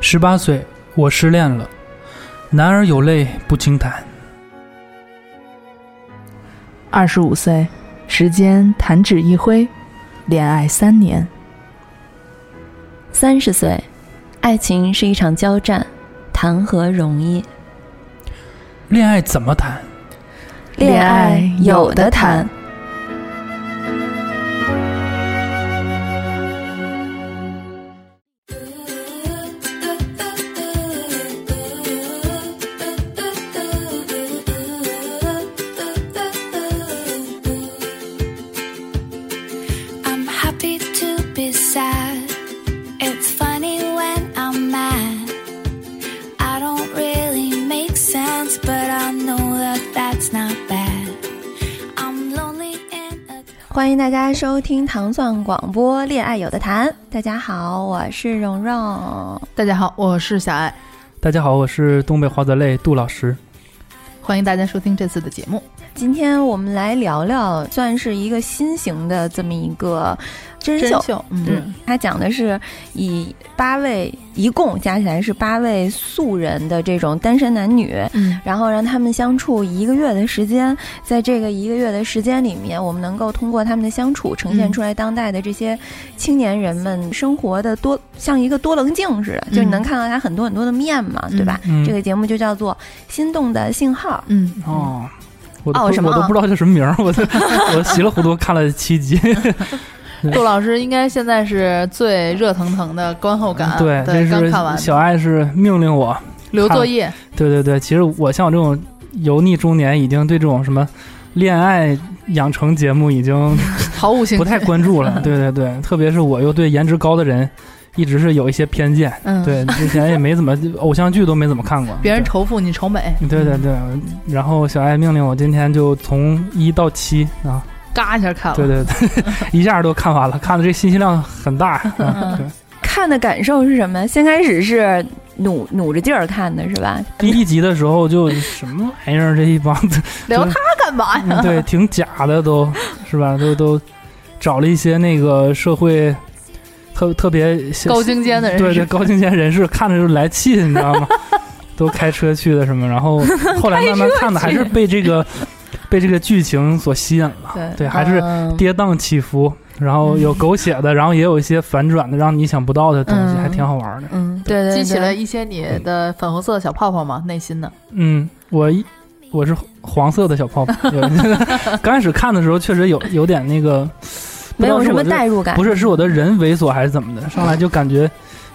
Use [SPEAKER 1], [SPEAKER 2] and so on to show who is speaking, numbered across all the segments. [SPEAKER 1] 十八岁，我失恋了。男儿有泪不轻弹。
[SPEAKER 2] 二十五岁，时间弹指一挥，恋爱三年。
[SPEAKER 3] 三十岁，爱情是一场交战，谈何容易？
[SPEAKER 1] 恋爱怎么谈？
[SPEAKER 2] 恋爱有的谈。
[SPEAKER 4] I'm happy to be sad. It's funny when I'm mad. I don't really make sense, but I know that that's not bad. I'm lonely in a
[SPEAKER 3] 欢迎大家收听糖蒜广播《恋爱有的谈》。大家好，我是蓉蓉。
[SPEAKER 2] 大家好，我是小爱，
[SPEAKER 1] 大家好，我是东北花泽类杜老师。
[SPEAKER 2] 欢迎大家收听这次的节目。
[SPEAKER 3] 今天我们来聊聊，算是一个新型的这么一个真
[SPEAKER 2] 真
[SPEAKER 3] 秀。
[SPEAKER 2] 秀，
[SPEAKER 3] 嗯，，它讲的是以八位，一共加起来是八位素人的这种单身男女，
[SPEAKER 2] 嗯，
[SPEAKER 3] 然后让他们相处一个月的时间，在这个一个月的时间里面，我们能够通过他们的相处，呈现出来当代的这些青年人们生活的多像一个多棱镜似的，
[SPEAKER 2] 嗯
[SPEAKER 3] 就是能看到他很多很多的面嘛，
[SPEAKER 2] 嗯
[SPEAKER 3] 对吧？
[SPEAKER 1] 嗯，
[SPEAKER 3] 这个节目就叫做《心动的信号
[SPEAKER 2] 嗯，
[SPEAKER 1] 哦，我
[SPEAKER 3] 哦
[SPEAKER 1] 我
[SPEAKER 3] 什么
[SPEAKER 1] 我都
[SPEAKER 3] 啊
[SPEAKER 1] 不知道叫什么名儿，我 都我稀里糊涂看了七集。
[SPEAKER 2] 杜老师应该现在是最热腾腾的观后感，
[SPEAKER 1] 嗯
[SPEAKER 3] 啊
[SPEAKER 1] 对，这
[SPEAKER 2] 刚
[SPEAKER 1] 是
[SPEAKER 2] 看完
[SPEAKER 1] 小爱是命令我。
[SPEAKER 2] 留作业，
[SPEAKER 1] 对对对，其实我像我这种油腻中年，已经对这种什么恋爱养成节目已经
[SPEAKER 2] 毫无兴趣，
[SPEAKER 1] 不太关注 了。对对对，特别是我又对颜值高的人一直是有一些偏见。
[SPEAKER 2] 嗯，，
[SPEAKER 1] 对，之前也没怎么偶像剧都没怎么看过。
[SPEAKER 2] 别人仇富你仇美，
[SPEAKER 1] 对对对对，然后小爱命令我今天就从一到七啊，
[SPEAKER 2] 嘎一下看了，
[SPEAKER 1] 对对对， 一下都看完了，看的这信息量很大。啊、对，》，
[SPEAKER 3] 看的感受是什么？先开始是努努着劲儿看的是吧？
[SPEAKER 1] 第一集的时候就什么玩意儿，这 一帮子
[SPEAKER 2] 聊他干嘛呀？
[SPEAKER 1] 嗯，对，挺假的都，是吧？都都找了一些那个社会特特别 像
[SPEAKER 2] 高精尖的人
[SPEAKER 1] 对对
[SPEAKER 2] 士
[SPEAKER 1] 高精尖人士，看着就来气，你知道吗？ 都开车去的什么，然后后来慢慢看的还是被这个被这个剧情所吸引了，
[SPEAKER 2] 对
[SPEAKER 1] 对，还是
[SPEAKER 2] 嗯
[SPEAKER 1] 跌宕起伏，然后有狗血的，然后也有一些反转的，让你意想不到的东西，
[SPEAKER 2] 嗯
[SPEAKER 1] 还挺好玩的。
[SPEAKER 2] 嗯，
[SPEAKER 3] 对对
[SPEAKER 2] 激起
[SPEAKER 3] 对
[SPEAKER 2] 了一些你的粉红色小泡泡嘛，内心的，
[SPEAKER 1] 嗯，我一我是黄色的小泡 泡，对 刚开始看的时候确实有有点那个。
[SPEAKER 3] 没有什么
[SPEAKER 1] 代。
[SPEAKER 3] 代入感，
[SPEAKER 1] 不是，是我的人猥琐还是怎么的？上来就感觉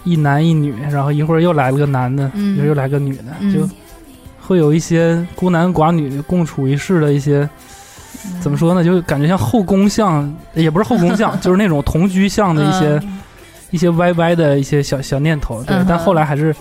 [SPEAKER 1] 一男一女，然后一会儿又来了个男的，
[SPEAKER 2] 嗯
[SPEAKER 1] 一会儿又来个女的，
[SPEAKER 2] 嗯
[SPEAKER 1] 就会有一些孤男寡女共处一室的一些，
[SPEAKER 2] 嗯
[SPEAKER 1] 怎么说呢？就感觉像后宫像，也不是后宫 像，就是那种同居像嗯的一些、一些歪歪的一些小小念头。
[SPEAKER 2] 嗯
[SPEAKER 1] 对，
[SPEAKER 2] 嗯哼哦
[SPEAKER 1] 但后来还是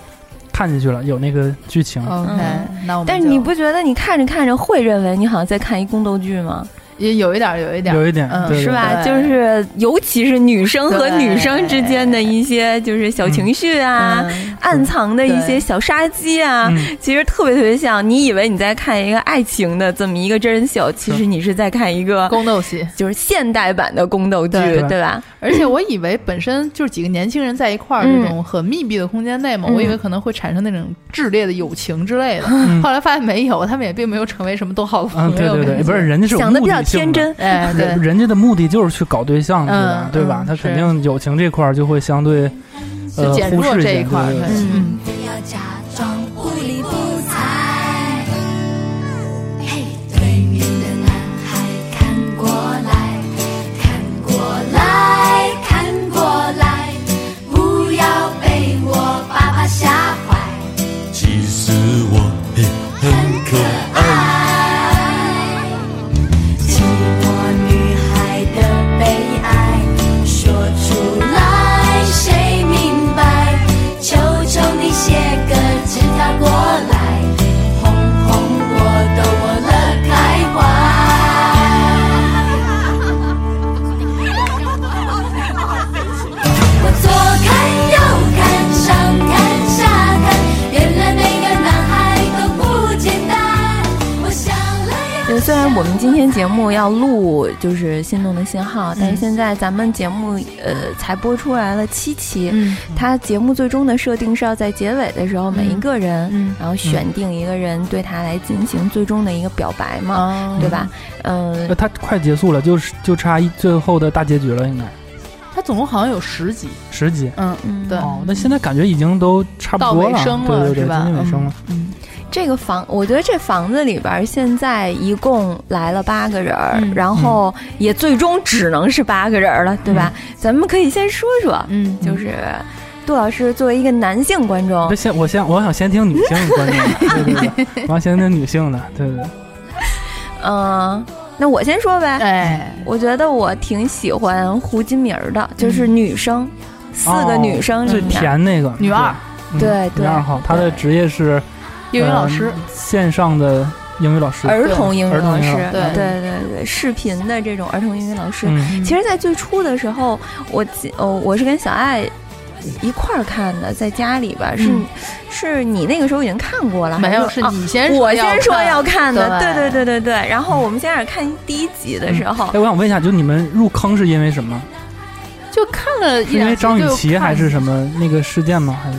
[SPEAKER 1] 看进去了，有那个剧情。
[SPEAKER 2] ？OK，
[SPEAKER 3] 嗯
[SPEAKER 2] 那我们
[SPEAKER 3] 但是
[SPEAKER 2] 就
[SPEAKER 3] 你不觉得你看着看着会认为你好像在看一宫斗剧吗？
[SPEAKER 2] 也有一点儿，有一点儿，
[SPEAKER 1] 有一点，
[SPEAKER 2] 嗯
[SPEAKER 1] 对
[SPEAKER 3] 哦是
[SPEAKER 1] 对
[SPEAKER 2] 对
[SPEAKER 3] 吧？就是尤其是女生和
[SPEAKER 2] 对
[SPEAKER 3] 女生之间的一些就是小情绪啊。
[SPEAKER 2] 嗯
[SPEAKER 3] 暗藏的一些
[SPEAKER 2] 对
[SPEAKER 3] 小杀机啊，
[SPEAKER 1] 嗯，
[SPEAKER 3] 其实特别特别像。你以为你在看一个爱情的这么一个真人秀，其实你是在看一个
[SPEAKER 2] 宫斗戏。
[SPEAKER 3] 就是现代版的宫斗剧，
[SPEAKER 2] 对
[SPEAKER 1] 对
[SPEAKER 3] 对吧？
[SPEAKER 2] 而且我以为本身就是几个年轻人在一块儿
[SPEAKER 3] 嗯
[SPEAKER 2] 这种很密闭的空间内嘛，
[SPEAKER 3] 嗯
[SPEAKER 2] 我以为可能会产生那种炽烈的友情之类的。
[SPEAKER 1] 嗯
[SPEAKER 2] 后来发现没有，他们也并没有成为什么多好的朋
[SPEAKER 1] 嗯，
[SPEAKER 2] 友。
[SPEAKER 1] 对对
[SPEAKER 2] 感
[SPEAKER 1] 对，
[SPEAKER 2] 觉
[SPEAKER 1] 不是，人家是有
[SPEAKER 3] 想的比
[SPEAKER 1] 目
[SPEAKER 3] 较
[SPEAKER 1] 的性
[SPEAKER 3] 天真，
[SPEAKER 2] 哎，对
[SPEAKER 1] 人，人家的目的就是去搞对象去的，
[SPEAKER 2] 嗯
[SPEAKER 1] 对吧？
[SPEAKER 2] 嗯
[SPEAKER 1] 他肯
[SPEAKER 2] 是
[SPEAKER 1] 定友情这块儿就会相对呃
[SPEAKER 2] 就减
[SPEAKER 1] 忽
[SPEAKER 2] 弱
[SPEAKER 1] 视
[SPEAKER 2] 这一
[SPEAKER 1] 点
[SPEAKER 2] 块儿。
[SPEAKER 1] 对
[SPEAKER 2] 对
[SPEAKER 1] 对对
[SPEAKER 2] 嗯，
[SPEAKER 4] 不要假装不理不睬。嘿，对面的男孩看过来，看过来，看过来，不要被我爸爸吓坏，
[SPEAKER 5] 其实我也很可爱。
[SPEAKER 4] 爱。寂寞女孩的悲哀，说出来谁明白？求求你写个
[SPEAKER 3] 我们今天节目要录就是《心动的信号》，
[SPEAKER 2] 嗯
[SPEAKER 3] 但是现在咱们节目呃才播出来了七期，
[SPEAKER 2] 嗯
[SPEAKER 3] 它节目最终的设定是要在结尾的时候，每一个人，
[SPEAKER 2] 嗯
[SPEAKER 3] 然后选定一个人对他来进行最终的一个表白嘛，
[SPEAKER 2] 哦
[SPEAKER 3] 对吧？嗯
[SPEAKER 1] 那，它呃快结束了，就是就差一最后的大结局了，应该
[SPEAKER 2] 它总共好像有十集，
[SPEAKER 1] 十集。
[SPEAKER 2] 嗯，
[SPEAKER 3] 嗯
[SPEAKER 2] 对
[SPEAKER 1] 哦，那现在感觉已经都差不
[SPEAKER 2] 到
[SPEAKER 1] 多
[SPEAKER 2] 尾
[SPEAKER 1] 了，
[SPEAKER 2] 声
[SPEAKER 1] 对对对，
[SPEAKER 2] 是吧？
[SPEAKER 1] 接近尾声了。
[SPEAKER 2] 嗯，
[SPEAKER 3] 这个房，我觉得这房子里边儿现在一共来了八个人儿，
[SPEAKER 2] 嗯
[SPEAKER 3] 然后也最终只能是八个人儿了，对吧？咱们可以先说说，
[SPEAKER 2] 嗯嗯，
[SPEAKER 3] 就是杜老师作为一个男性观众
[SPEAKER 1] 那，先我先我想先听女性的观点，对对 对，我想先听女性的，对对对。
[SPEAKER 3] 嗯、那我先说呗。
[SPEAKER 2] 哎，
[SPEAKER 3] 我觉得我挺喜欢胡金明儿的，就是
[SPEAKER 2] 嗯
[SPEAKER 3] 女生，四
[SPEAKER 2] 哦
[SPEAKER 3] 个女生
[SPEAKER 1] 哦最
[SPEAKER 3] 里面，
[SPEAKER 1] 甜那个
[SPEAKER 2] 女二，
[SPEAKER 1] 嗯
[SPEAKER 3] 对
[SPEAKER 1] 女
[SPEAKER 3] 对
[SPEAKER 1] 二号，她的职业是
[SPEAKER 2] 英语老师
[SPEAKER 1] 呃，线上的英语老师，
[SPEAKER 3] 儿童英语
[SPEAKER 1] 儿童
[SPEAKER 3] 老
[SPEAKER 1] 英语
[SPEAKER 3] 师，
[SPEAKER 1] 老师
[SPEAKER 3] 对
[SPEAKER 2] 对
[SPEAKER 3] 对对，视频的这种儿童英语老师，
[SPEAKER 1] 嗯
[SPEAKER 3] 其实，在最初的时候，我记哦，我是跟小爱一块儿看的，在家里吧，是、
[SPEAKER 2] 嗯
[SPEAKER 3] 是你那个时候已经看过
[SPEAKER 1] 嗯
[SPEAKER 3] 了，
[SPEAKER 2] 没
[SPEAKER 3] 还
[SPEAKER 2] 有是
[SPEAKER 3] 啊
[SPEAKER 2] 你先
[SPEAKER 3] 我先说
[SPEAKER 2] 看
[SPEAKER 3] 要看的，对
[SPEAKER 2] 对
[SPEAKER 3] 对对对对。然后我们先开始看第一集的时候，
[SPEAKER 1] 哎，我想问一下，就你们入坑是因为什么？
[SPEAKER 2] 就看了一
[SPEAKER 1] 是因
[SPEAKER 2] 两
[SPEAKER 1] 为
[SPEAKER 2] 集
[SPEAKER 1] 张雨
[SPEAKER 2] 就
[SPEAKER 1] 绮
[SPEAKER 2] 看
[SPEAKER 1] 还是什么那个事件吗？还是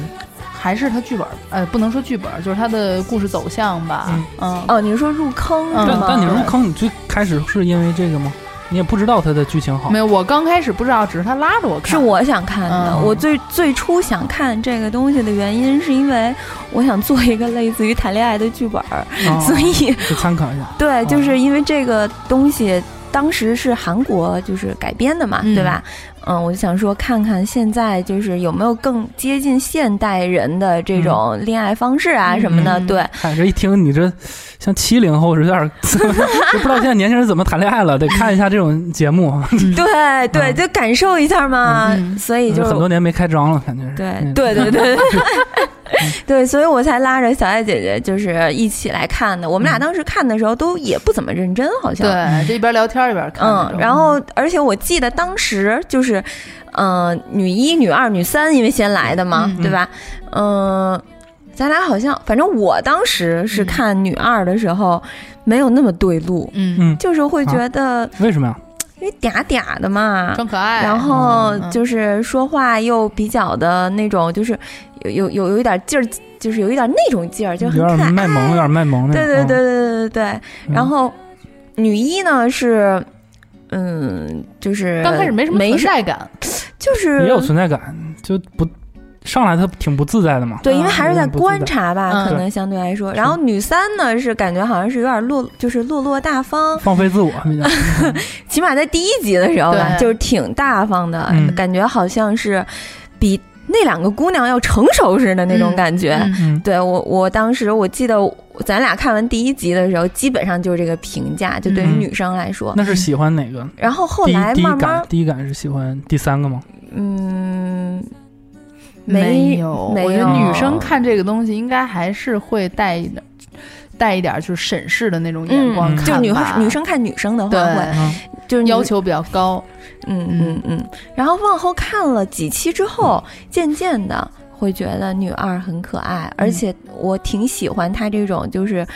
[SPEAKER 2] 还是他剧本儿，呃，不能说剧本儿，就是他的故事走向吧
[SPEAKER 1] 嗯。
[SPEAKER 2] 嗯，
[SPEAKER 3] 哦，你是说入坑
[SPEAKER 2] 嗯
[SPEAKER 3] 是
[SPEAKER 1] 但
[SPEAKER 3] 吗？
[SPEAKER 1] 但你入坑，你最开始是因为这个吗？你也不知道它的剧情好
[SPEAKER 2] 没，有，我刚开始不知道，只是他拉着我看。
[SPEAKER 3] 是我想看的，
[SPEAKER 2] 嗯
[SPEAKER 3] 我最最初想看这个东西的原因，是因为我想做一个类似于谈恋爱的剧本儿，
[SPEAKER 1] 哦
[SPEAKER 3] 所以
[SPEAKER 1] 就参考一下。
[SPEAKER 2] 哦
[SPEAKER 3] 对，就是因为这个东西当时是韩国就是改编的嘛，
[SPEAKER 2] 嗯
[SPEAKER 3] 对吧？嗯，我就想说看看现在就是有没有更接近现代人的这种恋爱方式啊
[SPEAKER 2] 嗯
[SPEAKER 3] 什么的。
[SPEAKER 2] 嗯
[SPEAKER 3] 对，
[SPEAKER 1] 哎，这一听你这像七零后是有点儿， 就不知道现在年轻人怎么谈恋爱了，得看一下这种节目，啊
[SPEAKER 3] 对对，
[SPEAKER 1] 嗯
[SPEAKER 3] 就感受一下嘛。
[SPEAKER 2] 嗯
[SPEAKER 3] 所以就
[SPEAKER 1] 很多年没开张了，感觉是。
[SPEAKER 3] 对
[SPEAKER 1] 嗯
[SPEAKER 3] 对 对对对，所以我才拉着小爱姐姐就是一起来看的。我们俩
[SPEAKER 1] 嗯
[SPEAKER 3] 当时看的时候都也不怎么认真，好像
[SPEAKER 2] 对，这一边聊天儿一边看那
[SPEAKER 3] 嗯，
[SPEAKER 2] 种。
[SPEAKER 3] 然后而且我记得当时就是，嗯、女一、女二、女三，因为先来的嘛，
[SPEAKER 2] 嗯
[SPEAKER 3] 对吧？嗯、咱俩好像，反正我当时是看女二的时候，没有那么对路，
[SPEAKER 2] 嗯，
[SPEAKER 1] 嗯，
[SPEAKER 3] 就是会觉得、
[SPEAKER 1] 为什么呀？
[SPEAKER 3] 因为嗲嗲的嘛，
[SPEAKER 2] 装可爱。
[SPEAKER 3] 然后
[SPEAKER 2] 嗯嗯
[SPEAKER 3] 就是说话又比较的那种，就是有有有有一点劲儿，就是有一点那种劲儿，就
[SPEAKER 1] 有
[SPEAKER 3] 很
[SPEAKER 1] 点
[SPEAKER 3] 可
[SPEAKER 1] 儿
[SPEAKER 3] 爱。
[SPEAKER 1] 卖萌，有点儿卖萌那
[SPEAKER 3] 对
[SPEAKER 1] 种。嗯，
[SPEAKER 3] 对对对对对对。
[SPEAKER 1] 嗯
[SPEAKER 3] 然后女一呢是，嗯，就是
[SPEAKER 2] 刚开始没什么
[SPEAKER 3] 没
[SPEAKER 2] 存
[SPEAKER 3] 啥，
[SPEAKER 2] 在感，
[SPEAKER 3] 就是
[SPEAKER 1] 嗯也有存在感，就不上来他挺不自在的嘛。
[SPEAKER 3] 对，
[SPEAKER 2] 嗯
[SPEAKER 3] 因为还是在观察吧，
[SPEAKER 2] 嗯
[SPEAKER 3] 可能相对来说。然后女三呢是感觉好像是有点落，就是落落大方，
[SPEAKER 1] 放飞自我，比较
[SPEAKER 3] 起码在第一集的时候吧，
[SPEAKER 2] 对
[SPEAKER 3] 就是挺大方的，
[SPEAKER 1] 嗯
[SPEAKER 3] 感觉好像是比那两个姑娘要成熟似的那种
[SPEAKER 2] 嗯
[SPEAKER 3] 感觉。
[SPEAKER 2] 嗯
[SPEAKER 1] 嗯，
[SPEAKER 3] 对我，我当时我记得，咱俩看完第一集的时候，基本上就是这个评价，就对于
[SPEAKER 1] 嗯
[SPEAKER 3] 女生来说。
[SPEAKER 1] 那是喜欢哪个？
[SPEAKER 3] 然后后
[SPEAKER 1] 第一
[SPEAKER 3] 来
[SPEAKER 1] 第一
[SPEAKER 3] 慢慢
[SPEAKER 1] 感，，第一感是喜欢第三个吗？
[SPEAKER 3] 嗯，
[SPEAKER 2] 没
[SPEAKER 3] 没
[SPEAKER 2] 有，
[SPEAKER 3] 没
[SPEAKER 2] 我觉得
[SPEAKER 3] 有
[SPEAKER 2] 女生看这个东西应该还是会带一点，带一点就是审视的那种眼光
[SPEAKER 1] 嗯
[SPEAKER 2] 看
[SPEAKER 3] 就
[SPEAKER 2] 吧。
[SPEAKER 3] 女女生看女生的话会，
[SPEAKER 2] 对
[SPEAKER 1] 嗯，
[SPEAKER 3] 就是女
[SPEAKER 2] 要，求比较高，
[SPEAKER 3] 嗯嗯嗯。然后往后看了几期之后，渐渐的会觉得女二很可爱，而且我挺喜欢她这种就是。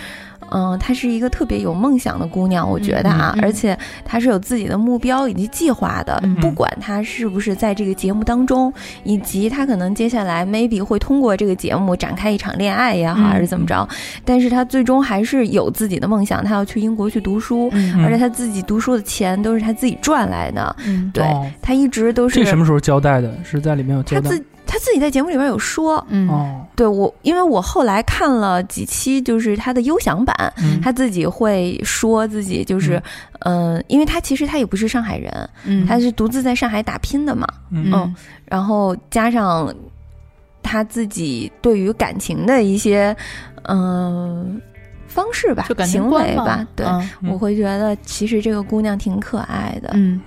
[SPEAKER 3] 嗯，她是一个特别有梦想的姑娘，我觉得啊，
[SPEAKER 2] 嗯嗯嗯
[SPEAKER 3] 而且她是有自己的目标以及计划的。
[SPEAKER 2] 嗯
[SPEAKER 3] 不管她是不是在这个节目当中，以及她可能接下来 maybe 会通过这个节目展开一场恋爱也好，
[SPEAKER 2] 嗯
[SPEAKER 3] 还是怎么着，但是她最终还是有自己的梦想，她要去英国去读书，
[SPEAKER 2] 嗯
[SPEAKER 1] 嗯
[SPEAKER 3] 而且他自己读书的钱都是他自己赚来的，
[SPEAKER 2] 嗯
[SPEAKER 3] 对
[SPEAKER 1] 哦
[SPEAKER 3] 他一直都是
[SPEAKER 1] 这什么时候交代的？是在里面有交
[SPEAKER 3] 他
[SPEAKER 1] 代？
[SPEAKER 3] 自他自己在节目里边有说，
[SPEAKER 2] 嗯
[SPEAKER 1] 哦，
[SPEAKER 3] 对我，因为我后来看了几期，就是他的优享版，
[SPEAKER 1] 嗯
[SPEAKER 3] 他自己会说自己就是，嗯、因为他其实他也不是上海人，
[SPEAKER 2] 嗯
[SPEAKER 3] 他是独自在上海打拼的嘛，
[SPEAKER 1] 嗯
[SPEAKER 2] 嗯
[SPEAKER 3] 然后加上他自己对于感情的一些，嗯、方式吧
[SPEAKER 2] 就，感情
[SPEAKER 3] 行
[SPEAKER 2] 观
[SPEAKER 3] 为吧，对。
[SPEAKER 2] 嗯
[SPEAKER 1] 嗯
[SPEAKER 3] 我会觉得，其实这个姑娘挺可爱的，
[SPEAKER 2] 嗯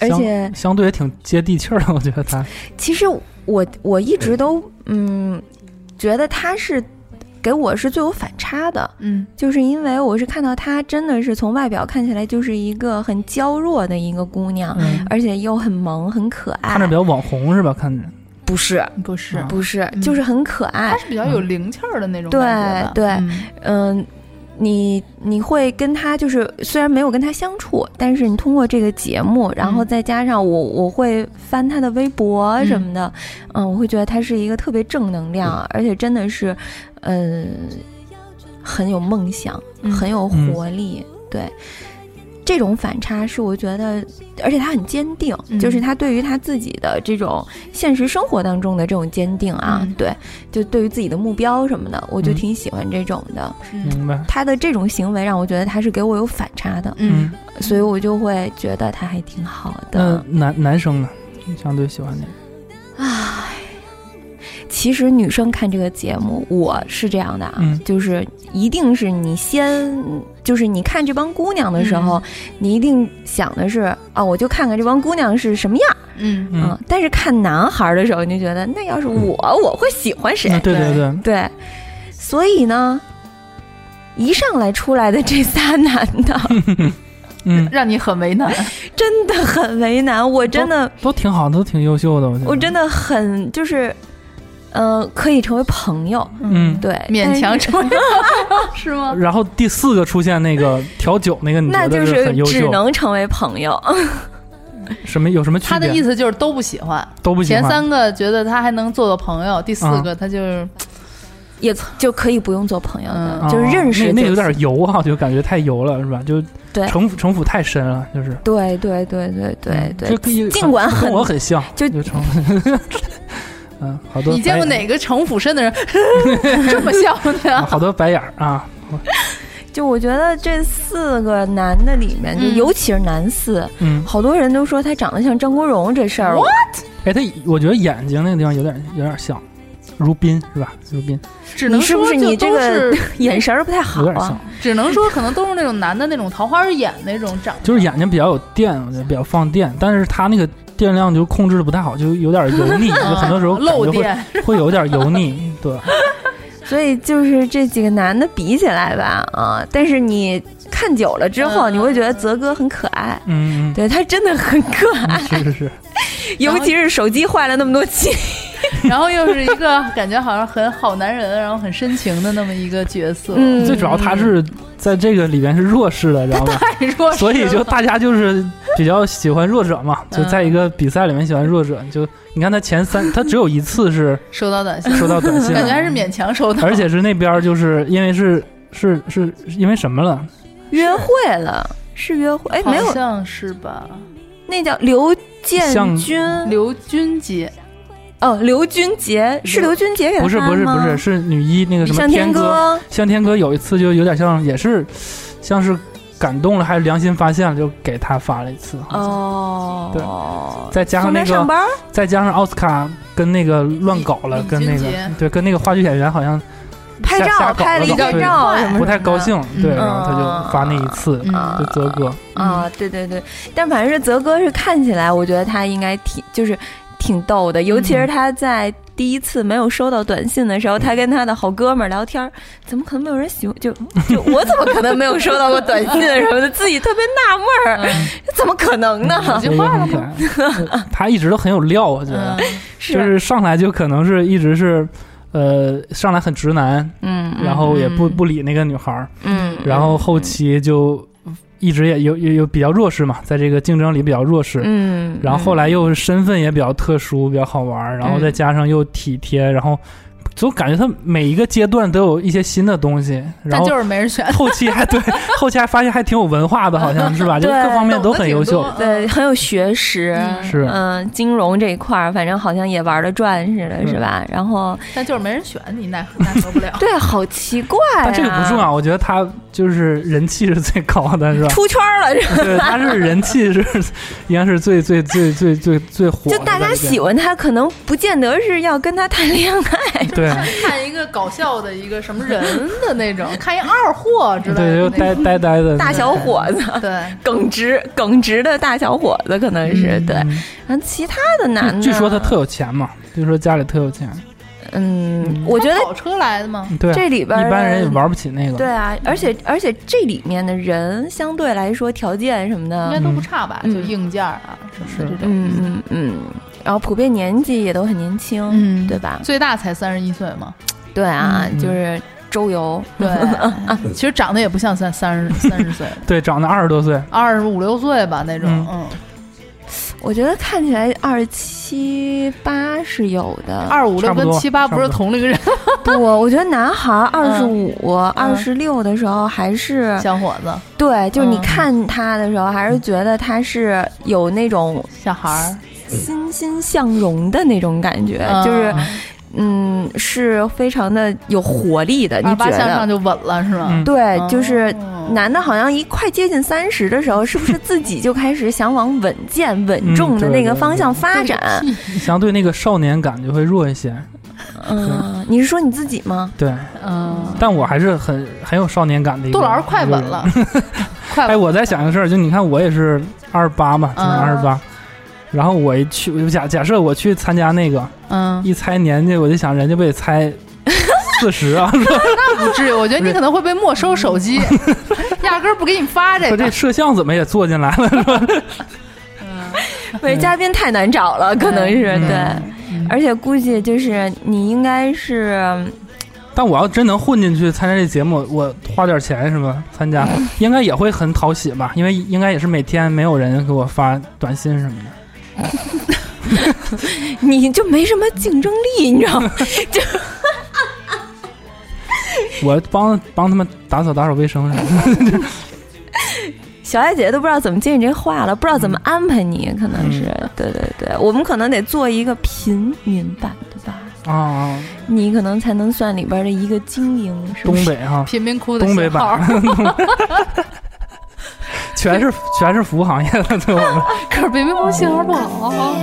[SPEAKER 3] 而
[SPEAKER 1] 相
[SPEAKER 3] 且
[SPEAKER 1] 相对也挺接地气儿的，我觉得他
[SPEAKER 3] 其实我我一直都嗯，觉得他是给我是最有反差的，
[SPEAKER 2] 嗯
[SPEAKER 3] 就是因为我是看到她真的是从外表看起来就是一个很娇弱的一个姑娘，
[SPEAKER 1] 嗯
[SPEAKER 3] 而且又很萌很可爱
[SPEAKER 1] 看着，比较网红是吧？看着
[SPEAKER 3] 不是
[SPEAKER 2] 嗯，不是
[SPEAKER 1] 啊，
[SPEAKER 3] 不是，
[SPEAKER 2] 嗯
[SPEAKER 3] 就是很可爱
[SPEAKER 2] 他，是比较有灵气儿的那种
[SPEAKER 3] 嗯对
[SPEAKER 2] 感觉吧
[SPEAKER 3] 对
[SPEAKER 2] 嗯
[SPEAKER 3] 嗯。你你会跟他就是虽然没有跟他相处，但是你通过这个节目，然
[SPEAKER 2] 嗯
[SPEAKER 3] 后再加上我我会翻他的微博什么的，嗯我会觉得他是一个特别正能量，而且真的是，嗯、很有梦想，
[SPEAKER 2] 嗯
[SPEAKER 3] 很有活力，对。这种反差是我觉得，而且他很坚定，
[SPEAKER 2] 嗯
[SPEAKER 3] 就是他对于他自己的这种现实生活当中的这种坚定啊，
[SPEAKER 2] 嗯
[SPEAKER 3] 对，就对于自己的目标什么的，我就
[SPEAKER 1] 嗯
[SPEAKER 3] 挺喜欢这种的。
[SPEAKER 1] 明白。
[SPEAKER 3] 他的这种行为让我觉得他是给我有反差的，
[SPEAKER 1] 嗯，
[SPEAKER 3] 所以我就会觉得他还挺好
[SPEAKER 1] 那
[SPEAKER 3] 的。
[SPEAKER 1] 男男生呢？你相对喜欢哪个？
[SPEAKER 3] 唉，其实女生看这个节目，我是这样的啊，
[SPEAKER 1] 嗯
[SPEAKER 3] 就是一定是你先，就是你看这帮姑娘的时
[SPEAKER 1] 嗯
[SPEAKER 3] 候，你一定想的是啊，我就看看这帮姑娘是什么样
[SPEAKER 2] 嗯
[SPEAKER 1] 嗯
[SPEAKER 3] 啊。但是看男孩的时候，你就觉得那要是我，我会喜欢谁？
[SPEAKER 1] 啊对对
[SPEAKER 2] 对
[SPEAKER 1] 对，
[SPEAKER 3] 对，所以呢，一上来出来的这仨男的。
[SPEAKER 1] 嗯，
[SPEAKER 2] 让你很为 难。
[SPEAKER 3] 真的很为
[SPEAKER 2] 哦
[SPEAKER 3] 难，我真的，
[SPEAKER 1] 都挺好，都挺优秀的，
[SPEAKER 2] 嗯
[SPEAKER 1] 我觉得。
[SPEAKER 3] 我真的很就是，呃，可以成为朋友，
[SPEAKER 1] 嗯
[SPEAKER 3] 对，
[SPEAKER 2] 勉强
[SPEAKER 3] 但是
[SPEAKER 2] 成为是吗？
[SPEAKER 1] 然后第四个出现那个调酒那个，你
[SPEAKER 3] 那
[SPEAKER 1] 觉
[SPEAKER 3] 就
[SPEAKER 1] 得
[SPEAKER 3] 是
[SPEAKER 1] 很优
[SPEAKER 3] 只
[SPEAKER 1] 秀？
[SPEAKER 3] 能成为朋友。
[SPEAKER 1] 什么有什么区别？
[SPEAKER 2] 他的意思就是都不喜欢，
[SPEAKER 1] 都不喜
[SPEAKER 2] 前
[SPEAKER 1] 欢。
[SPEAKER 2] 三个觉得他还能做个朋友，第四
[SPEAKER 1] 啊
[SPEAKER 2] 个他就是
[SPEAKER 3] 也就可以不用做朋友的，
[SPEAKER 2] 嗯
[SPEAKER 1] 哦
[SPEAKER 3] 就是认识就行、
[SPEAKER 1] 那那个有点油啊，就感觉太油了，是吧？就
[SPEAKER 3] 对
[SPEAKER 1] 城府城府太深了，就是
[SPEAKER 3] 对对对对对
[SPEAKER 1] 嗯
[SPEAKER 3] 对
[SPEAKER 1] 这，跟一
[SPEAKER 3] 尽管
[SPEAKER 1] 跟
[SPEAKER 3] 很
[SPEAKER 1] 我很像，
[SPEAKER 3] 就
[SPEAKER 1] 就城府。 嗯，好多
[SPEAKER 2] 你见过
[SPEAKER 1] 白
[SPEAKER 2] 哪个城府深的人 这么笑的
[SPEAKER 1] 啊
[SPEAKER 2] 呀？
[SPEAKER 1] 好多白眼儿啊，
[SPEAKER 3] 就我觉得这四个男的里面，就
[SPEAKER 2] 嗯
[SPEAKER 3] 尤其是男四，
[SPEAKER 1] 嗯，
[SPEAKER 3] 好多人都说他长得像张国荣这事儿，我
[SPEAKER 1] 哎，他我觉得眼睛那个地方有点有点像如宾是吧？如宾
[SPEAKER 2] 只能
[SPEAKER 3] 你是不
[SPEAKER 2] 说
[SPEAKER 3] 是
[SPEAKER 2] 就
[SPEAKER 3] 你这
[SPEAKER 2] 都
[SPEAKER 3] 个
[SPEAKER 2] 是
[SPEAKER 3] 眼神儿不太好
[SPEAKER 1] 有点像
[SPEAKER 3] 啊。，
[SPEAKER 2] 只能说可能都是那种男的那种桃花眼那种长相，
[SPEAKER 1] 就是眼睛比较有电，我觉得比较放电，但是他那个电量就控制的不太好，就有点油腻，就很 多时候感
[SPEAKER 2] 漏
[SPEAKER 1] 觉会
[SPEAKER 2] 电，
[SPEAKER 1] 会有点油腻，对，
[SPEAKER 3] 所以就是这几个男的比起来吧，啊，但是你看久了之后，
[SPEAKER 2] 嗯
[SPEAKER 3] 你会觉得泽哥很可爱，
[SPEAKER 1] 嗯，嗯
[SPEAKER 3] 对他真的很可
[SPEAKER 1] 嗯
[SPEAKER 3] 爱，
[SPEAKER 1] 是是是，
[SPEAKER 3] 尤其是手机坏了那么多期，
[SPEAKER 2] 然后又是一个感觉好像很好男人，然后很深情的那么一个角色，
[SPEAKER 3] 嗯，
[SPEAKER 1] 最主要他是在这个里边是弱势的，知道吗？
[SPEAKER 2] 太弱势
[SPEAKER 1] 所
[SPEAKER 2] 了，
[SPEAKER 1] 以就大家就是比较喜欢弱 者嘛，就在一个比赛里面喜欢弱
[SPEAKER 2] 嗯
[SPEAKER 1] 者。就你看他前三，他只有一 次是
[SPEAKER 2] 收到短信，
[SPEAKER 1] 收到短信，
[SPEAKER 2] 感觉还是勉强收到，
[SPEAKER 1] 嗯而且是那边儿就是因为是是是是因为什么了？
[SPEAKER 3] 约会了，是约会，哎，
[SPEAKER 2] 好
[SPEAKER 3] 没有，
[SPEAKER 2] 像是吧？
[SPEAKER 3] 那叫刘建
[SPEAKER 1] 像
[SPEAKER 3] 军，
[SPEAKER 2] 刘军杰
[SPEAKER 3] 哦，刘军杰是刘军杰给他
[SPEAKER 1] 不是不是
[SPEAKER 3] 发
[SPEAKER 1] 不
[SPEAKER 3] 吗
[SPEAKER 1] 是，是女一那个什么
[SPEAKER 3] 向天
[SPEAKER 1] 歌，
[SPEAKER 3] 歌，
[SPEAKER 1] 向天歌有一次就有点像也是像是感动了还是良心发现了，就给他发了一次，好像
[SPEAKER 3] 哦，
[SPEAKER 1] 再嗯加上
[SPEAKER 3] 送
[SPEAKER 1] 那
[SPEAKER 3] 他上
[SPEAKER 1] 个
[SPEAKER 3] 班儿，
[SPEAKER 1] 再加上奥斯卡跟那个乱搞了，
[SPEAKER 2] 李
[SPEAKER 1] 跟
[SPEAKER 2] 俊
[SPEAKER 1] 那个
[SPEAKER 2] 杰
[SPEAKER 1] 对跟那个话剧演员好像
[SPEAKER 3] 拍
[SPEAKER 1] 瞎瞎
[SPEAKER 3] 照
[SPEAKER 1] 搞
[SPEAKER 3] 拍
[SPEAKER 1] 了
[SPEAKER 3] 了一
[SPEAKER 1] 搞
[SPEAKER 3] 张
[SPEAKER 1] 对
[SPEAKER 3] 照什么什么的，
[SPEAKER 1] 不太高兴，对，
[SPEAKER 2] 嗯
[SPEAKER 1] 然后他就发那一次，
[SPEAKER 2] 嗯
[SPEAKER 1] 就泽哥，
[SPEAKER 3] 啊，对对对，但反正是泽哥是看起来，我觉得他应该挺就是挺逗的，尤其
[SPEAKER 1] 嗯
[SPEAKER 3] 是他在第一次没有收到短信的时候，他跟他的好哥们儿聊天儿，怎么可能没有人喜欢？就就我怎么可能没有收到过短信啊什么的，自己特别纳闷儿，
[SPEAKER 2] 嗯
[SPEAKER 3] 怎么可能呢？
[SPEAKER 1] 所以很可爱。呃他一直都很有料，我觉得
[SPEAKER 2] 嗯，，
[SPEAKER 1] 就是上来就可能是一直是。呃，上来很直男，
[SPEAKER 3] 嗯，
[SPEAKER 1] 然后也不不理那个女孩儿，
[SPEAKER 3] 嗯，
[SPEAKER 1] 然后后期就一直也有有有比较弱势嘛，在这个竞争里比较弱势，
[SPEAKER 3] 嗯，
[SPEAKER 1] 然后后来又身份也比较特殊，比较好玩儿，然后再加上又体贴，然后总感觉他每一个阶段都有一些新的东西，然
[SPEAKER 2] 但
[SPEAKER 1] 后
[SPEAKER 2] 就是没人 选，
[SPEAKER 1] 后期还对，后期还发现还挺有文化的，好像是吧？就
[SPEAKER 3] 对
[SPEAKER 1] 各方面都很优
[SPEAKER 2] 懂
[SPEAKER 1] 秀
[SPEAKER 2] 得，挺多
[SPEAKER 3] 对，很有学识。
[SPEAKER 2] 嗯
[SPEAKER 1] 是
[SPEAKER 3] 嗯，金融这一块儿，反正好像也玩的转似的，是
[SPEAKER 1] 嗯
[SPEAKER 3] 吧？然后。
[SPEAKER 2] 但就是没人选，你奈何奈何不了
[SPEAKER 3] 对，好奇怪、啊。
[SPEAKER 1] 但这个不重要，我觉得他就是人气是最高的， 是吧？
[SPEAKER 3] 出圈儿了，
[SPEAKER 1] 对，他是人气是 应该是最最最最最最火的
[SPEAKER 3] 就
[SPEAKER 1] 在里边，
[SPEAKER 3] 大家喜欢他，可能不见得是要跟他谈恋爱。
[SPEAKER 1] 对。
[SPEAKER 2] 看一个搞笑的一个什么人的那 种，看一二货之类
[SPEAKER 1] 对，
[SPEAKER 2] 的
[SPEAKER 1] 又
[SPEAKER 2] 那种，
[SPEAKER 1] 呆呆呆的
[SPEAKER 3] 大小伙子，
[SPEAKER 2] 对，
[SPEAKER 3] 耿直耿直的大小伙子，可能是、对。啊然后其他的男的，
[SPEAKER 1] 嗯据说他特有钱嘛，据说家里特有钱，
[SPEAKER 3] 嗯
[SPEAKER 1] 嗯，
[SPEAKER 3] 我觉得
[SPEAKER 2] 他跑车来的吗？
[SPEAKER 1] 对，
[SPEAKER 3] 这里边儿的
[SPEAKER 1] 一般人也玩不起那个。
[SPEAKER 3] 对啊，而且而且这里面的人相对来说条件什么
[SPEAKER 2] 应
[SPEAKER 3] 的
[SPEAKER 2] 该，都不差吧？
[SPEAKER 3] 嗯
[SPEAKER 2] 就硬件啊什么的这种。
[SPEAKER 3] 嗯嗯嗯，然后普遍年纪也都很年轻，
[SPEAKER 2] 嗯
[SPEAKER 3] 对吧？
[SPEAKER 2] 最大才三十一岁嘛，
[SPEAKER 3] 对啊，
[SPEAKER 1] 嗯
[SPEAKER 3] 就是周游，
[SPEAKER 6] 对，其实长得也不像三三十三十岁，
[SPEAKER 1] 对，长得二十多岁，
[SPEAKER 6] 二十五六岁吧那种
[SPEAKER 1] 嗯，
[SPEAKER 6] 嗯，
[SPEAKER 3] 我觉得看起来二七八是有的。
[SPEAKER 6] 二五
[SPEAKER 1] 差
[SPEAKER 6] 六
[SPEAKER 1] 不
[SPEAKER 6] 跟
[SPEAKER 1] 多
[SPEAKER 6] 七八不是
[SPEAKER 1] 差不多
[SPEAKER 6] 同龄人，
[SPEAKER 3] 不，我觉得男孩
[SPEAKER 1] 嗯
[SPEAKER 3] 二十五、二十六的时候还是
[SPEAKER 6] 小伙子，
[SPEAKER 3] 对，就是你
[SPEAKER 6] 嗯
[SPEAKER 3] 看他的时候，还是觉得他是有那种
[SPEAKER 6] 小孩儿，
[SPEAKER 1] 嗯
[SPEAKER 3] 欣欣向荣的那种感觉，
[SPEAKER 6] 嗯
[SPEAKER 3] 就是嗯，是非常的有活力的。
[SPEAKER 1] 啊
[SPEAKER 3] 你
[SPEAKER 6] 二
[SPEAKER 3] 觉
[SPEAKER 6] 八向上
[SPEAKER 3] 得？
[SPEAKER 6] 就稳了是吗？
[SPEAKER 1] 嗯
[SPEAKER 3] 对，就是
[SPEAKER 6] 哦
[SPEAKER 3] 男的好像一快接近三十的时候，是不是自己就开始想往稳健、稳
[SPEAKER 1] 嗯
[SPEAKER 3] 重
[SPEAKER 1] 对
[SPEAKER 3] 的那个
[SPEAKER 1] 对
[SPEAKER 3] 方
[SPEAKER 1] 对
[SPEAKER 3] 向发
[SPEAKER 6] 都是
[SPEAKER 3] 展？
[SPEAKER 6] 屁
[SPEAKER 1] 相对那个少年感就会弱一些。
[SPEAKER 3] 嗯，你是说你自己吗？
[SPEAKER 1] 对，
[SPEAKER 6] 嗯，
[SPEAKER 1] 但我还是很很有少年感的一个。
[SPEAKER 6] 杜老师快稳了，
[SPEAKER 1] 哎，
[SPEAKER 6] 快稳了
[SPEAKER 1] 我在想个事儿，就你看我也是二十八嘛，今年
[SPEAKER 6] 嗯
[SPEAKER 1] 二十八，然后我一去，我就假假设我去参加那个，
[SPEAKER 6] 嗯，
[SPEAKER 1] 一猜年纪，我就想人家不得 猜四十啊？
[SPEAKER 6] 不至于，我觉得你可能会被没收手机，压根儿不给你发这
[SPEAKER 1] 说
[SPEAKER 6] 个
[SPEAKER 1] 这。摄像怎么也坐进来了？
[SPEAKER 3] 对，嘉宾太难找了，可能是
[SPEAKER 1] 嗯
[SPEAKER 3] 对，而且估计就是你应该是
[SPEAKER 1] 但我要真能混进去参加这节目，我花点钱是吧？参加应该也会很讨喜吧？因为应该也是每天没有人给我发短信什么的。
[SPEAKER 3] 你就没什么竞争力，你知 道吗？
[SPEAKER 1] 我帮帮他们打扫打扫卫生什么
[SPEAKER 3] 小艾姐都不知道怎么接你这话了，不知道怎么安排你，可能是、
[SPEAKER 1] 嗯
[SPEAKER 3] 对对对，我们可能得做一个平民版的吧，
[SPEAKER 1] 的啊，
[SPEAKER 6] 哦
[SPEAKER 3] 你可能才能算里边的一个精英，是不
[SPEAKER 1] 东
[SPEAKER 3] 是？
[SPEAKER 1] 北啊哈、
[SPEAKER 6] 贫民窟的
[SPEAKER 1] 东北
[SPEAKER 6] 信号
[SPEAKER 1] 版，， 全是全是服务行业的，对我们。
[SPEAKER 6] 可是贫民窟信号不好。
[SPEAKER 3] 啊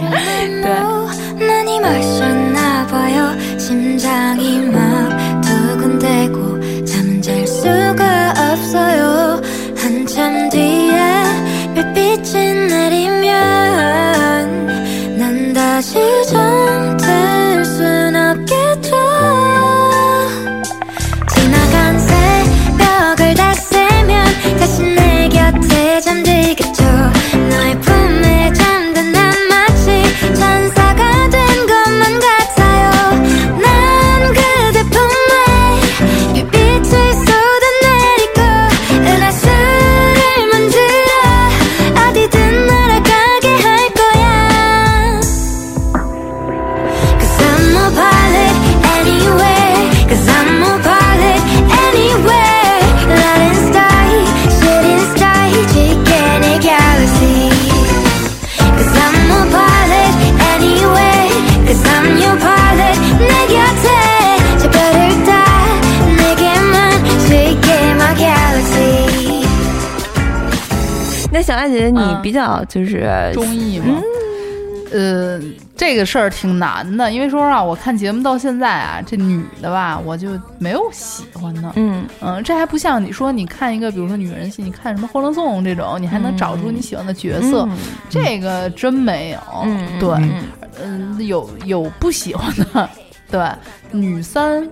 [SPEAKER 7] 눈이 마셨나 봐요 심장이 막 두근대고 잠은 잘 수가 없어요 한참 뒤에 별빛이 내리면 난 다시 잠들 순 없겠죠 지나간 새벽을 다 새면 다시 내 곁에 잠들겠죠 너의 품에 잠든 난 마치 천사가 된 것만 같아요 난 그대 품에 별빛을 쏟아내리고 은하수를 만들어 어디든 날아가게 할 거야 Cause I'm a pilot anywhere Cause I'm a pilot anywhere Light in sky, shit in sky chicken in galaxy Cause I'm a pilot anywhere Cause I'm your pilot 내 곁에 저 별을 따 내게만 chicken my galaxy
[SPEAKER 3] 那小艾姐，你
[SPEAKER 6] 嗯
[SPEAKER 3] 比较 就是嗯
[SPEAKER 6] 中意吗？呃，这个事儿挺难的，因为说实话，我看节目到现在啊，这女的吧，我就没有喜欢的。
[SPEAKER 3] 嗯
[SPEAKER 6] 嗯，这还不像你说，你看一个，比如说女人戏，你看什么《欢乐颂》这种，你还能找出你喜欢的角色，
[SPEAKER 3] 嗯
[SPEAKER 6] 这个真没有。
[SPEAKER 3] 嗯
[SPEAKER 6] 对，
[SPEAKER 1] 嗯
[SPEAKER 6] 嗯、有有不喜欢的，对，女三。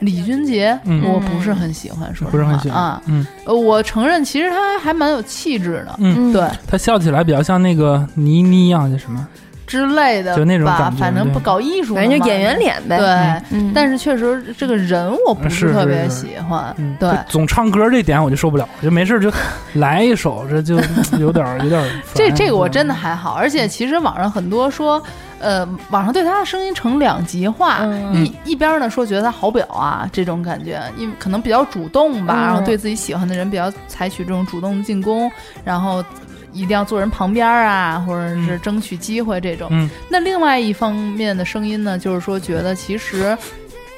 [SPEAKER 6] 李俊杰，
[SPEAKER 1] 嗯
[SPEAKER 6] 我不是很喜欢，说实话
[SPEAKER 1] 不是很喜欢
[SPEAKER 6] 啊。
[SPEAKER 1] 嗯，
[SPEAKER 6] 呃我承认，其实他还蛮有气质的，
[SPEAKER 1] 嗯
[SPEAKER 6] 对
[SPEAKER 1] 他笑起来比较像那个倪妮啊，叫什么？
[SPEAKER 6] 之类的吧，
[SPEAKER 1] 就那种感觉
[SPEAKER 6] 反正
[SPEAKER 1] 对
[SPEAKER 6] 不搞艺术的嘛，
[SPEAKER 3] 嗯反正就演员脸呗。
[SPEAKER 6] 对。
[SPEAKER 3] 嗯，
[SPEAKER 6] 但是确实，这个人我不
[SPEAKER 1] 啊是是
[SPEAKER 6] 特别
[SPEAKER 1] 是
[SPEAKER 6] 喜欢
[SPEAKER 1] 嗯，。
[SPEAKER 6] 对
[SPEAKER 1] 就，总唱歌这点我就受不了，就没事就来一首，这 就有点儿有点儿烦。
[SPEAKER 6] 这这个我真的
[SPEAKER 1] 嗯
[SPEAKER 6] 还好，而且其实网上很多说，呃，网上对他的声音呈两极化，
[SPEAKER 3] 嗯
[SPEAKER 6] 一一边儿呢说觉得他好表啊这种感觉，因为可能比较主动吧，
[SPEAKER 3] 嗯
[SPEAKER 6] 然后对自己喜欢的人比较采取这种主动进攻，然后一定要坐人旁边儿啊，或者
[SPEAKER 3] 嗯
[SPEAKER 6] 是争取机会这种。
[SPEAKER 1] 嗯
[SPEAKER 6] 那另外一方面的声音呢，就是说觉得其实。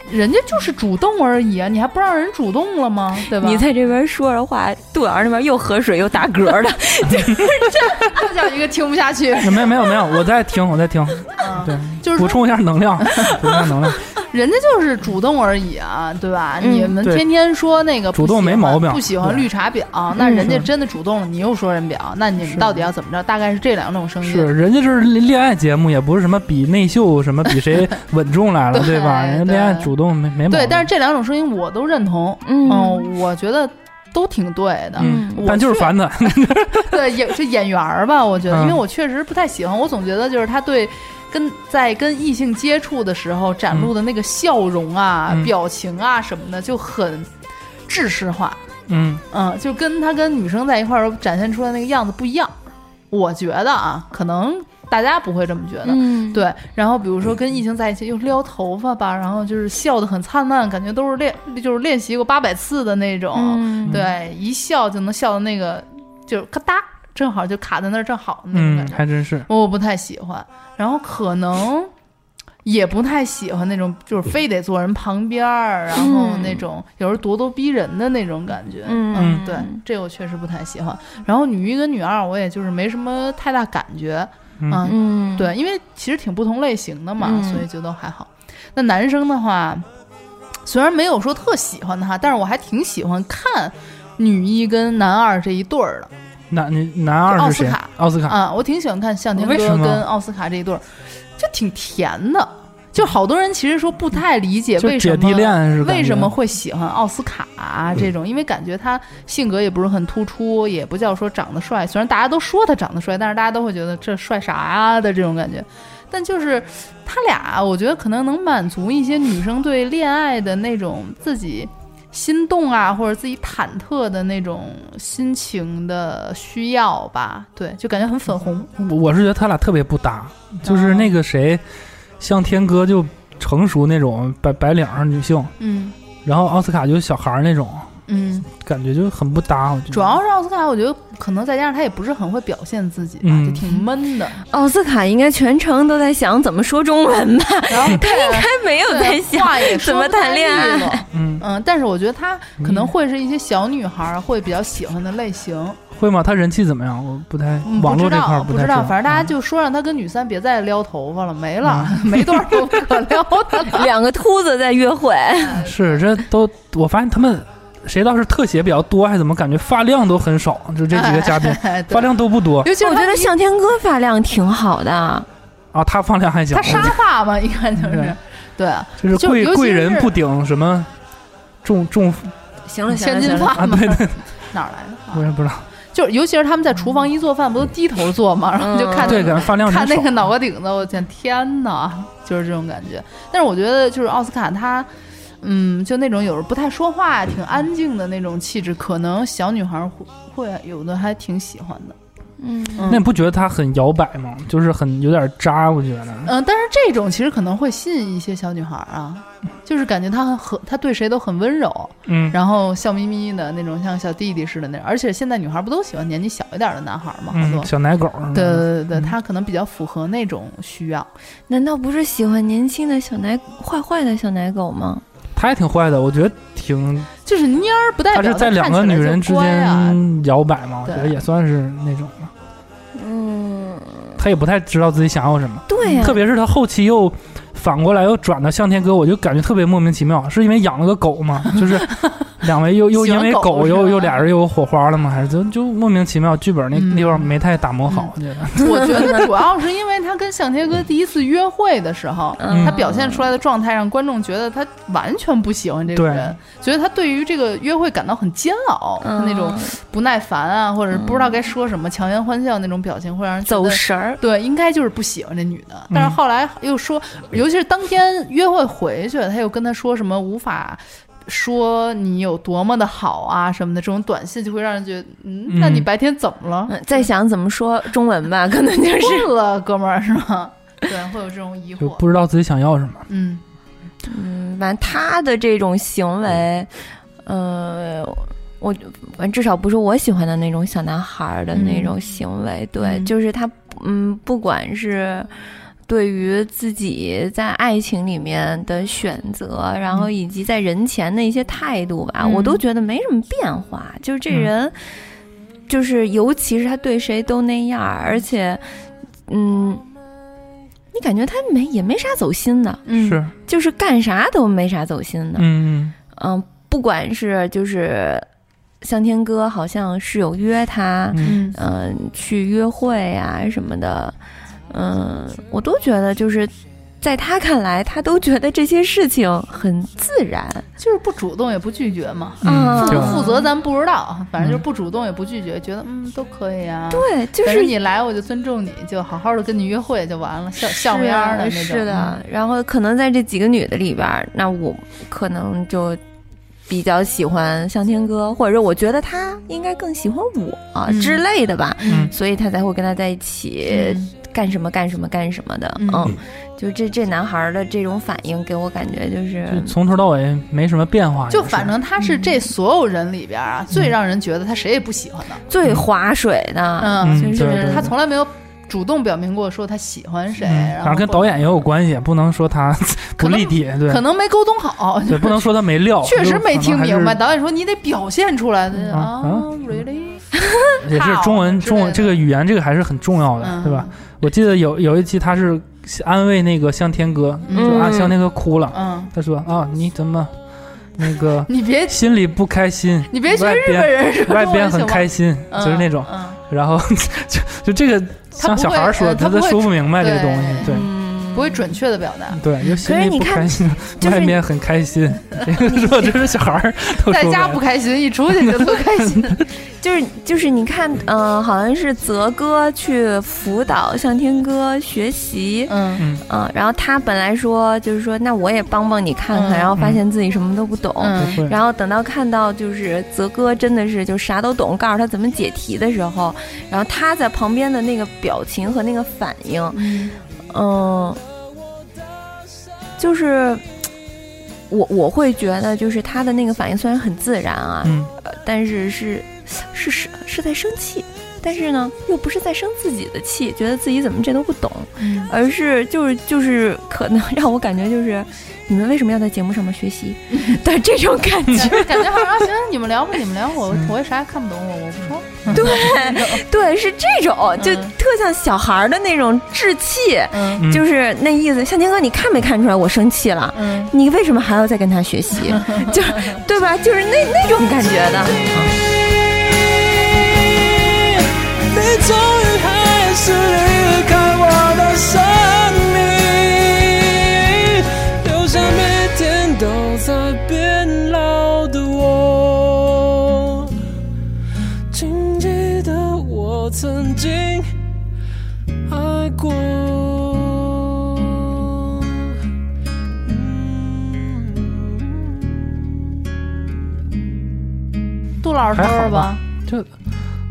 [SPEAKER 6] 人家就是主动而已啊，你还不让人主动了吗？对吧？
[SPEAKER 3] 你在这边说着话，杜老师那边又喝水又打嗝的，
[SPEAKER 6] 又叫一个听不下 去。
[SPEAKER 1] 没有没有没有，我在听我在 听，对，
[SPEAKER 6] 就是
[SPEAKER 1] 补
[SPEAKER 6] 说
[SPEAKER 1] 充一下能 量，补充一下能量。
[SPEAKER 6] 人家就是主动而已啊，对吧？
[SPEAKER 3] 嗯
[SPEAKER 6] 你们
[SPEAKER 1] 对
[SPEAKER 6] 天天说那个不
[SPEAKER 1] 主动
[SPEAKER 6] 喜
[SPEAKER 1] 没
[SPEAKER 6] 欢
[SPEAKER 1] 毛病
[SPEAKER 6] 不喜欢
[SPEAKER 1] 对嗯
[SPEAKER 6] 绿茶婊，那人家真的主动了，你又说人婊，那你们
[SPEAKER 1] 是
[SPEAKER 6] 到底要怎么着？大概是这两种声音。
[SPEAKER 1] 是，人家这是恋爱节目，也不是什么比内秀什么比谁稳重来 了，
[SPEAKER 6] 对
[SPEAKER 1] 吧？人家恋爱
[SPEAKER 6] 对
[SPEAKER 1] 主动没没毛病。
[SPEAKER 6] 对，但是这两种声音我都认同。
[SPEAKER 3] 嗯
[SPEAKER 6] 我觉得都挺对的。
[SPEAKER 1] 嗯
[SPEAKER 6] 我
[SPEAKER 1] 但就是
[SPEAKER 6] 确
[SPEAKER 1] 烦他，
[SPEAKER 6] 对演就演员儿吧，我觉得，
[SPEAKER 1] 嗯
[SPEAKER 6] 因为我确实不太喜欢，我总觉得就是他对跟在跟异性接触的时候展露的那个笑容啊、
[SPEAKER 1] 嗯
[SPEAKER 6] 表情啊什么的就很制式化，
[SPEAKER 1] 嗯
[SPEAKER 6] 嗯，就跟他跟女生在一块儿展现出来那个样子不一样。我觉得啊，可能大家不会这么觉得。
[SPEAKER 3] 嗯，
[SPEAKER 6] 对，然后比如说跟异性在一起又撩头发吧，然后就是笑得很灿烂，感觉都是练就是练习过八百次的那种，
[SPEAKER 3] 嗯，
[SPEAKER 6] 对，一笑就能笑到那个，就是咔嗒，正好就卡在那儿，正好那种
[SPEAKER 1] 嗯
[SPEAKER 6] 感，觉。
[SPEAKER 1] 还真是，
[SPEAKER 6] 我不太喜欢，然后可能也不太喜欢那种，就是非得坐人旁边儿，然后那种有时候咄咄逼人的那种感觉。
[SPEAKER 3] 嗯
[SPEAKER 6] 对，这我确实不太喜欢。然后女一跟女二，我也就是没什么太大感觉。
[SPEAKER 1] 嗯
[SPEAKER 6] 啊
[SPEAKER 3] 嗯，
[SPEAKER 6] 对，因为其实挺不同类型的嘛，
[SPEAKER 3] 嗯
[SPEAKER 6] 所以就都还好。那男生的话，虽然没有说特喜欢他，但是我还挺喜欢看女一跟男二这一对儿的
[SPEAKER 1] 男你男二是谁
[SPEAKER 6] 奥斯卡？
[SPEAKER 1] 奥斯卡，
[SPEAKER 6] 啊，我挺喜欢看向天
[SPEAKER 1] 为什
[SPEAKER 6] 哥
[SPEAKER 1] 么
[SPEAKER 6] 跟奥斯卡这一对儿，就挺甜的。就好多人其实说不太理解
[SPEAKER 1] 就
[SPEAKER 6] 为什
[SPEAKER 1] 姐
[SPEAKER 6] 么
[SPEAKER 1] 弟恋是感觉嗯
[SPEAKER 6] 为什么会喜欢奥斯卡、啊这种？因为感觉他性格也不是很突出，也不叫说长得帅。虽然大家都说他长得帅，但是大家都会觉得这帅啥呀的这种感觉。但就是他俩，我觉得可能能满足一些女生对恋爱的那种自己心动啊，或者自己忐忑的那种心情的需要吧。对，就感觉很粉红。
[SPEAKER 1] 我我是觉得他俩特别不搭，
[SPEAKER 6] 哦
[SPEAKER 1] 就是那个谁，像天哥就成熟那种白白领儿女性，
[SPEAKER 6] 嗯
[SPEAKER 1] 然后奥斯卡就是小孩儿那种，
[SPEAKER 6] 嗯，
[SPEAKER 1] 感觉就很不搭。我觉得
[SPEAKER 6] 主要是奥斯卡，我觉得可能再加上他也不是很会表现自己吧，
[SPEAKER 1] 嗯
[SPEAKER 6] 就挺 闷的。
[SPEAKER 3] 奥斯卡应该全程都在想怎么说中文吧？
[SPEAKER 6] 然后他应
[SPEAKER 3] 他没 有在想，
[SPEAKER 6] 话也说不
[SPEAKER 3] 怎么谈
[SPEAKER 6] 太
[SPEAKER 3] 恋爱
[SPEAKER 6] 利落
[SPEAKER 1] 嗯，
[SPEAKER 6] 嗯，但是我觉得他可能会是一些小女孩儿会比较喜欢的类型，
[SPEAKER 1] 会吗？他人气怎么样？我不太
[SPEAKER 6] 嗯、
[SPEAKER 1] 网
[SPEAKER 6] 不
[SPEAKER 1] 络
[SPEAKER 6] 知
[SPEAKER 1] 这块
[SPEAKER 6] 道
[SPEAKER 1] 儿
[SPEAKER 6] 不
[SPEAKER 1] 太嗯
[SPEAKER 6] 知道，反正大
[SPEAKER 1] 家
[SPEAKER 6] 家就说让他跟女三别再撩头发了，没了，
[SPEAKER 1] 嗯
[SPEAKER 6] 没多少头发可撩的了。
[SPEAKER 3] 两个秃子在约 会，
[SPEAKER 1] 嗯是这都，我发现他们谁倒是特写比较多，还怎么感觉发量都很少？就 这几个嘉宾
[SPEAKER 6] 哎 对
[SPEAKER 1] 发量都不多
[SPEAKER 6] 尤其是
[SPEAKER 3] 我
[SPEAKER 6] 他
[SPEAKER 3] 觉得向天歌发量挺好的，
[SPEAKER 1] 啊，他放量还行
[SPEAKER 6] 他，沙发嘛，应该就是
[SPEAKER 1] 对
[SPEAKER 6] 对，啊
[SPEAKER 1] 就是
[SPEAKER 6] 就
[SPEAKER 1] 贵
[SPEAKER 6] 尤其
[SPEAKER 1] 贵人
[SPEAKER 6] 是
[SPEAKER 1] 不顶什么重重
[SPEAKER 3] 行了，行
[SPEAKER 6] 千
[SPEAKER 3] 了，
[SPEAKER 6] 金
[SPEAKER 3] 行了，
[SPEAKER 6] 发
[SPEAKER 1] 啊，
[SPEAKER 6] 嘛
[SPEAKER 1] 对，对，
[SPEAKER 6] 哪儿来的
[SPEAKER 1] 我
[SPEAKER 6] 啊？
[SPEAKER 1] 也不知道，
[SPEAKER 6] 就是尤其是他们在厨房一做饭，不都低头做嘛，然
[SPEAKER 3] 嗯
[SPEAKER 6] 后就看
[SPEAKER 1] 对，感觉发量
[SPEAKER 6] 看
[SPEAKER 1] 挺
[SPEAKER 6] 那
[SPEAKER 1] 少
[SPEAKER 6] 个。脑瓜顶子，我天，天哪，就是这种感觉。但是我觉得，就是奥斯卡他，嗯，就那种有时候不太说话、挺安静的那种气质，可能小女孩会会有的还挺喜欢的。
[SPEAKER 3] 嗯
[SPEAKER 6] 嗯
[SPEAKER 1] 那你不觉得他很摇摆吗？就是很有点渣，我觉得。
[SPEAKER 6] 嗯、但是这种其实可能会吸引一些小女孩啊，就是感觉她很和她对谁都很温柔，
[SPEAKER 1] 嗯，
[SPEAKER 6] 然后笑眯眯的那种，像小弟弟似的那种。而且现在女孩不都喜欢年纪小一点的男孩吗？好
[SPEAKER 1] 嗯，
[SPEAKER 6] 多。
[SPEAKER 1] 小奶狗儿。
[SPEAKER 6] 对对对对，
[SPEAKER 1] 嗯
[SPEAKER 6] 她可能比较符合那种需要。
[SPEAKER 3] 难道不是喜欢年轻的小奶坏坏的小奶狗吗？
[SPEAKER 1] 他也挺坏的，我觉得挺，
[SPEAKER 6] 就是蔫儿，不代
[SPEAKER 1] 他
[SPEAKER 6] 表
[SPEAKER 1] 是在
[SPEAKER 6] 她
[SPEAKER 1] 两
[SPEAKER 6] 看
[SPEAKER 1] 个
[SPEAKER 6] 起来
[SPEAKER 1] 女
[SPEAKER 6] 就
[SPEAKER 1] 人之
[SPEAKER 6] 乖啊
[SPEAKER 1] 间摇摆嘛，我觉得
[SPEAKER 6] 对
[SPEAKER 1] 也算是那种吧。
[SPEAKER 3] 嗯，
[SPEAKER 1] 他也不太知道自己想要什么，
[SPEAKER 3] 对
[SPEAKER 6] 嗯
[SPEAKER 3] 呀、
[SPEAKER 1] 特别是他后期又反过来又转到向天哥，我就感觉特别莫名其妙，是因为养了个狗 嘛？就是两位又又
[SPEAKER 6] 喜
[SPEAKER 1] 因
[SPEAKER 6] 欢
[SPEAKER 1] 为
[SPEAKER 6] 狗
[SPEAKER 1] 狗
[SPEAKER 6] 是
[SPEAKER 1] 又
[SPEAKER 6] 吧
[SPEAKER 1] 又俩人又有火花了吗？还是就就莫名其妙，剧本那
[SPEAKER 6] 嗯
[SPEAKER 1] 地方没太打磨好，我觉得。
[SPEAKER 6] 我觉得主要是因为他跟向天哥第一次约会的时候，
[SPEAKER 1] 嗯
[SPEAKER 6] 他表现出来的状态让观众觉得他完全不喜欢这个
[SPEAKER 1] 对
[SPEAKER 6] 人，觉得他对于这个约会感到很煎熬，他那种不耐烦啊，或者是
[SPEAKER 1] 嗯
[SPEAKER 6] 不知道该说什么、强颜欢笑那种表情，会让人觉得
[SPEAKER 3] 走神儿，
[SPEAKER 6] 对，应该就是不喜欢这女的。但是后来又说，尤其是当天约会回去，他又跟她说什么无法。说你有多么的好啊什么的，这种短信就会让人觉得，嗯，那
[SPEAKER 1] 嗯
[SPEAKER 6] 你白天怎么了？
[SPEAKER 3] 嗯，再想怎么说中文吧，可能就是
[SPEAKER 6] 困了，哥们儿是吗？对，会有这种疑
[SPEAKER 1] 就
[SPEAKER 6] 惑。
[SPEAKER 1] 不知道自己想要什么，
[SPEAKER 6] 嗯，
[SPEAKER 3] 嗯，反正他的这种行为，呃，我反正至少不是我喜欢的那种小男孩儿的那种行为。对，
[SPEAKER 6] 嗯
[SPEAKER 3] 就是他，嗯，不管是对于自己在爱情里面的选择，然后以及在人前的一些态度吧，
[SPEAKER 6] 嗯
[SPEAKER 3] 我都觉得没什么变化。就是这人，就是尤其是他对谁都那样儿，而且，嗯。你感觉他没也没啥走心的，
[SPEAKER 6] 嗯
[SPEAKER 1] 是，
[SPEAKER 3] 就是干啥都没啥走心的。
[SPEAKER 1] 嗯
[SPEAKER 3] 嗯，不管是就是向天哥，好像是有约他
[SPEAKER 1] 嗯，嗯
[SPEAKER 6] 嗯
[SPEAKER 3] 嗯、去约会啊什么的，嗯、我都觉得就是。在他看来，他都觉得这些事情很自然。
[SPEAKER 6] 就是不主动也不拒绝嘛。
[SPEAKER 1] 嗯，
[SPEAKER 3] 啊
[SPEAKER 6] 负
[SPEAKER 1] 就
[SPEAKER 6] 不负责咱不知道，反正就是
[SPEAKER 1] 嗯
[SPEAKER 6] 不主动也不拒绝，觉得嗯都可以啊。
[SPEAKER 3] 对，就
[SPEAKER 6] 反
[SPEAKER 3] 是
[SPEAKER 6] 正你来我就尊重你，就好好的跟你约会就完了，笑笑眯儿的那种。
[SPEAKER 3] 啊
[SPEAKER 6] 嗯
[SPEAKER 3] 是的，然后可能在这几个女的里边儿，那我可能就比较喜欢向天哥，或者是我觉得他应该更喜欢我、啊
[SPEAKER 6] 嗯
[SPEAKER 3] 之类的吧，
[SPEAKER 1] 嗯
[SPEAKER 3] 所以他才会跟他在一起
[SPEAKER 6] 嗯
[SPEAKER 3] 干什么干什么干什么的。
[SPEAKER 6] 嗯
[SPEAKER 3] 嗯，就这这男孩儿的这种反应，给我感觉就是
[SPEAKER 1] 嗯就从头到尾没什么变化，
[SPEAKER 6] 就
[SPEAKER 1] 也是
[SPEAKER 6] 反正他
[SPEAKER 1] 嗯
[SPEAKER 6] 是这所有人里边啊，最让人觉得他谁也不喜欢的。
[SPEAKER 3] 最划水的。
[SPEAKER 1] 嗯
[SPEAKER 6] 就
[SPEAKER 1] 对
[SPEAKER 6] 是
[SPEAKER 1] 对
[SPEAKER 6] 他
[SPEAKER 1] 对
[SPEAKER 6] 从来没有主动表明过说他喜欢谁，
[SPEAKER 1] 嗯反
[SPEAKER 6] 然后
[SPEAKER 1] 正跟导演也有关系，不能说他不立体，对
[SPEAKER 6] 可能没沟通好，
[SPEAKER 1] 对，不能说他没料，
[SPEAKER 6] 确实
[SPEAKER 1] 就
[SPEAKER 6] 没听明白。
[SPEAKER 1] 可能
[SPEAKER 6] 导演说你得表现出来的
[SPEAKER 1] 啊
[SPEAKER 6] 啊
[SPEAKER 1] 啊
[SPEAKER 6] ，really，
[SPEAKER 1] 还是也是中文
[SPEAKER 6] 套之类
[SPEAKER 1] 中
[SPEAKER 6] 的
[SPEAKER 1] 文这个语言这个还是很重要的，
[SPEAKER 6] 嗯
[SPEAKER 1] 对吧？？我记得有有一期他是安慰那个向天哥，就
[SPEAKER 6] 嗯
[SPEAKER 1] 啊向天哥哭了，
[SPEAKER 6] 嗯，
[SPEAKER 1] 他说啊你怎么那个
[SPEAKER 6] 你别
[SPEAKER 1] 心里不开心，
[SPEAKER 6] 你别学
[SPEAKER 1] 外
[SPEAKER 6] 日
[SPEAKER 1] 边
[SPEAKER 6] 本人说
[SPEAKER 1] 外边很开
[SPEAKER 6] 心，
[SPEAKER 1] 心，
[SPEAKER 6] 嗯
[SPEAKER 1] 就是那种，
[SPEAKER 6] 嗯
[SPEAKER 1] 然后 就就这个像
[SPEAKER 6] 他不
[SPEAKER 1] 小孩
[SPEAKER 6] 会
[SPEAKER 1] 儿说
[SPEAKER 6] 呃
[SPEAKER 1] 的，
[SPEAKER 6] 他
[SPEAKER 1] 都
[SPEAKER 6] 不会
[SPEAKER 1] 说不明白这个
[SPEAKER 6] 对
[SPEAKER 1] 东西，对。
[SPEAKER 3] 嗯，
[SPEAKER 6] 不会准确的表达。
[SPEAKER 1] 对，就心
[SPEAKER 3] 可
[SPEAKER 1] 里
[SPEAKER 3] 是你
[SPEAKER 1] 不
[SPEAKER 3] 看
[SPEAKER 1] 开心，
[SPEAKER 3] 就是
[SPEAKER 1] 外
[SPEAKER 3] 你
[SPEAKER 1] 面很开 心。这个说这是小孩儿都
[SPEAKER 6] 在
[SPEAKER 1] 说
[SPEAKER 6] 家不开心，一出去就特开 心。
[SPEAKER 3] 就是就是你看，嗯、好像是泽哥去辅导向天哥学习，
[SPEAKER 6] 嗯
[SPEAKER 3] 嗯，然后他本来说就是说，那我也帮帮你看看，
[SPEAKER 6] 嗯
[SPEAKER 3] 然后发现自己什么都不懂。
[SPEAKER 6] 嗯
[SPEAKER 1] 不会
[SPEAKER 3] 然后等到看到就是泽哥真的是就啥都懂，告诉他怎么解题的时候，然后他在旁边的那个表情和那个反应，
[SPEAKER 6] 嗯
[SPEAKER 3] 嗯，就是我我会觉得就是他的那个反应虽然很自然啊，
[SPEAKER 1] 嗯，
[SPEAKER 3] 但是是是是是在生气，但是呢又不是在生自己的气，觉得自己怎么这都不懂，
[SPEAKER 6] 嗯
[SPEAKER 3] 而是就是就是可能 让我感觉就是你们为什么要在节目上面学习的这种感觉，
[SPEAKER 6] 感觉好像啊行，你们聊吧，你们聊，我我也啥也看不懂，我我不说。
[SPEAKER 3] 对对，是这种就
[SPEAKER 6] 嗯
[SPEAKER 3] 特像小孩儿的那种稚气，
[SPEAKER 6] 嗯
[SPEAKER 1] 嗯
[SPEAKER 3] 就是那意思。向天哥，你看没看出来我生气了？
[SPEAKER 6] 嗯，
[SPEAKER 3] 你为什么还要再跟他 学习？就是对吧？就是那那种感觉的。
[SPEAKER 8] 你终于还是离开我的生命，留下每天都在变老的我。请记得我曾经爱过。
[SPEAKER 6] 杜老师说说吧，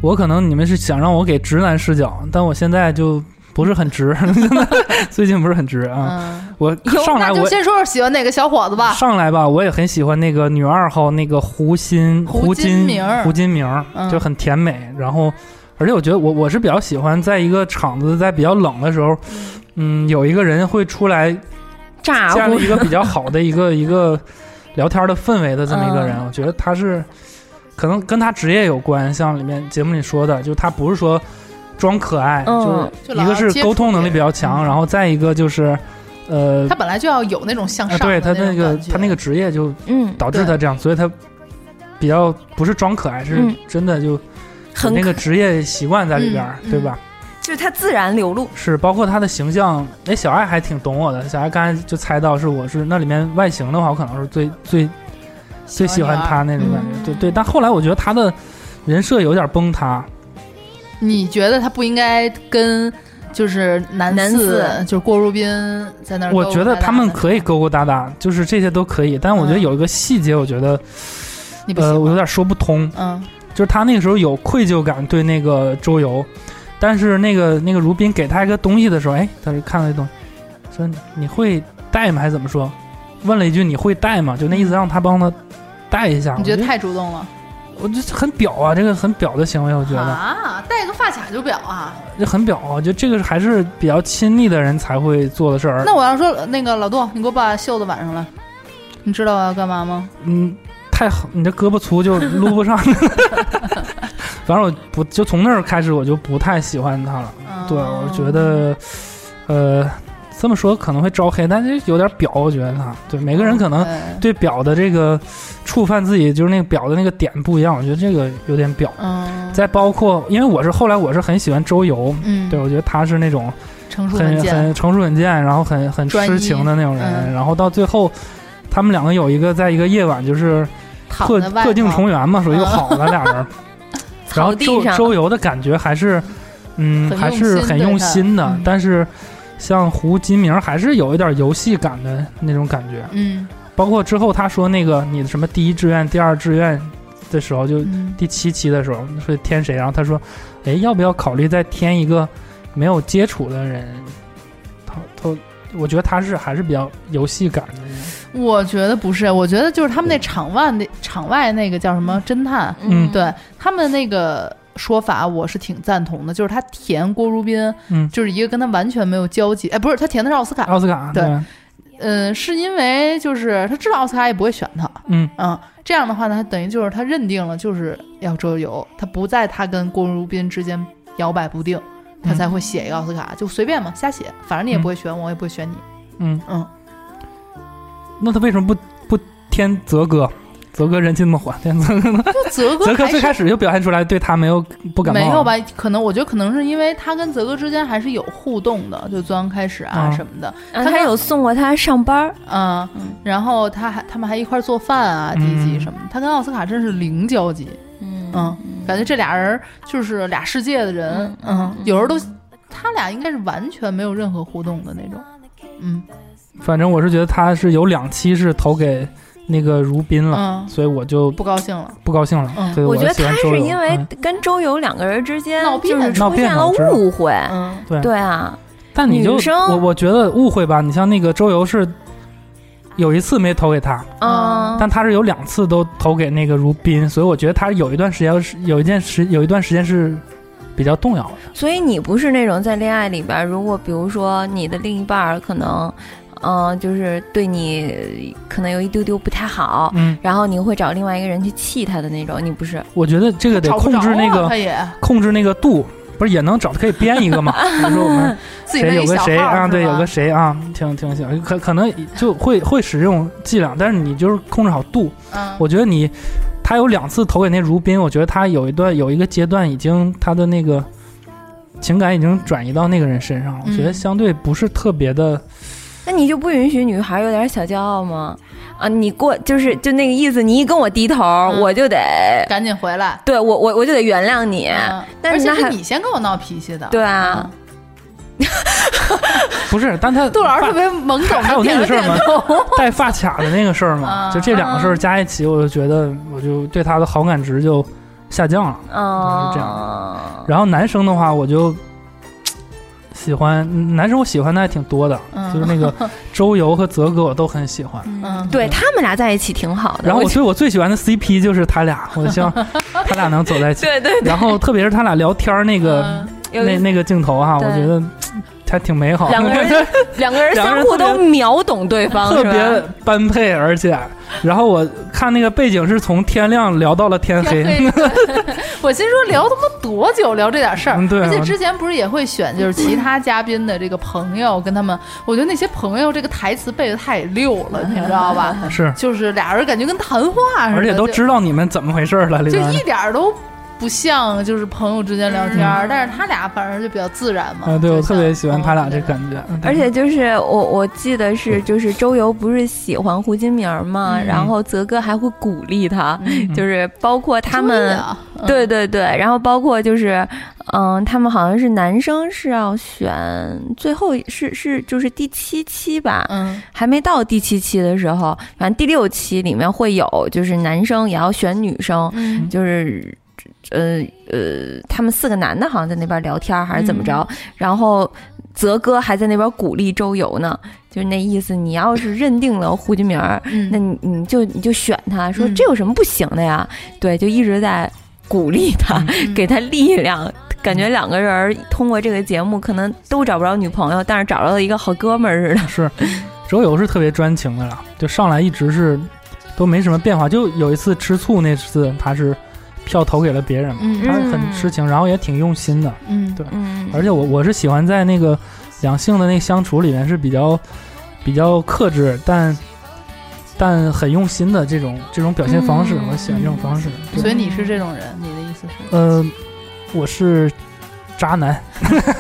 [SPEAKER 1] 我可能你们是想让我给直男视角，但我现在就不是很直， 最近不是很直啊。
[SPEAKER 6] 嗯，
[SPEAKER 1] 我
[SPEAKER 6] 有
[SPEAKER 1] 上来
[SPEAKER 6] 那就
[SPEAKER 1] 我
[SPEAKER 6] 先说说喜欢哪个小伙子吧。
[SPEAKER 1] 上来吧，我也很喜欢那个女二号那个胡心
[SPEAKER 6] 胡金
[SPEAKER 1] 金
[SPEAKER 6] 明儿
[SPEAKER 1] 胡金明儿
[SPEAKER 6] 嗯
[SPEAKER 1] 就很甜美，然后而且我觉得我我是比较喜欢在一个场子在比较冷的时候，嗯，有一个人会出来
[SPEAKER 3] 炸
[SPEAKER 1] 建
[SPEAKER 3] 呼
[SPEAKER 1] 立一个比较好的一 个一个聊天的氛围的这么一个
[SPEAKER 6] 嗯
[SPEAKER 1] 人，我觉得他是可能跟他职业有关，像里面节目里说的，就是他不是说装可爱，
[SPEAKER 3] 嗯
[SPEAKER 1] 就是一个
[SPEAKER 6] 就老要
[SPEAKER 1] 是
[SPEAKER 6] 接触嗯
[SPEAKER 1] 沟通能力比较强，然后再一个就是呃
[SPEAKER 6] 他，本来就要有那种向
[SPEAKER 1] 啊
[SPEAKER 6] 上
[SPEAKER 1] 对
[SPEAKER 6] 的
[SPEAKER 1] 他
[SPEAKER 6] 种
[SPEAKER 1] 那个
[SPEAKER 6] 感觉
[SPEAKER 1] 他那个职业就
[SPEAKER 3] 嗯，
[SPEAKER 1] 导致
[SPEAKER 6] 对
[SPEAKER 1] 他这样，所以他比较不是装可爱，是
[SPEAKER 3] 嗯
[SPEAKER 1] 真的就有
[SPEAKER 3] 很
[SPEAKER 1] 那
[SPEAKER 3] 可
[SPEAKER 1] 个职业习惯在里边儿，
[SPEAKER 6] 嗯嗯
[SPEAKER 1] 对吧？
[SPEAKER 3] 就是他自然流露。
[SPEAKER 1] 是，包括他的形象，哎，小爱还挺懂我的。小爱刚才就猜到是我是那里面外形的话，我可能是最最最喜欢他
[SPEAKER 6] 女
[SPEAKER 1] 那种感
[SPEAKER 3] 嗯
[SPEAKER 1] 觉，对对。但后来我觉得他的人设有点崩塌，
[SPEAKER 6] 二。你觉得他不应该跟就是男
[SPEAKER 3] 男
[SPEAKER 6] 四
[SPEAKER 3] 四
[SPEAKER 6] 就是郭如宾在那儿勾
[SPEAKER 1] 我
[SPEAKER 6] 搭搭的？
[SPEAKER 1] 觉得他们可以勾勾搭搭，就是这些都可以。但我觉得
[SPEAKER 6] 嗯
[SPEAKER 1] 有一个细节，我觉得
[SPEAKER 6] 你不喜
[SPEAKER 1] 呃，
[SPEAKER 6] 欢
[SPEAKER 1] 我有点说不通，
[SPEAKER 6] 嗯
[SPEAKER 1] 就是他那个时候有愧疚感对那个周游，但是那个那个如宾给他一个东西的时候，哎，他就看到一东西，说嗯你会带吗？还是怎么说？问了一句你会带吗？就那意思让他帮他带一下。
[SPEAKER 6] 你觉得
[SPEAKER 1] 我
[SPEAKER 6] 太主动了
[SPEAKER 1] 我这很表啊，这个很表的行为，我觉得
[SPEAKER 6] 啊？戴个发卡就表啊？
[SPEAKER 1] 这很表啊，我觉得这个还是比较亲密的人才会做的事儿。
[SPEAKER 6] 那我要说呃那个老杜，你给我把袖子挽上来，你知道我要干嘛吗？
[SPEAKER 1] 嗯，太好，你这胳膊粗就撸不上。 反正我不就从那儿开始，我就不太喜欢他了。
[SPEAKER 6] 嗯
[SPEAKER 1] 对，我觉得，呃，这么说可能会招黑，但是有点表，我觉得他对每个人可能
[SPEAKER 6] 对
[SPEAKER 1] 对表的这个触犯自己就是那个表的那个点不一样，我觉得这个有点表。
[SPEAKER 6] 嗯
[SPEAKER 1] 再包括，因为我是后来我是很喜欢周游，
[SPEAKER 6] 嗯
[SPEAKER 1] 对我觉得他是那种
[SPEAKER 6] 成熟稳
[SPEAKER 1] 很
[SPEAKER 6] 健，
[SPEAKER 1] 很成熟稳健，然后很很
[SPEAKER 6] 专
[SPEAKER 1] 痴
[SPEAKER 6] 一
[SPEAKER 1] 情的那种人。
[SPEAKER 6] 嗯
[SPEAKER 1] 然后到最后，他们两个有一个在一个夜晚就是
[SPEAKER 6] 躺
[SPEAKER 1] 特
[SPEAKER 6] 在外
[SPEAKER 1] 特定
[SPEAKER 6] 头
[SPEAKER 1] 重圆嘛，属于
[SPEAKER 6] 嗯
[SPEAKER 1] 好的俩 人。然
[SPEAKER 3] 草
[SPEAKER 1] 后
[SPEAKER 3] 地
[SPEAKER 1] 周
[SPEAKER 3] 上
[SPEAKER 1] 周游的感觉还是，嗯，
[SPEAKER 6] 很
[SPEAKER 1] 还
[SPEAKER 6] 用
[SPEAKER 1] 是
[SPEAKER 6] 心
[SPEAKER 1] 很
[SPEAKER 6] 对
[SPEAKER 1] 用
[SPEAKER 6] 他
[SPEAKER 1] 心的
[SPEAKER 6] 嗯，
[SPEAKER 1] 但是。像胡金明还是有一点游戏感的那种感觉，
[SPEAKER 6] 嗯
[SPEAKER 1] 包括之后他说那个你的什么第一志愿、第二志愿的时候，就
[SPEAKER 6] 嗯
[SPEAKER 1] 第七期的时候说添谁，然后他说，哎，要不要考虑再添一个没有接触的人？他他，我觉得他是还是比较游戏感的人，
[SPEAKER 6] 我觉得不是，我觉得就是他们那场外那场外那个叫什么侦探，
[SPEAKER 1] 嗯
[SPEAKER 6] 对他们那个说法，我是挺赞同的。就是他填郭如斌，
[SPEAKER 1] 嗯哦
[SPEAKER 6] 就是一个跟他完全没有交集，哎，不是他填的是奥斯卡，
[SPEAKER 1] 奥斯卡
[SPEAKER 6] 对嗯、是因为就是他知道奥斯卡也不会选他，
[SPEAKER 1] 嗯
[SPEAKER 6] 嗯，这样的话呢，他等于就是他认定了就是要周游，他不在他跟郭如斌之间摇摆不定，他
[SPEAKER 1] 嗯
[SPEAKER 6] 才会写一个奥斯卡，就随便嘛，瞎写，反正你也不会选我，我也不会选你，
[SPEAKER 1] 嗯
[SPEAKER 6] 嗯，
[SPEAKER 1] 那他为什么不不添泽哥？泽哥人气那么火，添泽哥呢？
[SPEAKER 6] 就泽哥
[SPEAKER 1] 泽哥
[SPEAKER 6] 还
[SPEAKER 1] 最
[SPEAKER 6] 是
[SPEAKER 1] 开始就表现出来对他没有不感冒，
[SPEAKER 6] 没有？吧？可能我觉得可能是因为他跟泽哥之间还是有互动的，就刚开始啊
[SPEAKER 1] 啊
[SPEAKER 6] 什么的，
[SPEAKER 3] 啊他有送过他上班儿，
[SPEAKER 6] 嗯，然后他还他们还一块儿做饭啊，第一集
[SPEAKER 1] 嗯
[SPEAKER 6] 什么的，他跟奥斯卡真是零交集，
[SPEAKER 3] 嗯
[SPEAKER 6] 嗯，感觉这俩人就是俩世界的人，嗯，有时候都他俩应该是完全没有任何互动的那种，嗯
[SPEAKER 1] 反正我是觉得他是有两期是投给那个如斌了，
[SPEAKER 6] 嗯，
[SPEAKER 1] 所以我就
[SPEAKER 6] 不高兴了，
[SPEAKER 1] 不高兴了。
[SPEAKER 6] 嗯
[SPEAKER 1] 所以
[SPEAKER 3] 我觉得
[SPEAKER 1] 喜
[SPEAKER 3] 他
[SPEAKER 1] 欢周
[SPEAKER 3] 是
[SPEAKER 1] 游
[SPEAKER 3] 因为
[SPEAKER 1] 嗯
[SPEAKER 3] 跟周游两个人之间
[SPEAKER 6] 闹别
[SPEAKER 3] 就
[SPEAKER 6] 扭
[SPEAKER 3] 是出现
[SPEAKER 1] 闹
[SPEAKER 3] 了
[SPEAKER 1] 别扭
[SPEAKER 3] 误会，
[SPEAKER 6] 嗯
[SPEAKER 1] 对
[SPEAKER 3] 对啊，
[SPEAKER 1] 但你就
[SPEAKER 3] 女生
[SPEAKER 1] 我我觉得误会吧，你像那个周游是有一次没投给他，
[SPEAKER 3] 嗯，
[SPEAKER 1] 但他是有两次都投给那个如宾，所以我觉得他有一段时间是有一件时有一段时间是比较动摇的。
[SPEAKER 3] 所以你不是那种在恋爱里边儿，如果比如说你的另一半儿可能，嗯、就是对你呃可能有一丢丢不太好，
[SPEAKER 1] 嗯，
[SPEAKER 3] 然后你会找另外一个人去气他的那种，你不是？
[SPEAKER 1] 我觉得这个得
[SPEAKER 6] 找不
[SPEAKER 1] 控
[SPEAKER 6] 着
[SPEAKER 1] 制那
[SPEAKER 6] 啊
[SPEAKER 1] 个
[SPEAKER 6] 他也
[SPEAKER 1] 控制那个度，不是也能找可以编一个 嘛？比如说我们
[SPEAKER 6] 自己
[SPEAKER 1] 谁
[SPEAKER 6] 那
[SPEAKER 1] 有
[SPEAKER 6] 一
[SPEAKER 1] 个
[SPEAKER 6] 小
[SPEAKER 1] 谁
[SPEAKER 6] 号
[SPEAKER 1] 啊，
[SPEAKER 6] 是
[SPEAKER 1] 对，有
[SPEAKER 6] 吧
[SPEAKER 1] 个谁啊，挺挺行，可可能就会会使用伎俩，但是你就是控制好度。
[SPEAKER 6] 嗯
[SPEAKER 1] 我觉得你他有两次投给那如宾，我觉得他有一段有一个阶段已经他的那个情感已经转移到那个人身上了，我觉得
[SPEAKER 6] 嗯
[SPEAKER 1] 相对不是特别的，
[SPEAKER 3] 那你就不允许女孩有点小骄傲吗？啊，你过就是就那个意思，你一跟我低头，
[SPEAKER 6] 嗯
[SPEAKER 3] 我就得
[SPEAKER 6] 赶紧回来，
[SPEAKER 3] 对我我我就得原谅你，
[SPEAKER 6] 嗯
[SPEAKER 3] 但
[SPEAKER 6] 而
[SPEAKER 3] 是
[SPEAKER 6] 且
[SPEAKER 3] 那
[SPEAKER 6] 是
[SPEAKER 3] 还
[SPEAKER 6] 你先跟我闹脾气的，
[SPEAKER 3] 对啊
[SPEAKER 6] 嗯。
[SPEAKER 1] 不是，但他
[SPEAKER 6] 杜老师特别懵懂，
[SPEAKER 1] 还有那个事儿吗
[SPEAKER 6] 点 了点头
[SPEAKER 1] 戴发卡的那个事儿嘛，
[SPEAKER 6] 啊
[SPEAKER 1] 就这两个事儿加一起，我就觉得我就对他的好感值就下降了。
[SPEAKER 3] 嗯，
[SPEAKER 1] 这然后男生的话，我就喜欢男生，我喜欢的还挺多的，
[SPEAKER 6] 嗯
[SPEAKER 1] 就是那个周游和泽哥，我都很喜欢。
[SPEAKER 6] 嗯，
[SPEAKER 3] 对他们俩在一起挺好的，
[SPEAKER 1] 然后我
[SPEAKER 3] 我觉
[SPEAKER 1] 所以我最喜欢的 CP 就是他俩，我希望他俩能走在一起。
[SPEAKER 3] 对对对，
[SPEAKER 1] 然后特别是他俩聊天儿那个、
[SPEAKER 6] 嗯
[SPEAKER 3] 有
[SPEAKER 1] 那那个镜头哈、
[SPEAKER 3] 对
[SPEAKER 1] 我觉得还挺美好的，
[SPEAKER 3] 两个人两个人
[SPEAKER 1] 两个
[SPEAKER 3] 相
[SPEAKER 1] 人
[SPEAKER 3] 互
[SPEAKER 1] 特别
[SPEAKER 3] 都秒懂对方，
[SPEAKER 1] 特
[SPEAKER 3] 是
[SPEAKER 1] 别
[SPEAKER 3] 吧
[SPEAKER 1] 般配，而且，然后我看那个背景是从天亮聊到了天黑，
[SPEAKER 6] 天黑我心说聊他妈多久聊这点事儿
[SPEAKER 1] 嗯，对啊
[SPEAKER 6] 而且之前不是也会选就是其他嘉宾的这个朋友跟他们，我觉得那些朋友这个台词背的太溜了，你知道吧？
[SPEAKER 1] 是，
[SPEAKER 6] 就是俩人感觉跟谈话似的，
[SPEAKER 1] 而且都
[SPEAKER 6] 就
[SPEAKER 1] 知道你们怎么回事儿了，里
[SPEAKER 6] 哎就
[SPEAKER 1] 边
[SPEAKER 6] 一点儿都不像就是朋友之间聊天儿，但是他俩反正就比较自然嘛。
[SPEAKER 1] 嗯啊，对
[SPEAKER 6] 就
[SPEAKER 1] 我
[SPEAKER 6] 像哦
[SPEAKER 1] 特别喜欢他俩
[SPEAKER 6] 朋
[SPEAKER 1] 这
[SPEAKER 6] 友之间
[SPEAKER 1] 感觉，嗯
[SPEAKER 3] 而且就是我我记得是就是周游不是喜欢胡金明儿嘛，
[SPEAKER 6] 嗯
[SPEAKER 3] 然后泽哥还会鼓励他，
[SPEAKER 6] 嗯
[SPEAKER 3] 就是包括他们
[SPEAKER 6] 注意。啊嗯
[SPEAKER 3] 对对对，然后包括就是，嗯，他们好像是男生是要选最后是是就是第七期吧，
[SPEAKER 6] 嗯
[SPEAKER 3] 还没到第七期的时候，反正第六期里面会有，就是男生也要选女生，
[SPEAKER 6] 嗯
[SPEAKER 3] 就是呃呃，他们四个男的好像在那边聊天儿还是怎么着，
[SPEAKER 6] 嗯
[SPEAKER 3] 然后泽哥还在那边鼓励周游呢，就是那意思，你要是认定了胡金明儿，
[SPEAKER 6] 嗯
[SPEAKER 3] 那你你就你就选他，说
[SPEAKER 6] 嗯
[SPEAKER 3] 这有什么不行的呀？对，就一直在鼓励他，
[SPEAKER 6] 嗯
[SPEAKER 3] 给他力量。感觉两个人儿通过这个节目，可能都找不着女朋友，但是找着了一个好哥们儿似的。
[SPEAKER 1] 是，周游是特别专情的了，就上来一直是都没什么变化。就有一次吃醋那次，他是票投给了别人嘛，
[SPEAKER 6] 嗯
[SPEAKER 1] 他是很痴情，然后也挺用心的。
[SPEAKER 6] 嗯
[SPEAKER 1] 对
[SPEAKER 3] 嗯，
[SPEAKER 1] 而且我我是喜欢在那个两性的那个相处里面是比较比较克制，但但很用心的这种这种表现方式，
[SPEAKER 3] 嗯
[SPEAKER 1] 我喜欢这种方式。对
[SPEAKER 6] 所以你是这种人，你的意思是？
[SPEAKER 1] 呃，我是渣男，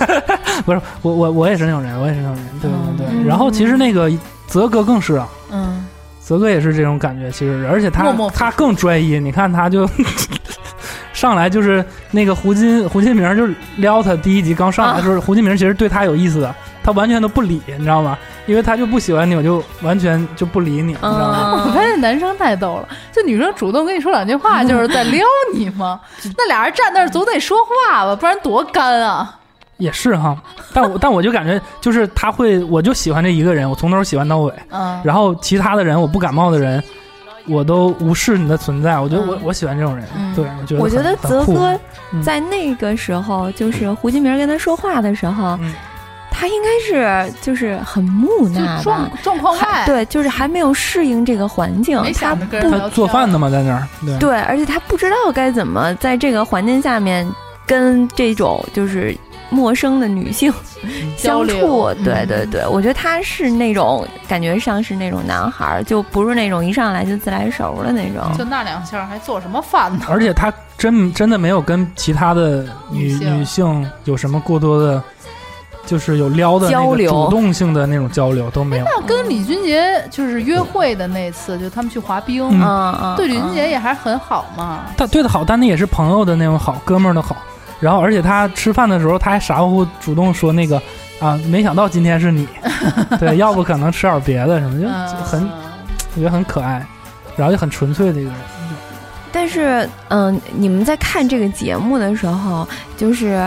[SPEAKER 1] 不是我我我也是那种人，我也是那种人，对对对。
[SPEAKER 3] 嗯
[SPEAKER 1] 然后其实那个泽哥更是啊，
[SPEAKER 6] 嗯，
[SPEAKER 1] 泽哥也是这种感觉，其实而且他
[SPEAKER 6] 默默付出
[SPEAKER 1] 他更专一，你看他就 上来就是那个胡金胡金明就是撩他，第一集刚
[SPEAKER 6] 啊
[SPEAKER 1] 上来的时候，胡金明其实对他有意思的，他完全都不理，你知道吗？因为他就不喜欢你，我就完全就不
[SPEAKER 6] 嗯
[SPEAKER 1] 理你，你
[SPEAKER 3] 嗯
[SPEAKER 1] 知道吗？
[SPEAKER 6] 我发现男生太逗了，就女生主动跟你说两句话，就是在撩你嘛。 那俩人站那儿总得说话吧，不然多干啊！
[SPEAKER 1] 也是哈，但我但我就感觉就是他会，我就喜欢这一个人，我从头喜欢到尾，
[SPEAKER 6] 嗯，
[SPEAKER 1] 然后其他的人我不感冒的人，我都无视你的存在。我觉得我、
[SPEAKER 6] 嗯
[SPEAKER 1] 我喜欢这种人，
[SPEAKER 6] 嗯
[SPEAKER 1] 对我觉得
[SPEAKER 3] 我觉得
[SPEAKER 1] 很很
[SPEAKER 3] 泽
[SPEAKER 1] 酷
[SPEAKER 3] 哥
[SPEAKER 1] 嗯
[SPEAKER 3] 在那个时候，就是胡金明跟他说话的时候，
[SPEAKER 1] 嗯
[SPEAKER 3] 他应该是就是很木
[SPEAKER 6] 就
[SPEAKER 3] 讷吧
[SPEAKER 6] 状。状况
[SPEAKER 3] 还
[SPEAKER 6] 外，
[SPEAKER 3] 对，就是还没有适应这个环境
[SPEAKER 6] 没，
[SPEAKER 3] 他
[SPEAKER 6] 想着跟人
[SPEAKER 3] 不
[SPEAKER 6] 聊
[SPEAKER 1] 他
[SPEAKER 6] 天
[SPEAKER 1] 做饭的嘛，在那儿对
[SPEAKER 3] 对，而且他不知道该怎么在这个环境下面跟这种就是陌生的女性
[SPEAKER 6] 嗯交
[SPEAKER 3] 相
[SPEAKER 6] 流
[SPEAKER 3] 处。对
[SPEAKER 6] 嗯
[SPEAKER 3] 对对，我觉得他是那种感觉上是那种男孩儿，就不是那种一上来就自来熟的那种。
[SPEAKER 6] 就那两下儿还做什么饭呢？
[SPEAKER 1] 而且他真真的没有跟其他的女
[SPEAKER 6] 女性
[SPEAKER 1] 女性有什么过多的，就是有撩的那
[SPEAKER 3] 交
[SPEAKER 1] 个
[SPEAKER 3] 流
[SPEAKER 1] 主动性的那种交流都没有。
[SPEAKER 6] 那跟李俊杰就是约会的那次，就他们去滑冰，
[SPEAKER 1] 嗯
[SPEAKER 3] 嗯嗯，
[SPEAKER 6] 对李俊
[SPEAKER 3] 嗯
[SPEAKER 6] 杰也还很好嘛。
[SPEAKER 1] 他对他好，但那也是朋友的那种好，哥们儿的好。然后，而且他吃饭的时候，他还傻乎乎主动说那个啊，没想到今天是你，对，要不可能吃点别的什么，就就很
[SPEAKER 6] 嗯，
[SPEAKER 1] 我觉得很可爱，然后就很纯粹的一个人。
[SPEAKER 3] 但是，嗯、你们在看这个节目的时候，就是，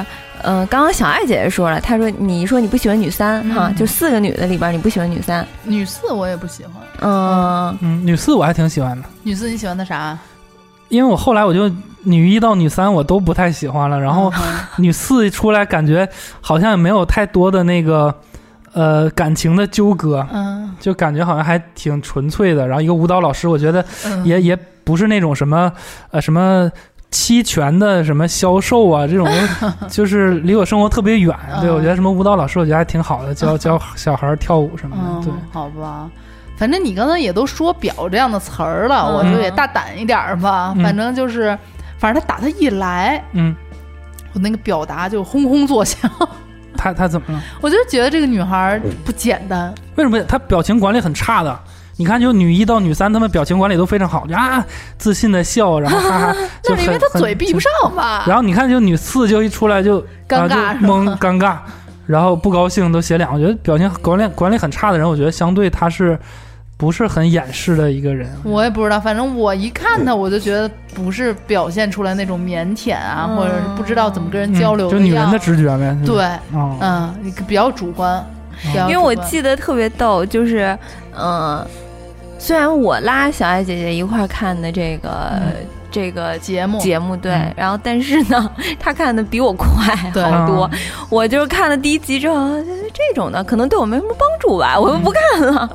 [SPEAKER 3] 嗯、刚刚小爱姐姐说了，她说你说你不喜欢女三、哈，
[SPEAKER 6] 嗯
[SPEAKER 3] 就四个女的里边你不喜欢女三，
[SPEAKER 6] 女四我也不喜欢，
[SPEAKER 3] 嗯，
[SPEAKER 1] 嗯，女四我还挺喜欢的，
[SPEAKER 6] 女四你喜欢她啥？
[SPEAKER 1] 因为我后来我就女一到女三我都不太喜欢了，然后
[SPEAKER 6] 嗯
[SPEAKER 1] 女四出来感觉好像也没有太多的那个呃感情的纠葛，
[SPEAKER 6] 嗯
[SPEAKER 1] 就感觉好像还挺纯粹的。然后一个舞蹈老师，我觉得
[SPEAKER 6] 嗯，
[SPEAKER 1] 也也不是那种什么呃什么期权的什么销售啊这 种，就是离我生活特别远。
[SPEAKER 6] 嗯
[SPEAKER 1] 对我觉得什么舞蹈老师，我觉得还挺好的，教教小孩儿跳舞什么的。对
[SPEAKER 6] 嗯，，好吧。反正你刚才也都说“表”这样的词儿了，我就也大胆一点儿吧。
[SPEAKER 1] 嗯
[SPEAKER 6] 反正就是，反正他打他一来，
[SPEAKER 1] 嗯，
[SPEAKER 6] 我那个表达就轰轰作响。
[SPEAKER 1] 他他怎么了？
[SPEAKER 6] 我就觉得这个女孩儿不简单，，
[SPEAKER 1] 为什么他表情管理很差的？你看，就女一到女三，她们表情管理都非常好，就啊，自信的笑，然后哈哈
[SPEAKER 6] 那是因为
[SPEAKER 1] 就很
[SPEAKER 6] 她嘴闭不。上
[SPEAKER 1] 很
[SPEAKER 6] 吧？
[SPEAKER 1] 然后你看，就女四就一出来就
[SPEAKER 6] 尴
[SPEAKER 1] 啊、
[SPEAKER 6] 尬是
[SPEAKER 1] 就
[SPEAKER 6] 吧
[SPEAKER 1] 懵尴尬，然后不高兴都写脸。我觉得表情管理管理很差的人，我觉得相对他是不是很掩饰的一个人。
[SPEAKER 6] 我也不知道，反正我一看她，我就觉得不是表现出来那种腼腆啊，
[SPEAKER 3] 嗯
[SPEAKER 6] 或者是不知道怎么跟人交流、
[SPEAKER 1] 嗯、就女人的。直觉呗。
[SPEAKER 6] 对，
[SPEAKER 1] 啊、
[SPEAKER 6] 嗯，你比较主观，比较
[SPEAKER 3] 因为我
[SPEAKER 6] 主观
[SPEAKER 3] 记得特别逗，就是，嗯、虽然我拉小爱姐姐一块儿看的这个、这个
[SPEAKER 6] 节目
[SPEAKER 3] 节目，对，
[SPEAKER 1] 嗯
[SPEAKER 3] 然后但是呢， 她看的比我快
[SPEAKER 6] 对
[SPEAKER 3] 好多，我就是看了第一集之后，就是这种的可能对我没什么帮助吧，我就不看了。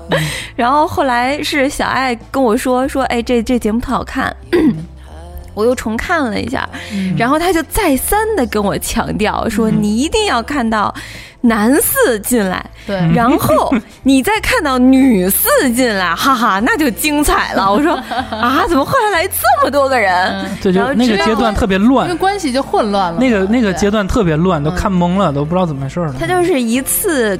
[SPEAKER 3] 然后后来是小爱跟我说说，哎，这这节目特好看。 我又重看了一下，然后他就再三的跟我强调说：“你一定要看到男四进来，
[SPEAKER 6] 对，
[SPEAKER 1] 嗯
[SPEAKER 3] 然后你再看到女四进来，哈哈，那就精彩了。”我说：“啊，怎么后来来这么多个人
[SPEAKER 1] 这就
[SPEAKER 3] 然后
[SPEAKER 1] 那个
[SPEAKER 3] 知道
[SPEAKER 1] 阶段特别
[SPEAKER 6] 因
[SPEAKER 1] 乱
[SPEAKER 6] 为，关系就混乱了嘛。
[SPEAKER 1] 那个那个
[SPEAKER 6] 对
[SPEAKER 1] 阶段特别乱，都看懵了，都不知道怎么回事儿？”了。
[SPEAKER 3] 他就是一次。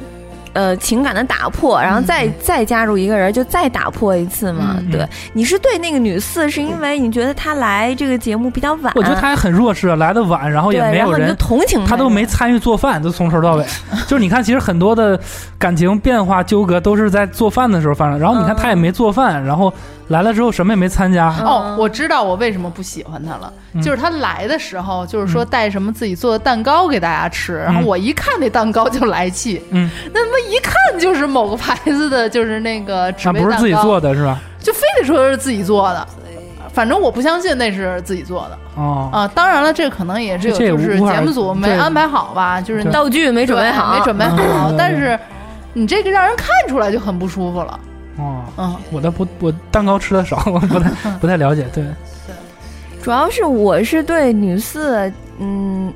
[SPEAKER 3] 呃，情感的打破，然后
[SPEAKER 1] 嗯
[SPEAKER 3] 再、再加入一个人，就再打破一次嘛。
[SPEAKER 6] 嗯
[SPEAKER 3] 对，你是对那个女四，是因为你觉得她来这个节目比较晚，
[SPEAKER 1] 我觉得他也很弱势，啊，来的晚，然后
[SPEAKER 3] 嗯对，
[SPEAKER 1] 也没
[SPEAKER 3] 然
[SPEAKER 1] 有
[SPEAKER 3] 后你就
[SPEAKER 1] 人，
[SPEAKER 3] 同情
[SPEAKER 1] 他都没参与做饭，都从头到尾。就是你看，其实很多的感情变化纠葛都是在做饭的时候发生。然后你看
[SPEAKER 3] 嗯
[SPEAKER 1] 他也没做饭，然后来了之后什么也没参加。
[SPEAKER 3] 嗯
[SPEAKER 6] 哦，我知道我为什么不喜欢他了，
[SPEAKER 1] 嗯
[SPEAKER 6] 就是他来的时候，就是说带什么自己做的蛋糕给大家吃，然后我一看那蛋糕就来气，
[SPEAKER 1] 嗯，
[SPEAKER 6] 那么一看就是某个牌子的，就是那个纸
[SPEAKER 1] 啊，
[SPEAKER 6] 杯蛋
[SPEAKER 1] 不
[SPEAKER 6] 糕，
[SPEAKER 1] 是自己做的是吧？
[SPEAKER 6] 就非得说是自己做的，反正我不相信那是自己做的
[SPEAKER 1] 哦，
[SPEAKER 6] 啊。当然了，这可能也是有，
[SPEAKER 1] 这也
[SPEAKER 6] 就是
[SPEAKER 1] 无法
[SPEAKER 6] 节目组没
[SPEAKER 1] 对
[SPEAKER 6] 安排好吧，就是你
[SPEAKER 1] 对
[SPEAKER 3] 道具没准备好，
[SPEAKER 6] 对没准备好，
[SPEAKER 1] 嗯
[SPEAKER 6] 但是你这个让人看出来就很不舒服了，
[SPEAKER 1] 哦，
[SPEAKER 6] 嗯。
[SPEAKER 1] 我的不，我蛋糕吃的少，我不太不太了解。对，
[SPEAKER 3] 主要是我是对女四，嗯，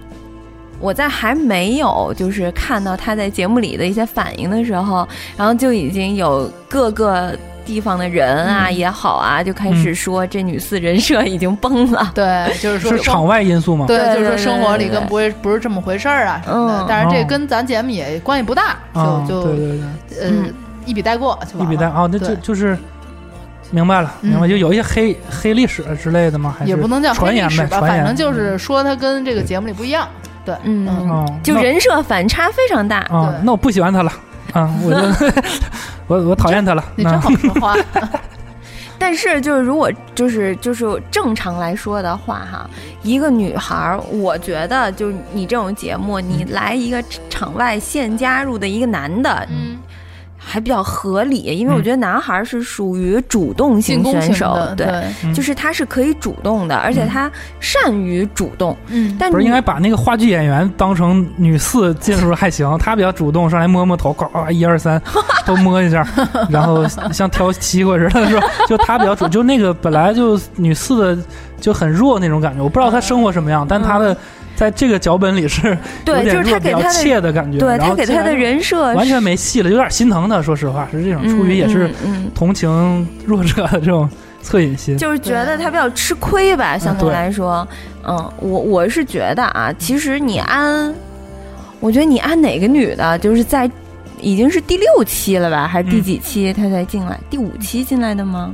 [SPEAKER 3] 我在还没有就是看到她在节目里的一些反应的时候，然后就已经有各个地方的人
[SPEAKER 1] 嗯
[SPEAKER 3] 啊也好啊，就开始说这女四人设已经崩了。
[SPEAKER 6] 对，就是说
[SPEAKER 1] 是场外因素吗？
[SPEAKER 6] 对
[SPEAKER 3] 对，
[SPEAKER 6] 就是说
[SPEAKER 3] 对
[SPEAKER 6] 生活
[SPEAKER 3] 对
[SPEAKER 6] 里
[SPEAKER 3] 对
[SPEAKER 6] 跟不会不是这么回事儿啊什么
[SPEAKER 3] 嗯
[SPEAKER 6] 的。但是这
[SPEAKER 1] 哦
[SPEAKER 6] 跟咱节目也关系不大，
[SPEAKER 1] 啊，对
[SPEAKER 6] 就就
[SPEAKER 1] 对对，
[SPEAKER 6] 呃
[SPEAKER 3] 嗯
[SPEAKER 6] 一笔带过就
[SPEAKER 1] 一
[SPEAKER 6] 完
[SPEAKER 1] 笔带
[SPEAKER 6] 了。
[SPEAKER 1] 啊，那就
[SPEAKER 6] 对
[SPEAKER 1] 就是明白了，
[SPEAKER 6] 嗯
[SPEAKER 1] 明白，就有一些黑黑历史之类的吗？还是
[SPEAKER 6] 也不能叫黑
[SPEAKER 1] 传言
[SPEAKER 6] 历史
[SPEAKER 1] 呗，
[SPEAKER 6] 吧，
[SPEAKER 1] 传言嗯
[SPEAKER 6] 反正就是说它跟这个节目里不一样。对，
[SPEAKER 3] 嗯
[SPEAKER 1] 哦，
[SPEAKER 3] 就
[SPEAKER 1] 那
[SPEAKER 3] 人设反差非常大，
[SPEAKER 1] 啊
[SPEAKER 6] 对，
[SPEAKER 1] 那我不喜欢他了啊，我 就我我讨厌他了，啊
[SPEAKER 6] 你真
[SPEAKER 1] 那
[SPEAKER 6] 好说话，
[SPEAKER 3] 但是就是如果就是就是正常来说的话哈，一个女孩儿，我觉得就是你这种节目，你
[SPEAKER 1] 嗯
[SPEAKER 3] 来一个场外现加入的一个男的，
[SPEAKER 6] 嗯，
[SPEAKER 3] 还比较合理，因为
[SPEAKER 1] 嗯
[SPEAKER 3] 我觉得男孩儿是属于主动
[SPEAKER 6] 进
[SPEAKER 3] 型
[SPEAKER 6] 攻
[SPEAKER 3] 选
[SPEAKER 6] 型
[SPEAKER 3] 手，
[SPEAKER 6] 的，
[SPEAKER 3] 对，
[SPEAKER 6] 对，
[SPEAKER 1] 嗯
[SPEAKER 3] 就是他是可以主动的，而且他善于主动，
[SPEAKER 6] 嗯，
[SPEAKER 3] 但
[SPEAKER 1] 不是
[SPEAKER 3] 你
[SPEAKER 1] 应该把那个话剧演员当成女四进入还行，她比较主动，上来摸摸头，呱呱一二三都摸 一下，然后像挑西瓜似的，说就她比较主，就那个本来就女四的就很弱那种感觉，我不知道她生活什么样，但她的在这个脚本里是有
[SPEAKER 3] 嗯对，就
[SPEAKER 1] 点
[SPEAKER 3] 是
[SPEAKER 1] 弱，
[SPEAKER 3] 他
[SPEAKER 1] 比
[SPEAKER 3] 给
[SPEAKER 1] 较
[SPEAKER 3] 他的
[SPEAKER 1] 怯的感觉，
[SPEAKER 3] 对
[SPEAKER 1] 然后
[SPEAKER 3] 他给
[SPEAKER 1] 进
[SPEAKER 3] 他
[SPEAKER 1] 来
[SPEAKER 3] 的
[SPEAKER 1] 就
[SPEAKER 3] 人设
[SPEAKER 1] 完全没戏了，有点心疼她，说实话是这种，
[SPEAKER 3] 嗯
[SPEAKER 1] 出于也是
[SPEAKER 3] 嗯嗯
[SPEAKER 1] 同情弱者的这种恻隐心，
[SPEAKER 3] 就是觉得他比较吃亏吧，相对
[SPEAKER 1] 对
[SPEAKER 3] 来说，嗯，我我是觉得啊，其实你安，我觉得你安哪个女的，就是在已经是第六期了吧，还是第
[SPEAKER 1] 嗯
[SPEAKER 3] 几期她才进来？第五期进来的吗？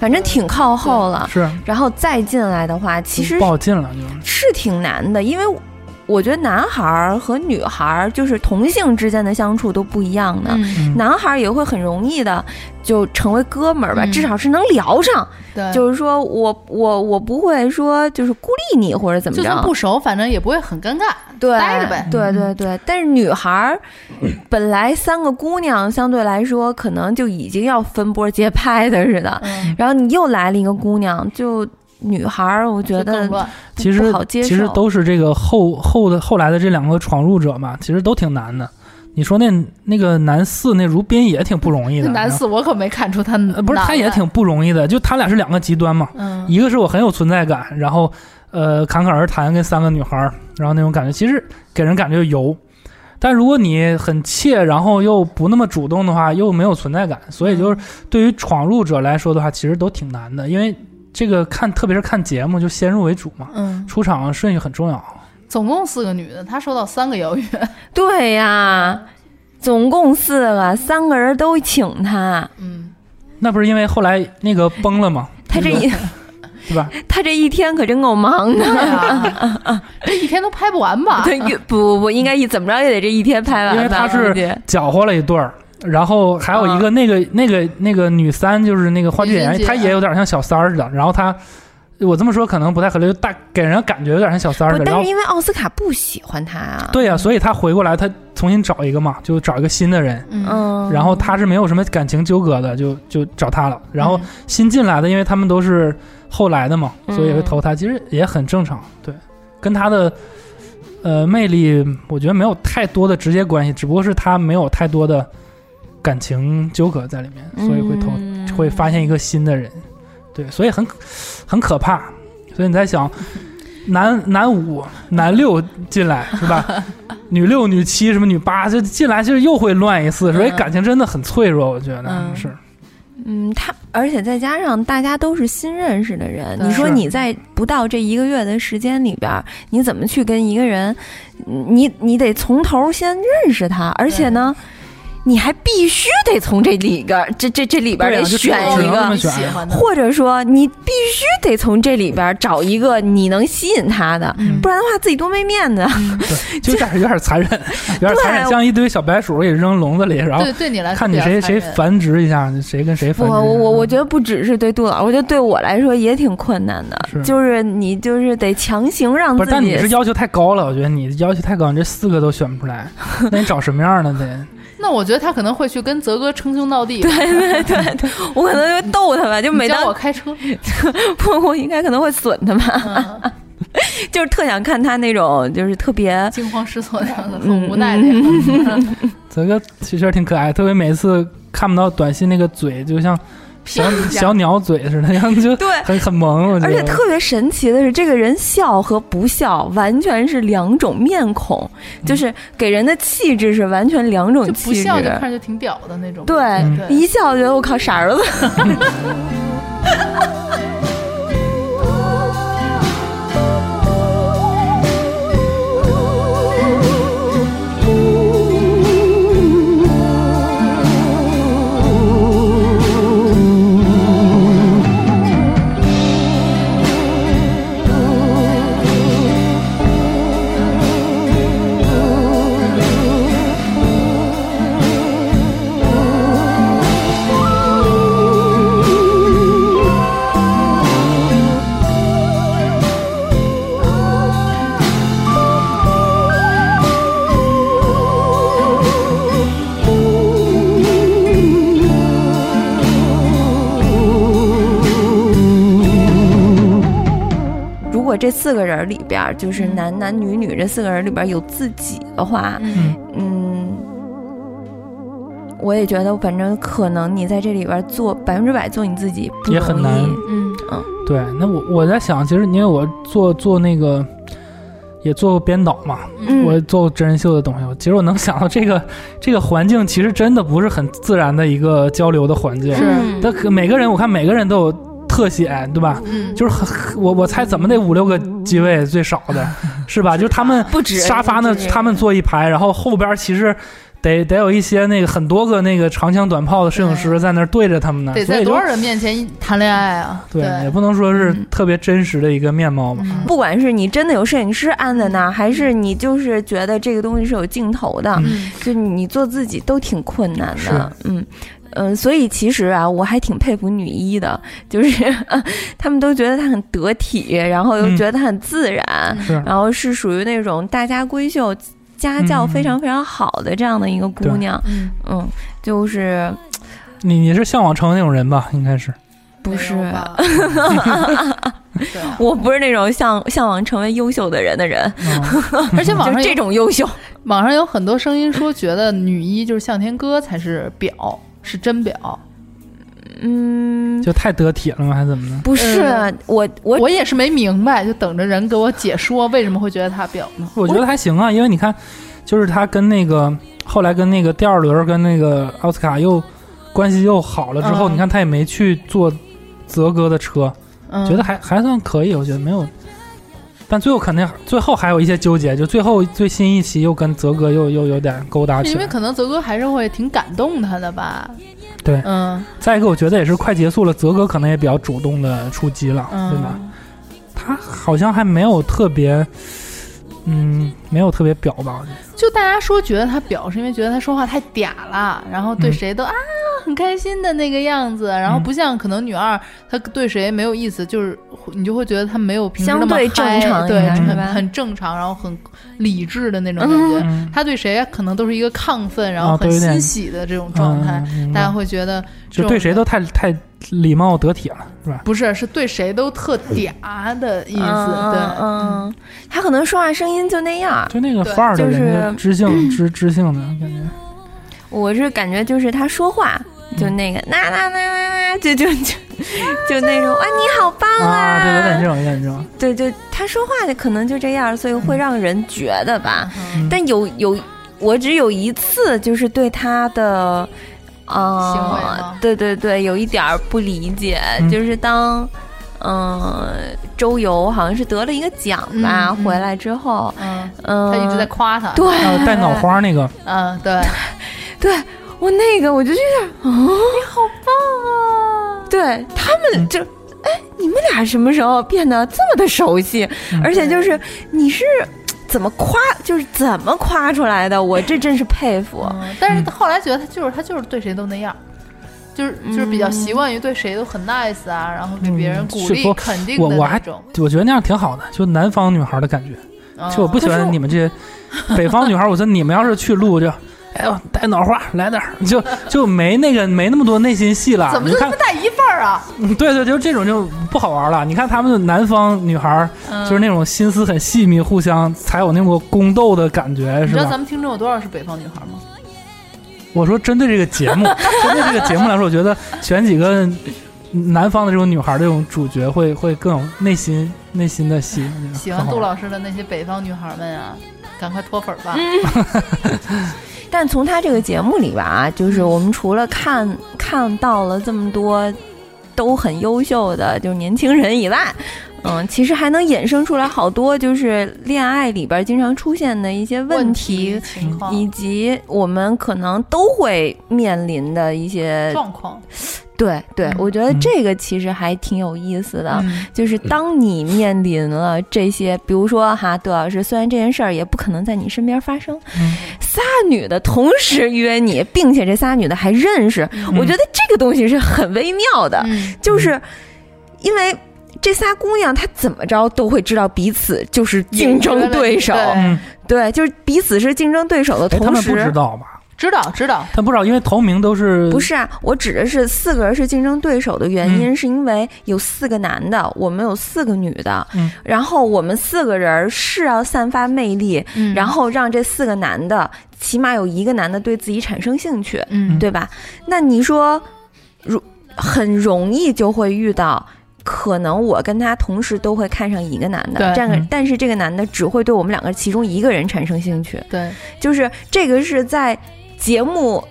[SPEAKER 3] 反正挺靠后了，
[SPEAKER 1] 是
[SPEAKER 3] 然后再进来的话，啊其实
[SPEAKER 1] 不好进了，就是
[SPEAKER 3] 是挺难的，因为我觉得男孩儿和女孩儿就是同性之间的相处都不一样的。
[SPEAKER 6] 嗯，
[SPEAKER 1] 嗯
[SPEAKER 3] 男孩儿也会很容易的就成为哥们儿吧，
[SPEAKER 6] 嗯
[SPEAKER 3] 至少是能聊上。
[SPEAKER 6] 对，
[SPEAKER 3] 就是说我我我不会说就是孤立你或者怎么
[SPEAKER 6] 就
[SPEAKER 3] 着
[SPEAKER 6] 算，不熟，反正也不会很尴尬。
[SPEAKER 3] 对
[SPEAKER 6] 待着呗
[SPEAKER 3] 对对对。但是女孩儿本来三个姑娘相对来说可能就已经要分波节拍的似的，
[SPEAKER 6] 嗯，
[SPEAKER 3] 然后你又来了一个姑娘，就女孩儿我觉
[SPEAKER 6] 就
[SPEAKER 3] 得
[SPEAKER 6] 更乱。
[SPEAKER 3] 不
[SPEAKER 1] 其实
[SPEAKER 3] 不好接受
[SPEAKER 1] 其实都是这个后后的后来的这两个闯入者嘛，其实都挺难的。你说那那个男四那如宾也挺不容易的，
[SPEAKER 6] 男四我可没看出他
[SPEAKER 1] 呃不是他也挺不容易的，就他俩是两个极端嘛，
[SPEAKER 6] 嗯
[SPEAKER 1] 一个是我很有存在感，然后呃侃侃而谈跟三个女孩儿，然后那种感觉其实给人感觉油。但如果你很怯，然后又不那么主动的话，又没有存在感，所以就是对于闯入者来说的话，其实都挺难的，因为这个看特别是看节目就先入为主嘛，
[SPEAKER 6] 嗯，
[SPEAKER 1] 出场顺序很重要。
[SPEAKER 6] 总共四个女的，她收到三个邀约，
[SPEAKER 3] 对呀，总共四个，三个人都请她，
[SPEAKER 6] 嗯，
[SPEAKER 1] 那不是因为后来那个崩了吗？
[SPEAKER 3] 她这 一
[SPEAKER 1] 对吧？
[SPEAKER 3] 她这一天可真够忙的。
[SPEAKER 6] 这一天都拍不完吧？
[SPEAKER 3] 啊对，不不不，应该一怎么着也得这一天拍完吧？
[SPEAKER 1] 因为她是
[SPEAKER 3] 我觉得
[SPEAKER 1] 搅和了一对儿，然后还有一
[SPEAKER 3] 啊
[SPEAKER 1] 个那个、那个那个女三，就是那个话剧演
[SPEAKER 6] 女
[SPEAKER 1] 员，
[SPEAKER 6] 三姐
[SPEAKER 1] 她也有点像小三儿似的。然后她，我这么说可能不太合理，就大给人感觉有点像小三儿似
[SPEAKER 3] 不，
[SPEAKER 1] 的。然
[SPEAKER 3] 但
[SPEAKER 1] 后
[SPEAKER 3] 是因为奥斯卡不喜欢她啊。
[SPEAKER 1] 对呀、所以她回过来，她重新找一个嘛，就找一个新的人。
[SPEAKER 6] 嗯，
[SPEAKER 3] 嗯，
[SPEAKER 1] 然后她是没有什么感情纠葛的，就就找她了。然后新进来的，因为他们都是后来的嘛，
[SPEAKER 3] 嗯
[SPEAKER 1] 所以会投他，其实也很正常。对，跟他的呃魅力，我觉得没有太多的直接关系，只不过是他没有太多的感情纠葛在里面，所以会投，
[SPEAKER 3] 嗯
[SPEAKER 1] 会发现一个新的人。对，所以很很可怕。所以你在想，男男五、男六进来是 吧？女六、女七什么女八，就进来就是又会乱一次，所以
[SPEAKER 6] 嗯
[SPEAKER 1] 感情真的很脆弱，我觉得、
[SPEAKER 6] 嗯
[SPEAKER 1] 是。
[SPEAKER 3] 嗯，他而且再加上大家都是新认识的人，
[SPEAKER 6] 对
[SPEAKER 3] 你说
[SPEAKER 1] 是
[SPEAKER 3] 你在不到这一个月的时间里边儿，你怎么去跟一个人，你你得从头先认识他，而且呢，你还必须得从这里边儿这这这里边儿
[SPEAKER 1] 对啊
[SPEAKER 3] 得
[SPEAKER 1] 就
[SPEAKER 3] 选
[SPEAKER 1] 只能
[SPEAKER 3] 一
[SPEAKER 1] 这
[SPEAKER 3] 个
[SPEAKER 1] 么。
[SPEAKER 6] 喜欢的，
[SPEAKER 3] 或者说，你必须得从这里边儿找一个你能吸引他的，
[SPEAKER 6] 嗯
[SPEAKER 3] 不然的话自己多没面子。啊
[SPEAKER 1] 对，就有点有点残 忍，有点残忍，
[SPEAKER 3] 对
[SPEAKER 1] 像一堆小白鼠给扔笼子里，然后
[SPEAKER 6] 对对你来说
[SPEAKER 1] 看你谁谁繁殖一下，谁跟谁
[SPEAKER 3] 不，
[SPEAKER 1] 繁殖。
[SPEAKER 3] 我我我觉得不只是对杜老，我觉得对我来说也挺困难的，
[SPEAKER 1] 是
[SPEAKER 3] 就是你就是得强行让
[SPEAKER 1] 不
[SPEAKER 3] 自
[SPEAKER 1] 是，
[SPEAKER 3] 己。
[SPEAKER 1] 但你是要求太高了，我觉得你要求太高，你这四个都选不出 来，那你找什么样的得？
[SPEAKER 6] 那我觉得他可能会去跟泽哥称兄道弟。
[SPEAKER 3] 对对对对，我可能就逗他吧，就每
[SPEAKER 6] 你教
[SPEAKER 3] 当
[SPEAKER 6] 我
[SPEAKER 3] 我
[SPEAKER 6] 开车，
[SPEAKER 3] 我应该可能会损他吧，
[SPEAKER 6] 嗯，
[SPEAKER 3] 就是特想看他那种就是特别
[SPEAKER 6] 惊慌失措的样子，
[SPEAKER 1] 嗯
[SPEAKER 6] 很无奈的样子。
[SPEAKER 1] 泽哥其实挺可爱，特别每次看不到短信那个嘴，就像 小小鸟嘴似的，然后就
[SPEAKER 3] 对
[SPEAKER 1] 很很萌，我觉
[SPEAKER 3] 而且
[SPEAKER 1] 得。
[SPEAKER 3] 特别神奇的是，这个人笑和不笑完全是两种面孔，就是给人的气质是完全两种
[SPEAKER 6] 就不
[SPEAKER 3] 气质。
[SPEAKER 6] 笑就看着就挺屌的那种。
[SPEAKER 3] 对，
[SPEAKER 1] 嗯
[SPEAKER 3] 一笑觉得我靠傻儿子。 如果这四个人里边儿，就是男男女女这四个人里边儿有自己的话，
[SPEAKER 1] 嗯
[SPEAKER 3] 嗯，我也觉得，反正可能你在这里边儿做百分之百做你自己不
[SPEAKER 1] 也很
[SPEAKER 3] 容易
[SPEAKER 1] 难
[SPEAKER 6] 嗯，
[SPEAKER 1] 对，那我我在想，其实因为我做做那个也做过编导嘛，
[SPEAKER 3] 嗯，
[SPEAKER 1] 我做真人秀的东西，其实我能想到这个这个环境，其实真的不是很自然的一个交流的环境。
[SPEAKER 6] 是
[SPEAKER 3] 嗯
[SPEAKER 1] 但可每个人，我看每个人都有特写，对吧？
[SPEAKER 6] 嗯
[SPEAKER 1] 就是很我我猜怎么得五六个机位最少 的，是吧？就是他们
[SPEAKER 3] 不止
[SPEAKER 1] 沙发呢
[SPEAKER 3] 不止，
[SPEAKER 1] 他们坐一排，然后后边其实得得有一些那个很多个那个长枪短炮的摄影师在那儿对着他们呢，
[SPEAKER 6] 得
[SPEAKER 1] 所
[SPEAKER 6] 在
[SPEAKER 1] 以就
[SPEAKER 6] 多少人面前谈恋爱啊？
[SPEAKER 1] 对
[SPEAKER 6] 对，
[SPEAKER 1] 也不能说是
[SPEAKER 6] 嗯
[SPEAKER 1] 特别真实的一个面貌嘛。
[SPEAKER 6] 嗯
[SPEAKER 3] 不管是你真的有摄影师安在那儿，还是你就是觉得这个东西是有镜头的，
[SPEAKER 6] 嗯
[SPEAKER 3] 就你做自己都挺困难的
[SPEAKER 1] 是，
[SPEAKER 3] 嗯。嗯，所以其实啊，我还挺佩服女一的， 就是他们都觉得她很得体，然后又
[SPEAKER 1] 嗯
[SPEAKER 3] 觉得她很自然，
[SPEAKER 1] 是
[SPEAKER 3] 然后是属于那种大家闺秀、家教非常非常好的这样的一个姑娘。
[SPEAKER 6] 嗯，
[SPEAKER 3] 嗯，就是
[SPEAKER 1] 你你是向往成为那种人吧？应该是
[SPEAKER 3] 不是
[SPEAKER 6] 没有 吧对啊
[SPEAKER 3] 我不是那种向向往成为优秀的人的人，
[SPEAKER 1] 嗯
[SPEAKER 6] 而且 网
[SPEAKER 3] 就
[SPEAKER 6] 上
[SPEAKER 3] 是
[SPEAKER 6] 有
[SPEAKER 3] 这种优秀。
[SPEAKER 6] 网上有很多声音说，觉得女一就是向天歌才是表，是真表。
[SPEAKER 3] 嗯，
[SPEAKER 1] 就太得体了吗？还怎么的？
[SPEAKER 3] 不是、
[SPEAKER 6] 嗯
[SPEAKER 3] 我我
[SPEAKER 6] 我也是没明白，就等着人给我解说为什么会觉得她表呢？
[SPEAKER 1] 我觉得还行啊，因为你看，就是他跟那个后来跟那个第二轮跟那个奥斯卡又关系又好了之后，
[SPEAKER 6] 嗯
[SPEAKER 1] 你看他也没去坐泽哥的车，
[SPEAKER 6] 嗯，
[SPEAKER 1] 觉得还还算可以，我觉得没有。但最后肯定最后还有一些纠结，就最后最新一期又跟泽哥又又有点勾搭起
[SPEAKER 6] 因为
[SPEAKER 1] 来。
[SPEAKER 6] 可能泽哥还是会挺感动她的吧。
[SPEAKER 1] 对
[SPEAKER 6] 嗯
[SPEAKER 1] 再一个，我觉得也是快结束了，泽哥可能也比较主动的出击了，对吧？
[SPEAKER 6] 嗯，
[SPEAKER 1] 他好像还没有特别，嗯，没有特别表吧？我觉得
[SPEAKER 6] 就大家说觉得她表，是因为觉得她说话太嗲了，然后对
[SPEAKER 1] 嗯
[SPEAKER 6] 谁都、啊很开心的那个样子，然后
[SPEAKER 1] 嗯
[SPEAKER 6] 不像可能女二，她对谁没有意思，就是你就会觉得她没有平时那么
[SPEAKER 3] 相对
[SPEAKER 6] 嗨
[SPEAKER 3] 正常一
[SPEAKER 6] 对，
[SPEAKER 3] 点
[SPEAKER 1] 是
[SPEAKER 6] 很
[SPEAKER 3] 吧
[SPEAKER 6] 很正常，然后很理智的那种感觉。
[SPEAKER 1] 嗯，
[SPEAKER 6] 她对谁可能都是一个亢奋，然
[SPEAKER 1] 啊
[SPEAKER 6] 后很
[SPEAKER 1] 对有点
[SPEAKER 6] 欣喜的这种状态，
[SPEAKER 1] 嗯明白
[SPEAKER 6] 大家会觉得这
[SPEAKER 1] 就
[SPEAKER 6] 种
[SPEAKER 1] 对谁都太太礼貌得体了，是吧？
[SPEAKER 6] 不是是对谁都特嗲的意思，
[SPEAKER 3] 嗯
[SPEAKER 6] 对，
[SPEAKER 3] 嗯，嗯他可能说话声音就那样儿。
[SPEAKER 1] 就那个
[SPEAKER 6] 对
[SPEAKER 1] 范儿的
[SPEAKER 3] 就
[SPEAKER 1] 人，
[SPEAKER 3] 是
[SPEAKER 1] 那个知 性知知性的感觉。
[SPEAKER 3] 我是感觉就是他说话就那个那那那那那，就就就就那种啊，你好棒
[SPEAKER 1] 啊，对，有点这种，有点这
[SPEAKER 6] 啊
[SPEAKER 1] 种。
[SPEAKER 3] 对对，他说话的可能就这样，所以会让人觉得吧。
[SPEAKER 1] 嗯
[SPEAKER 3] 但有有，我只有一次就是对他的，
[SPEAKER 6] 行为
[SPEAKER 3] 呃
[SPEAKER 6] 吗，
[SPEAKER 3] 对对对，有一点儿不理解，
[SPEAKER 1] 嗯
[SPEAKER 3] 就是当。嗯，周游好像是得了一个奖吧，
[SPEAKER 6] 嗯嗯
[SPEAKER 3] 回来之后，
[SPEAKER 6] 嗯，
[SPEAKER 3] 嗯，
[SPEAKER 6] 他一直在夸她，
[SPEAKER 3] 对
[SPEAKER 1] 还有带脑花那个，
[SPEAKER 6] 嗯，对，
[SPEAKER 3] 我那个我就觉得，哦，你好棒啊！对他们就，哎，你们俩什么时候变得这么的熟悉？
[SPEAKER 1] 嗯
[SPEAKER 3] 而且就是你是怎么夸，就是怎么夸出来的？我这真是佩服。
[SPEAKER 6] 嗯但是后来觉得他就是他就是对谁都那样，就是就是比较习惯于对谁都很 nice 啊，然后给别人
[SPEAKER 1] 嗯
[SPEAKER 6] 鼓
[SPEAKER 1] 是
[SPEAKER 6] 励
[SPEAKER 1] 不
[SPEAKER 6] 肯定
[SPEAKER 1] 我
[SPEAKER 6] 的
[SPEAKER 1] 我
[SPEAKER 6] 那
[SPEAKER 1] 还
[SPEAKER 6] 种。
[SPEAKER 1] 我觉得那样挺好的，就南方女孩的感觉。
[SPEAKER 6] 嗯
[SPEAKER 1] 就我不喜欢你们 这些北方女孩。我说你们要是去录就，哎呦，带脑花来点儿，就就没那个没那么多内心戏了。
[SPEAKER 6] 怎么
[SPEAKER 1] 你
[SPEAKER 6] 就这
[SPEAKER 1] 看
[SPEAKER 6] 么，大一份儿啊？
[SPEAKER 1] 嗯对对，就这种就不好玩了。你看他们南方女孩，
[SPEAKER 6] 嗯
[SPEAKER 1] 就是那种心思很细密，互相才有那种宫斗的感觉，
[SPEAKER 6] 你
[SPEAKER 1] 是
[SPEAKER 6] 知道
[SPEAKER 1] 吧
[SPEAKER 6] 咱？们听众有多少是北方女孩吗？
[SPEAKER 1] 我说针对这个节目，针对这个节目来说，我觉得选几个南方的这种女孩儿的这种主角会会更有内心内心的戏。
[SPEAKER 6] 喜欢杜老师的那些北方女孩们啊，赶快脱粉
[SPEAKER 3] 嗯
[SPEAKER 6] 吧！
[SPEAKER 3] 但从他这个节目里吧，啊，就是我们除了看看到了这么多都很优秀的就是年轻人以外，嗯，其实还能衍生出来好多就是恋爱里边经常出现的一些问题，
[SPEAKER 6] 情况、
[SPEAKER 3] 以及我们可能都会面临的一些。
[SPEAKER 6] 状况
[SPEAKER 3] 对对
[SPEAKER 6] 嗯，
[SPEAKER 3] 我觉得这个其实还挺有意思的。
[SPEAKER 6] 嗯
[SPEAKER 3] 就是当你面临了这些，比如说哈，杜老师，虽然这件事儿也不可能在你身边发生，
[SPEAKER 1] 嗯
[SPEAKER 3] 仨女的同时约你，并且这仨女的还认识，
[SPEAKER 1] 嗯
[SPEAKER 3] 我觉得这个东西是很微妙的，
[SPEAKER 6] 嗯
[SPEAKER 3] 就是因为这仨姑娘她怎么着都会知道彼此就是竞争对手，
[SPEAKER 6] 对
[SPEAKER 1] 嗯
[SPEAKER 3] 对，就是彼此是竞争对手的
[SPEAKER 1] 哎他
[SPEAKER 3] 同
[SPEAKER 1] 们不知
[SPEAKER 3] 时。
[SPEAKER 1] 道吧？
[SPEAKER 6] 知道知道，
[SPEAKER 1] 他不知道，因为同名都是
[SPEAKER 3] 不是啊，我指的是四个人是竞争对手的原
[SPEAKER 6] 嗯
[SPEAKER 3] 因，是因为有四个男的，我们有四个女的，
[SPEAKER 1] 嗯
[SPEAKER 3] 然后我们四个人是要散发魅力，
[SPEAKER 6] 嗯
[SPEAKER 3] 然后让这四个男的，起码有一个男的对自己产生兴趣，
[SPEAKER 6] 嗯
[SPEAKER 3] 对吧？那你说，如很容易就会遇到，可能我跟他同时都会看上一个男的，
[SPEAKER 6] 对
[SPEAKER 3] 这个
[SPEAKER 1] 嗯
[SPEAKER 3] 但是这个男的只会对我们两个其中一个人产生兴趣，
[SPEAKER 6] 对，
[SPEAKER 3] 就是这个是在节目。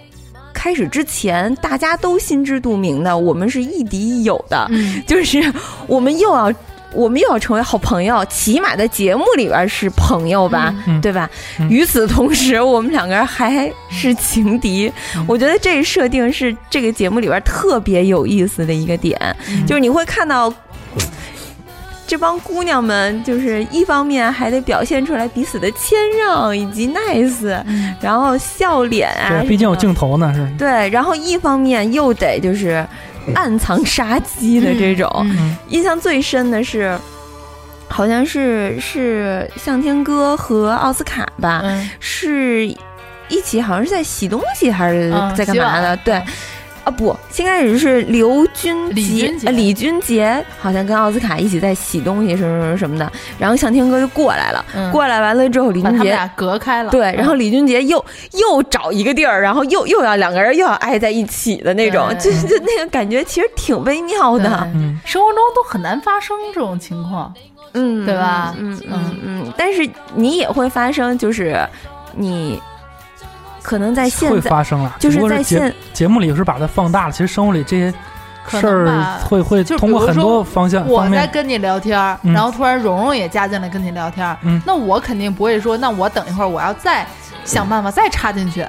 [SPEAKER 3] 开始之前，大家都心知肚明的，我们是亦敌亦友的，
[SPEAKER 6] 嗯
[SPEAKER 3] 就是我们又要我们又要成为好朋友，起码在节目里边是朋友吧，
[SPEAKER 1] 嗯
[SPEAKER 3] 对吧？
[SPEAKER 1] 嗯
[SPEAKER 3] 与此同时，我们两个人还是情敌。
[SPEAKER 1] 嗯
[SPEAKER 3] 我觉得这设定是这个节目里边特别有意思的一个点，
[SPEAKER 6] 嗯
[SPEAKER 3] 就是你会看到。这帮姑娘们就是一方面还得表现出来彼此的谦让以及 nice，
[SPEAKER 6] 嗯
[SPEAKER 3] 然后笑脸啊什么
[SPEAKER 1] 对，
[SPEAKER 3] 的，
[SPEAKER 1] 毕竟有镜头呢，是
[SPEAKER 3] 对，然后一方面又得就是暗藏杀机的这种，
[SPEAKER 1] 嗯
[SPEAKER 3] 印象最深的是，好像是是向天歌和奥斯卡吧，
[SPEAKER 6] 嗯
[SPEAKER 3] 是一起，好像是在洗东西还是
[SPEAKER 6] 嗯
[SPEAKER 3] 在干嘛的？
[SPEAKER 6] 洗碗
[SPEAKER 3] 对。啊不，先开始是刘军
[SPEAKER 6] 李
[SPEAKER 3] 杰
[SPEAKER 6] 君，杰
[SPEAKER 3] 呃李君杰好像跟奥斯卡一起在洗东西什么什么什么的，然后向天哥就过来了，
[SPEAKER 6] 嗯
[SPEAKER 3] 过来完了之后，李
[SPEAKER 6] 把
[SPEAKER 3] 君
[SPEAKER 6] 他们
[SPEAKER 3] 杰
[SPEAKER 6] 俩嗯隔开了，
[SPEAKER 3] 对，然后李俊杰又又找一个地儿，然后又又要两个人又要挨在一起的那种，就
[SPEAKER 6] 对
[SPEAKER 3] 就那个感觉其实挺微妙的，
[SPEAKER 6] 对
[SPEAKER 1] 嗯
[SPEAKER 6] 生活中都很难发生这种情况，
[SPEAKER 3] 嗯，
[SPEAKER 6] 对吧
[SPEAKER 3] 嗯嗯
[SPEAKER 6] 嗯
[SPEAKER 3] 嗯，但是你也会发生，就是你可能在现
[SPEAKER 1] 会
[SPEAKER 3] 在，
[SPEAKER 1] 发生了，
[SPEAKER 3] 就
[SPEAKER 1] 只不过
[SPEAKER 3] 在
[SPEAKER 1] 是节
[SPEAKER 3] 现
[SPEAKER 1] 节目里是把它放大了，其实生活里这些
[SPEAKER 6] 可
[SPEAKER 1] 事
[SPEAKER 6] 能
[SPEAKER 1] 儿
[SPEAKER 6] 吧。
[SPEAKER 1] 会会
[SPEAKER 6] 就比
[SPEAKER 1] 通过
[SPEAKER 6] 如
[SPEAKER 1] 很
[SPEAKER 6] 说
[SPEAKER 1] 多方向
[SPEAKER 6] 我
[SPEAKER 1] 方
[SPEAKER 6] 在
[SPEAKER 1] 面，
[SPEAKER 6] 跟你聊天儿，
[SPEAKER 1] 嗯
[SPEAKER 6] 然后突然蓉蓉也加进来跟你聊天儿，
[SPEAKER 1] 嗯
[SPEAKER 6] 那我肯定不会说，那我等一会儿我要再想办法再插进去。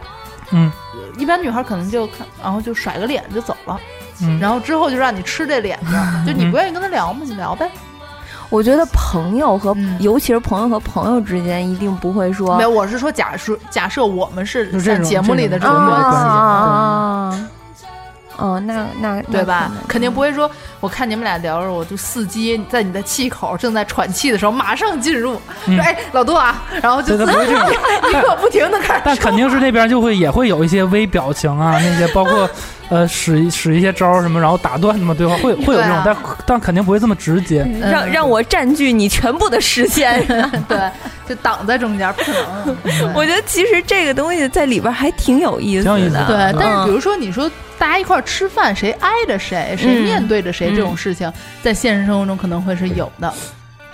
[SPEAKER 1] 嗯
[SPEAKER 6] 一般女孩可能就看，然后就甩个脸就走了，
[SPEAKER 1] 嗯，
[SPEAKER 6] 然后之后就让你吃 这脸子，就你不愿意跟她聊嘛，你聊呗。
[SPEAKER 3] 我觉得朋友和、
[SPEAKER 6] 嗯
[SPEAKER 3] 尤其是朋友和朋友之间，一定不会说
[SPEAKER 6] 没有，我是说假设假设我们是
[SPEAKER 1] 就这
[SPEAKER 6] 在
[SPEAKER 1] 种
[SPEAKER 6] 节目里的
[SPEAKER 1] 这
[SPEAKER 6] 这
[SPEAKER 1] 种
[SPEAKER 3] 啊
[SPEAKER 6] 种
[SPEAKER 1] 没有
[SPEAKER 6] 关
[SPEAKER 1] 关
[SPEAKER 3] 啊
[SPEAKER 1] 系
[SPEAKER 6] 系，
[SPEAKER 3] 啊啊，哦，那那
[SPEAKER 6] 对吧
[SPEAKER 3] 那？
[SPEAKER 6] 肯定不
[SPEAKER 3] 会，
[SPEAKER 6] 会说，我看你们俩聊着，我就伺机在你的气口正在喘气的时候，马上进入，
[SPEAKER 1] 嗯
[SPEAKER 6] 说哎，老杜啊，然后就
[SPEAKER 1] 对，他
[SPEAKER 6] 自
[SPEAKER 1] 不会这种，
[SPEAKER 6] 己一 刻不停的开始
[SPEAKER 1] 但肯定是那边就会也会有一些微表情 啊，那些包括呃使使一些招儿什么，然后打断什么对话，会会有这种，
[SPEAKER 6] 对啊
[SPEAKER 1] 但但肯定不会这么直接。
[SPEAKER 3] 嗯让让我占据你全部的视线。
[SPEAKER 6] 对，就挡在中间，不可能。
[SPEAKER 3] 我觉得其实这个东西在里边还挺有意思
[SPEAKER 1] 挺有意思
[SPEAKER 3] 的，
[SPEAKER 1] 的
[SPEAKER 6] 对
[SPEAKER 1] 嗯，
[SPEAKER 6] 但是比如说，你说大家一块儿吃饭，谁挨着谁，谁
[SPEAKER 3] 嗯
[SPEAKER 6] 面对着谁，这种事情在现实生活中可能会是有的。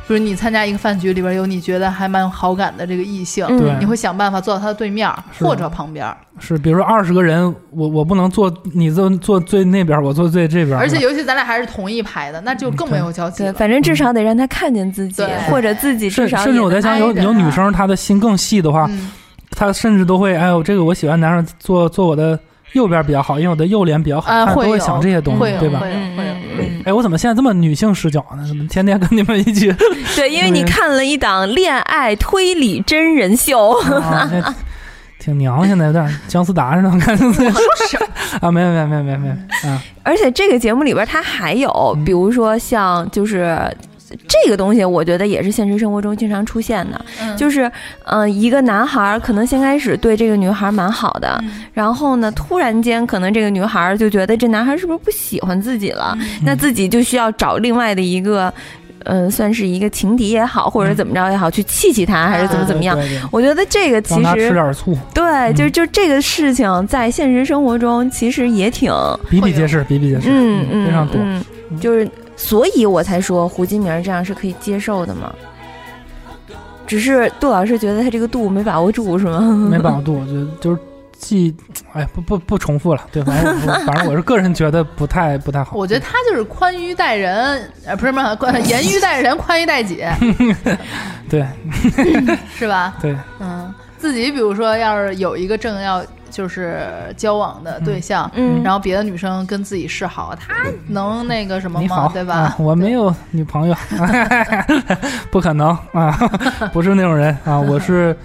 [SPEAKER 6] 比如你参加一个饭局，里边有你觉得还蛮有好感的这个异性，
[SPEAKER 1] 对
[SPEAKER 6] 嗯你会想办法坐到他的对面儿
[SPEAKER 1] 嗯是
[SPEAKER 6] 或者旁边儿，
[SPEAKER 1] 是，比如说二十个人，我我不能坐你坐坐最那边儿，我坐最这边儿，
[SPEAKER 6] 而且
[SPEAKER 1] 是吧
[SPEAKER 6] 尤其咱俩还是同一排的，那就更没有交集
[SPEAKER 3] 对，
[SPEAKER 6] 了。
[SPEAKER 3] 反正至少得让他看见自己
[SPEAKER 6] 对，
[SPEAKER 3] 或者自己至
[SPEAKER 1] 甚
[SPEAKER 3] 少
[SPEAKER 1] 甚至我在想，嗯有
[SPEAKER 3] 也能挨着
[SPEAKER 1] 有女生她的心更细的话，
[SPEAKER 6] 啊嗯，
[SPEAKER 1] 她甚至都会，哎呦，这个我喜欢男生坐坐我的右边比较好，因为我的右脸比较好
[SPEAKER 6] 啊
[SPEAKER 1] 看，她
[SPEAKER 6] 会
[SPEAKER 1] 都会
[SPEAKER 6] 有
[SPEAKER 1] 想这些东
[SPEAKER 6] 会
[SPEAKER 1] 西，
[SPEAKER 6] 有
[SPEAKER 1] 对吧？
[SPEAKER 6] 会有会有。
[SPEAKER 3] 嗯
[SPEAKER 1] 哎，我怎么现在这么女性视角呢？怎么天天跟你们一起？
[SPEAKER 3] 对，因为你看了一档恋爱推理真人秀，
[SPEAKER 1] 啊，这挺娘，现在有点姜思达似的， 感觉。啊，没有没有没有没有没有啊，
[SPEAKER 3] 而且这个节目里边它还有，
[SPEAKER 1] 嗯
[SPEAKER 3] 比如说像就是。这个东西我觉得也是现实生活中经常出现的，
[SPEAKER 6] 嗯
[SPEAKER 3] 就是，嗯、一个男孩儿可能先开始对这个女孩儿蛮好的，
[SPEAKER 1] 嗯
[SPEAKER 3] 然后呢，突然间可能这个女孩
[SPEAKER 1] 嗯
[SPEAKER 3] 儿就觉得这男孩儿是不是不喜欢自己了，那自己就需要找另外的一个嗯，算是一个情敌也好，或者怎么着也好，去气气他，还是怎么怎么
[SPEAKER 1] 嗯
[SPEAKER 3] 样？
[SPEAKER 1] 对？对对
[SPEAKER 3] 我觉得这个
[SPEAKER 1] 让
[SPEAKER 3] 其
[SPEAKER 1] 他吃
[SPEAKER 3] 实
[SPEAKER 1] 点醋，
[SPEAKER 3] 对，就
[SPEAKER 1] 嗯
[SPEAKER 3] 就这个事情在现实生活中其实也挺，
[SPEAKER 1] 比比皆是，比比皆是，
[SPEAKER 3] 嗯嗯，
[SPEAKER 1] 非常多。
[SPEAKER 3] 嗯，就是所以我才说胡金明这样是可以接受的嘛。只是杜老师觉得他这个度没把握住是吗？
[SPEAKER 1] 没
[SPEAKER 6] 嗯
[SPEAKER 1] 把握度，我觉得就是既，哎，不不不重复了，对，反正我反正我是个人觉得不太不太好。
[SPEAKER 6] 我觉得他就是宽于待人，呃，不是不是宽严于待人，宽于待己，
[SPEAKER 1] 对
[SPEAKER 6] 是吧？
[SPEAKER 1] 对，
[SPEAKER 6] 嗯，自己比如说要是有一个正要就是交往的对象，
[SPEAKER 3] 嗯，
[SPEAKER 6] 然后别的女生跟自己示好，他能那个什么
[SPEAKER 1] 你好
[SPEAKER 6] 吗？，对吧
[SPEAKER 1] 啊？我没有女朋 友，不可能啊， 不是那种人啊，我是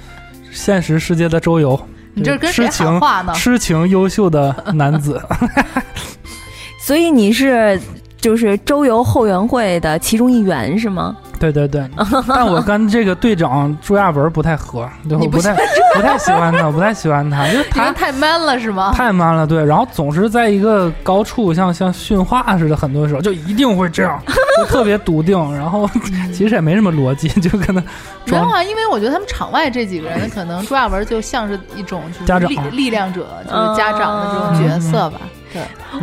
[SPEAKER 1] 现实世界的周游，
[SPEAKER 6] 你这是跟谁
[SPEAKER 1] 痴
[SPEAKER 6] 喊
[SPEAKER 1] 情
[SPEAKER 6] 话呢？
[SPEAKER 1] 痴情优秀的男子，
[SPEAKER 3] 所以你是就是周游后援会的其中一员是吗？
[SPEAKER 1] 对对对，但我跟这个队长朱亚文不太合，对我
[SPEAKER 6] 你不
[SPEAKER 1] 不太 不太喜欢他，我不太喜欢他，因为
[SPEAKER 6] 你
[SPEAKER 1] 他
[SPEAKER 6] 们太 man 了是吗？
[SPEAKER 1] 太 man 了，对，然后总是在一个高处，像像训话似的，很多时候就一定会这样，就特别笃定，然后其实也没什么逻辑， 就可能
[SPEAKER 6] 没有
[SPEAKER 1] 装
[SPEAKER 6] 啊，因为我觉得他们场外这几个人，可能朱亚文就像是一种就是
[SPEAKER 1] 家长嗯
[SPEAKER 6] 力力量者，就是家长的这种角色吧。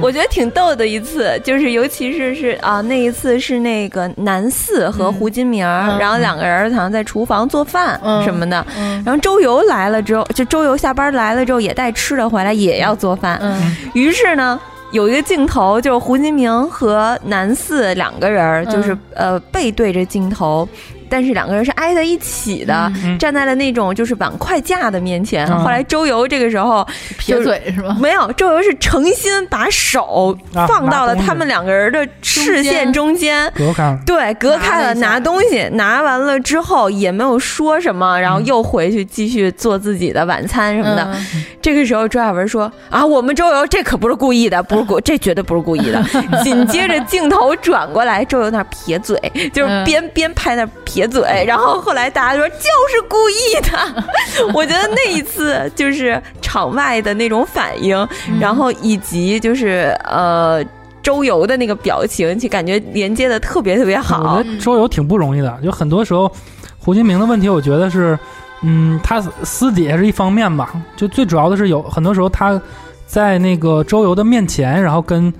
[SPEAKER 3] 我觉得挺逗的一次，就是尤其是是啊，那一次是那个南四和胡金明儿，
[SPEAKER 6] 嗯
[SPEAKER 3] 然后两个人好像在厨房做饭
[SPEAKER 6] 嗯
[SPEAKER 3] 什么的。
[SPEAKER 6] 嗯
[SPEAKER 3] 然后周游来了之后，就周游下班来了之后也带吃的回来，也要做饭。
[SPEAKER 6] 嗯
[SPEAKER 3] 于是呢，有一个镜头就是胡金明和南四两个人
[SPEAKER 1] 嗯
[SPEAKER 3] 儿，就是、呃背对着镜头，但是两个人是挨在一起的。
[SPEAKER 6] 嗯
[SPEAKER 1] 嗯
[SPEAKER 3] 站在了那种就是碗筷架的面前，
[SPEAKER 1] 嗯
[SPEAKER 3] 后来周游这个时候
[SPEAKER 6] 撇嘴是吗？
[SPEAKER 3] 没有，周游是诚心把手
[SPEAKER 1] 啊
[SPEAKER 3] 放到
[SPEAKER 1] 拿
[SPEAKER 3] 了
[SPEAKER 1] 东西
[SPEAKER 3] 他们两个人的视线中间，
[SPEAKER 1] 隔开了。
[SPEAKER 3] 对，隔开了拿
[SPEAKER 6] 拿了一下
[SPEAKER 3] 东西，拿完了之后也没有说什么，然后
[SPEAKER 1] 嗯
[SPEAKER 3] 又回去继续做自己的晚餐什么的。
[SPEAKER 6] 嗯
[SPEAKER 3] 这个时候，周亚文说：“啊，我们周游这可不是故意的，不是故， 这绝对不是故意 的。”紧接着镜头转过来，周游那儿撇嘴，就是
[SPEAKER 6] 嗯
[SPEAKER 3] 边边拍那儿撇嘴，然后后来大家就说就是故意的。 我觉得那一次就是场外的那种反应，然
[SPEAKER 1] 嗯
[SPEAKER 3] 后以及就是呃。周游的那个表情，就感觉连接的特别特别好
[SPEAKER 1] 我。觉得周游挺不容易的，就很多时候胡金明的问题，我觉得是，嗯，他私底下是一方面吧，就最主要的是有很多时候他在那个周游的面前，然后跟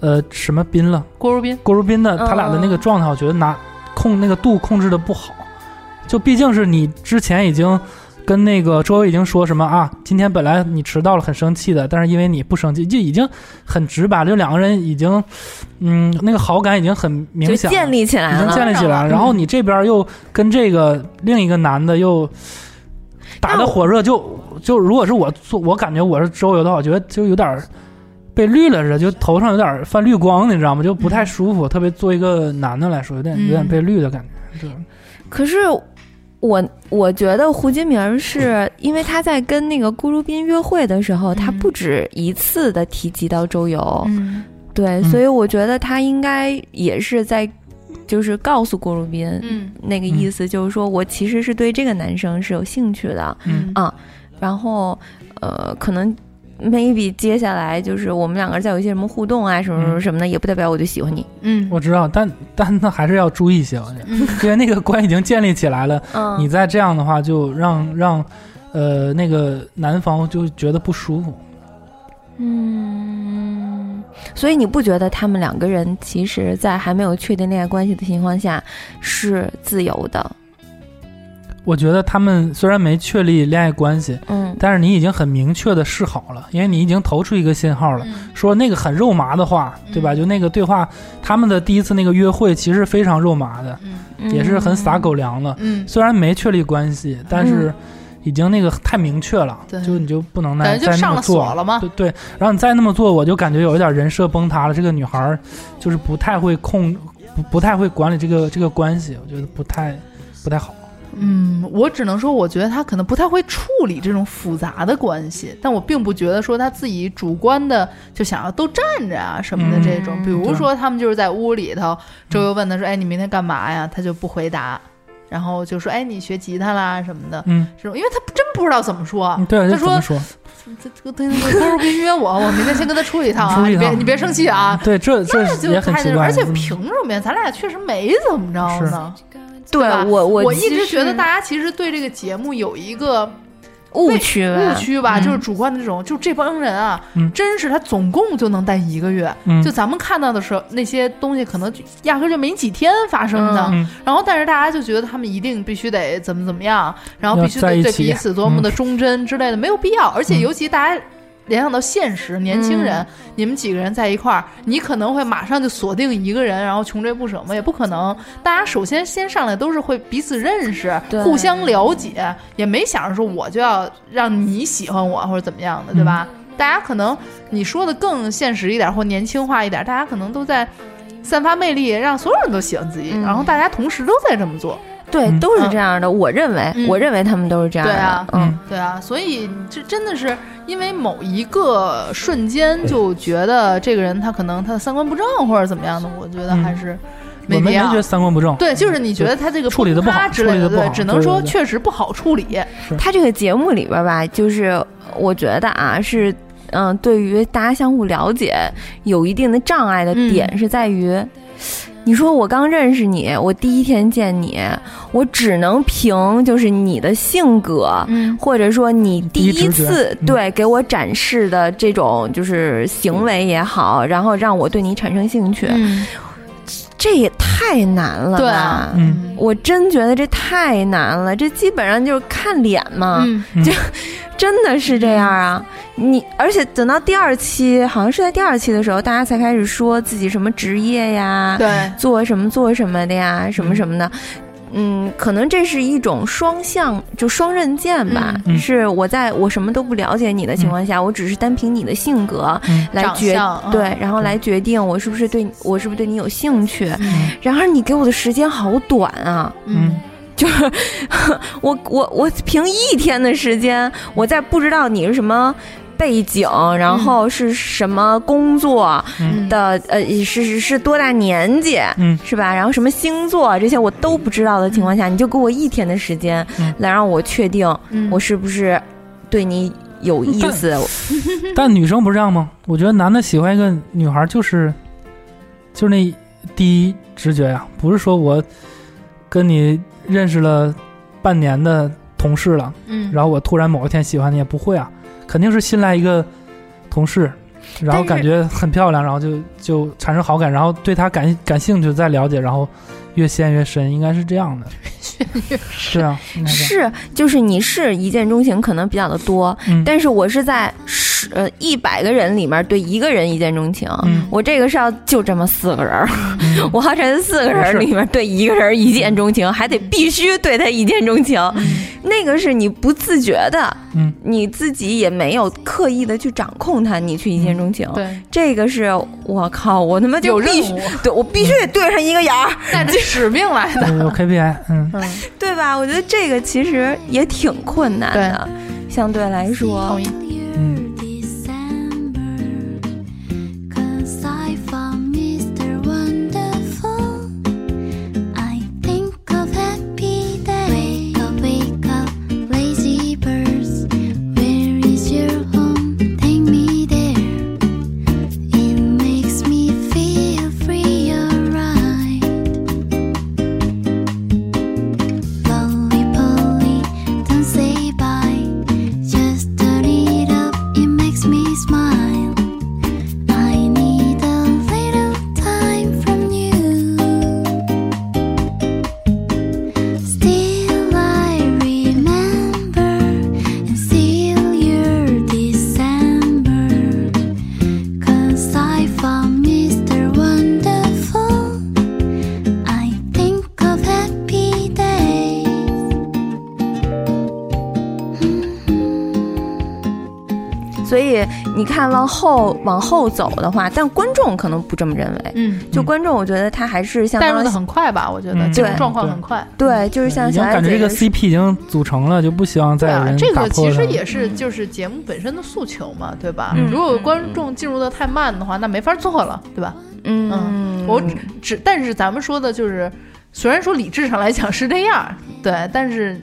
[SPEAKER 1] 呃什么斌了。
[SPEAKER 6] 郭如斌，
[SPEAKER 1] 郭如斌的
[SPEAKER 3] 嗯
[SPEAKER 1] 他俩的那个状态，我觉得拿控那个度控制的不好，就毕竟是你之前已经跟那个周围已经说什么啊，今天本来你迟到了很生气的，但是因为你不生气，就已经很直白，就两个人已经嗯那个好感已经很
[SPEAKER 3] 就
[SPEAKER 1] 明显了，
[SPEAKER 3] 建立起来
[SPEAKER 1] 已经
[SPEAKER 3] 了，
[SPEAKER 1] 建立起来了，然后你这边又跟这个另一个男的又。打的火热就就如果是我做，我感觉我是周游的话，我觉得就有点儿被绿了似的，就头上有点儿泛绿光，你知道吗？就不太舒服，特别作为一个男的来说，有点有点
[SPEAKER 6] 嗯
[SPEAKER 1] 被绿的感觉。对，
[SPEAKER 3] 可是我我觉得胡金明儿是因为他在跟那个顾如斌约会的时候，他
[SPEAKER 6] 嗯
[SPEAKER 3] 不止一次的提及到周游，
[SPEAKER 6] 嗯
[SPEAKER 3] 对，
[SPEAKER 1] 嗯
[SPEAKER 3] 所以我觉得他应该也是在就是告诉顾如斌。
[SPEAKER 6] 嗯
[SPEAKER 3] 那个意思就是说，我其实是对这个男生是有兴趣的，
[SPEAKER 1] 嗯
[SPEAKER 3] 啊然后，呃，可能 maybe 接下来就是我们两个人再有一些什么互动啊，什么什么
[SPEAKER 1] 嗯
[SPEAKER 3] 什么的，也不代表我就喜欢你。
[SPEAKER 6] 嗯
[SPEAKER 1] 我知道，但但那还是要注意一些，我觉得，
[SPEAKER 6] 嗯
[SPEAKER 1] 因为那个关已经建立起来了，
[SPEAKER 3] 嗯，
[SPEAKER 1] 你再这样的话，就让让呃那个男方就觉得不舒服。
[SPEAKER 3] 嗯，所以你不觉得他们两个人其实，在还没有确定恋爱关系的情况下是自由的？
[SPEAKER 1] 我觉得他们虽然没确立恋爱关系，
[SPEAKER 3] 嗯，
[SPEAKER 1] 但是你已经很明确的示好了，因为你已经投出一个信号了，
[SPEAKER 6] 嗯
[SPEAKER 1] 说那个很肉麻的话，对吧？
[SPEAKER 6] 嗯
[SPEAKER 1] 就那个对话，他们的第一次那个约会其实非常肉麻的，嗯也是很撒狗粮的。
[SPEAKER 6] 嗯，
[SPEAKER 1] 虽然没确立关系，但是已经那个太明确了，
[SPEAKER 6] 对
[SPEAKER 1] 就你就不能再
[SPEAKER 6] 感觉就
[SPEAKER 1] 再那
[SPEAKER 6] 上
[SPEAKER 1] 么
[SPEAKER 6] 了
[SPEAKER 1] 做
[SPEAKER 6] 锁了嘛。
[SPEAKER 1] 对对，然后你再那么做，我就感觉有一点人设崩塌了。这个女孩儿就是不太会控，不不太会管理这个这个关系，我觉得不太不太好。
[SPEAKER 6] 嗯，我只能说，我觉得他可能不太会处理这种复杂的关系，但我并不觉得说他自己主观的就想要都站着啊什么的这种。
[SPEAKER 3] 嗯
[SPEAKER 6] 比如
[SPEAKER 1] 对
[SPEAKER 6] 说，他们就是在屋里
[SPEAKER 1] 嗯
[SPEAKER 6] 头，周游问他说：“哎，你明天干嘛呀？”他就不回答，然后就说：“哎，你学吉他啦什么的。”
[SPEAKER 1] 嗯，
[SPEAKER 6] 这种，因为他真不知道怎么说。
[SPEAKER 1] 对，
[SPEAKER 6] 他
[SPEAKER 1] 就怎么
[SPEAKER 6] 啊说
[SPEAKER 1] 说？
[SPEAKER 6] 这这个东西，不如别约我，我明天先跟他出去一趟啊！
[SPEAKER 1] 出去一
[SPEAKER 6] 你别
[SPEAKER 1] 趟
[SPEAKER 6] 你别生气啊！
[SPEAKER 1] 对，这这
[SPEAKER 6] 那就
[SPEAKER 1] 也很
[SPEAKER 6] 太
[SPEAKER 1] 奇
[SPEAKER 6] 那
[SPEAKER 1] 怪，嗯
[SPEAKER 6] 而且凭什么呀？咱俩确实没怎么着呢。
[SPEAKER 3] 对
[SPEAKER 6] 吧
[SPEAKER 3] 我
[SPEAKER 6] 我
[SPEAKER 3] 我
[SPEAKER 6] 一直
[SPEAKER 3] 其
[SPEAKER 6] 觉得
[SPEAKER 3] 实
[SPEAKER 6] 大家其实对这个节目有一个
[SPEAKER 3] 误区吧
[SPEAKER 6] 误区吧，
[SPEAKER 2] 嗯
[SPEAKER 6] 就是主观的这种，就这帮人啊，
[SPEAKER 1] 嗯
[SPEAKER 6] 真是他总共就能待一个月，
[SPEAKER 1] 嗯
[SPEAKER 6] 就咱们看到的时候，那些东西可能就压根儿就没几天发生的，
[SPEAKER 1] 嗯嗯
[SPEAKER 6] 然后但是大家就觉得他们一定必须得怎么怎么样，然后必须
[SPEAKER 1] 要在
[SPEAKER 6] 得
[SPEAKER 1] 一
[SPEAKER 6] 对
[SPEAKER 1] 起
[SPEAKER 6] 彼此多么的忠贞之类的，没有必要，而且
[SPEAKER 1] 嗯
[SPEAKER 6] 尤其大家。联想到现实，年轻人，
[SPEAKER 3] 嗯
[SPEAKER 6] 你们几个人在一块儿，你可能会马上就锁定一个人，然后穷追不舍吗？也不可能。大家首先先上来都是会彼此认识
[SPEAKER 3] 对，
[SPEAKER 6] 互相了解，也没想着说我就要让你喜欢我或者怎么样的，对吧？
[SPEAKER 3] 嗯
[SPEAKER 6] 大家可能你说的更现实一点或年轻化一点，大家可能都在散发魅力，让所有人都喜欢自己，
[SPEAKER 3] 嗯
[SPEAKER 6] 然后大家同时都在这么做，
[SPEAKER 3] 对
[SPEAKER 1] 嗯
[SPEAKER 3] 都是这样的，我认为
[SPEAKER 6] 嗯
[SPEAKER 3] 我认为他们都是这样
[SPEAKER 6] 对啊
[SPEAKER 3] 的，嗯，
[SPEAKER 6] 对啊，所以这真的是因为某一个瞬间就觉得这个人他可能他的三观不正或者怎么样的，我觉得
[SPEAKER 1] 嗯
[SPEAKER 6] 还是
[SPEAKER 1] 我
[SPEAKER 6] 没
[SPEAKER 1] 们
[SPEAKER 6] 必
[SPEAKER 1] 没
[SPEAKER 6] 要
[SPEAKER 1] 觉。得三观不正，
[SPEAKER 6] 对，就是你觉得他这个
[SPEAKER 1] 处理得不好
[SPEAKER 6] 崩塌之类的，
[SPEAKER 1] 处理得不好
[SPEAKER 6] 对，只能说
[SPEAKER 1] 对对对
[SPEAKER 6] 确实不好处理。
[SPEAKER 3] 他这个节目里边吧，就是我觉得啊是。嗯，对于大家相互了解有一定的障碍的
[SPEAKER 6] 嗯
[SPEAKER 3] 点是在于，你说我刚认识你，我第一天见你，我只能凭就是你的性格，
[SPEAKER 6] 嗯
[SPEAKER 3] 或者说你第
[SPEAKER 1] 第一
[SPEAKER 3] 一
[SPEAKER 1] 直觉
[SPEAKER 3] 次
[SPEAKER 1] 嗯
[SPEAKER 3] 对给我展示的这种就是行为也
[SPEAKER 1] 嗯
[SPEAKER 3] 好，然后让我对你产生兴趣，
[SPEAKER 6] 嗯，
[SPEAKER 3] 这也太难了
[SPEAKER 6] 对
[SPEAKER 3] 吧
[SPEAKER 6] 啊？
[SPEAKER 1] 嗯
[SPEAKER 3] 我真觉得这太难了，这基本上就是看脸嘛，
[SPEAKER 6] 嗯
[SPEAKER 3] 真的是这样啊！你而且等到第二期，好像是在第二期的时候，大家才开始说自己什么职业呀，
[SPEAKER 6] 对，
[SPEAKER 3] 做什么做什么的呀，什么什么的。嗯，可能这是一种双向，就双刃剑吧。
[SPEAKER 1] 嗯嗯
[SPEAKER 3] 是我在我什么都不了解你的情况下，我只是单凭你的性格
[SPEAKER 1] 嗯
[SPEAKER 3] 来
[SPEAKER 6] 嗯长
[SPEAKER 3] 决、
[SPEAKER 6] 相
[SPEAKER 3] 对，，然后来决定我是不是对你我是不是对你有兴趣。
[SPEAKER 6] 嗯
[SPEAKER 3] 然而你给我的时间好短啊！
[SPEAKER 1] 嗯
[SPEAKER 6] 嗯
[SPEAKER 3] 就是 我我我凭一天的时间，我在不知道你是什么背景，然
[SPEAKER 1] 嗯
[SPEAKER 3] 后是什么工作
[SPEAKER 6] 嗯
[SPEAKER 3] 的，呃，是是是多大年纪，
[SPEAKER 1] 嗯
[SPEAKER 3] 是吧？然后什么星座啊这些我都不知道的情况下，你就给我一天的时间
[SPEAKER 1] 嗯
[SPEAKER 3] 来让我确定
[SPEAKER 6] 嗯
[SPEAKER 3] 我是不是对你有意思。
[SPEAKER 1] 但女生不是这样吗？我觉得男的喜欢一个女孩就是就是那第一直觉呀、不是说我跟你认识了半年的同事了，
[SPEAKER 6] 嗯，
[SPEAKER 1] 然后我突然某一天喜欢你，也不会啊，肯定是新来一个同事。然后
[SPEAKER 3] 但
[SPEAKER 1] 感
[SPEAKER 3] 是
[SPEAKER 1] 觉很漂亮，然后就就产生好感，然后对她感感兴趣，再了解，然后越陷越深，应该是这 样的。是啊，应该这样
[SPEAKER 3] 是，就是你是一见钟情可能比较的多，
[SPEAKER 1] 嗯，
[SPEAKER 3] 但是我是在十呃一百个人里面对一个人一见钟情。
[SPEAKER 1] 嗯
[SPEAKER 3] 我这个是要就这么四个人儿，
[SPEAKER 1] 嗯
[SPEAKER 3] 我要这四个人儿里面对一个人一见钟情，还得必须对他一见钟情，那个是你不自觉的，
[SPEAKER 1] 嗯，
[SPEAKER 3] 你自己也没有刻意的去掌控他，你去一见钟情。
[SPEAKER 6] 嗯对，
[SPEAKER 3] 这个是我靠，我他妈就
[SPEAKER 6] 有任
[SPEAKER 3] 嗯必须
[SPEAKER 6] 务，
[SPEAKER 3] 对我必须得对上一个眼儿，
[SPEAKER 6] 带着使命来的。
[SPEAKER 1] 对有 KPI，嗯，
[SPEAKER 6] 嗯，
[SPEAKER 3] 对吧？我觉得这个其实也挺困难的，相对来说
[SPEAKER 6] 同，意。
[SPEAKER 1] 嗯。
[SPEAKER 4] Cause I found Mr. Wonderful. I think of happy days. Wake up, wake up, lazy birds. Where is your home? Take me there. It makes me feel free, alright. Polly, Polly, don't say bye. Just turn it up, it makes me smile. I need a little time from you. Still I remember, and still you're December. 'Cause I found Mr. Wonderful. I think of happy days.
[SPEAKER 3] 所以你看往后往后走的话，但观众可能不这么认为。
[SPEAKER 6] 嗯，
[SPEAKER 3] 就
[SPEAKER 1] 嗯
[SPEAKER 3] 观众，我觉得他还是相
[SPEAKER 6] 带入
[SPEAKER 3] 当
[SPEAKER 6] 的很快吧，我觉得
[SPEAKER 1] 嗯
[SPEAKER 6] 进入
[SPEAKER 3] 对
[SPEAKER 6] 状况
[SPEAKER 1] 对
[SPEAKER 6] 很快。
[SPEAKER 3] 对，就是
[SPEAKER 1] 已
[SPEAKER 3] 像
[SPEAKER 1] 经
[SPEAKER 3] 小艾
[SPEAKER 1] 嗯感觉这
[SPEAKER 3] 姐
[SPEAKER 1] 个 CP 已经组成了，就不希望再
[SPEAKER 6] 对
[SPEAKER 1] 有
[SPEAKER 6] 啊
[SPEAKER 1] 人，
[SPEAKER 6] 这
[SPEAKER 1] 打
[SPEAKER 6] 个
[SPEAKER 1] 破
[SPEAKER 6] 其
[SPEAKER 1] 它
[SPEAKER 6] 实也是就是节目本身的诉求嘛，对吧？
[SPEAKER 1] 嗯
[SPEAKER 6] 如果观众进入的太慢的话，那没法做了，对吧？
[SPEAKER 3] 嗯，
[SPEAKER 6] 我只但是咱们说的就是，虽然说理智上来讲是这样，对，但是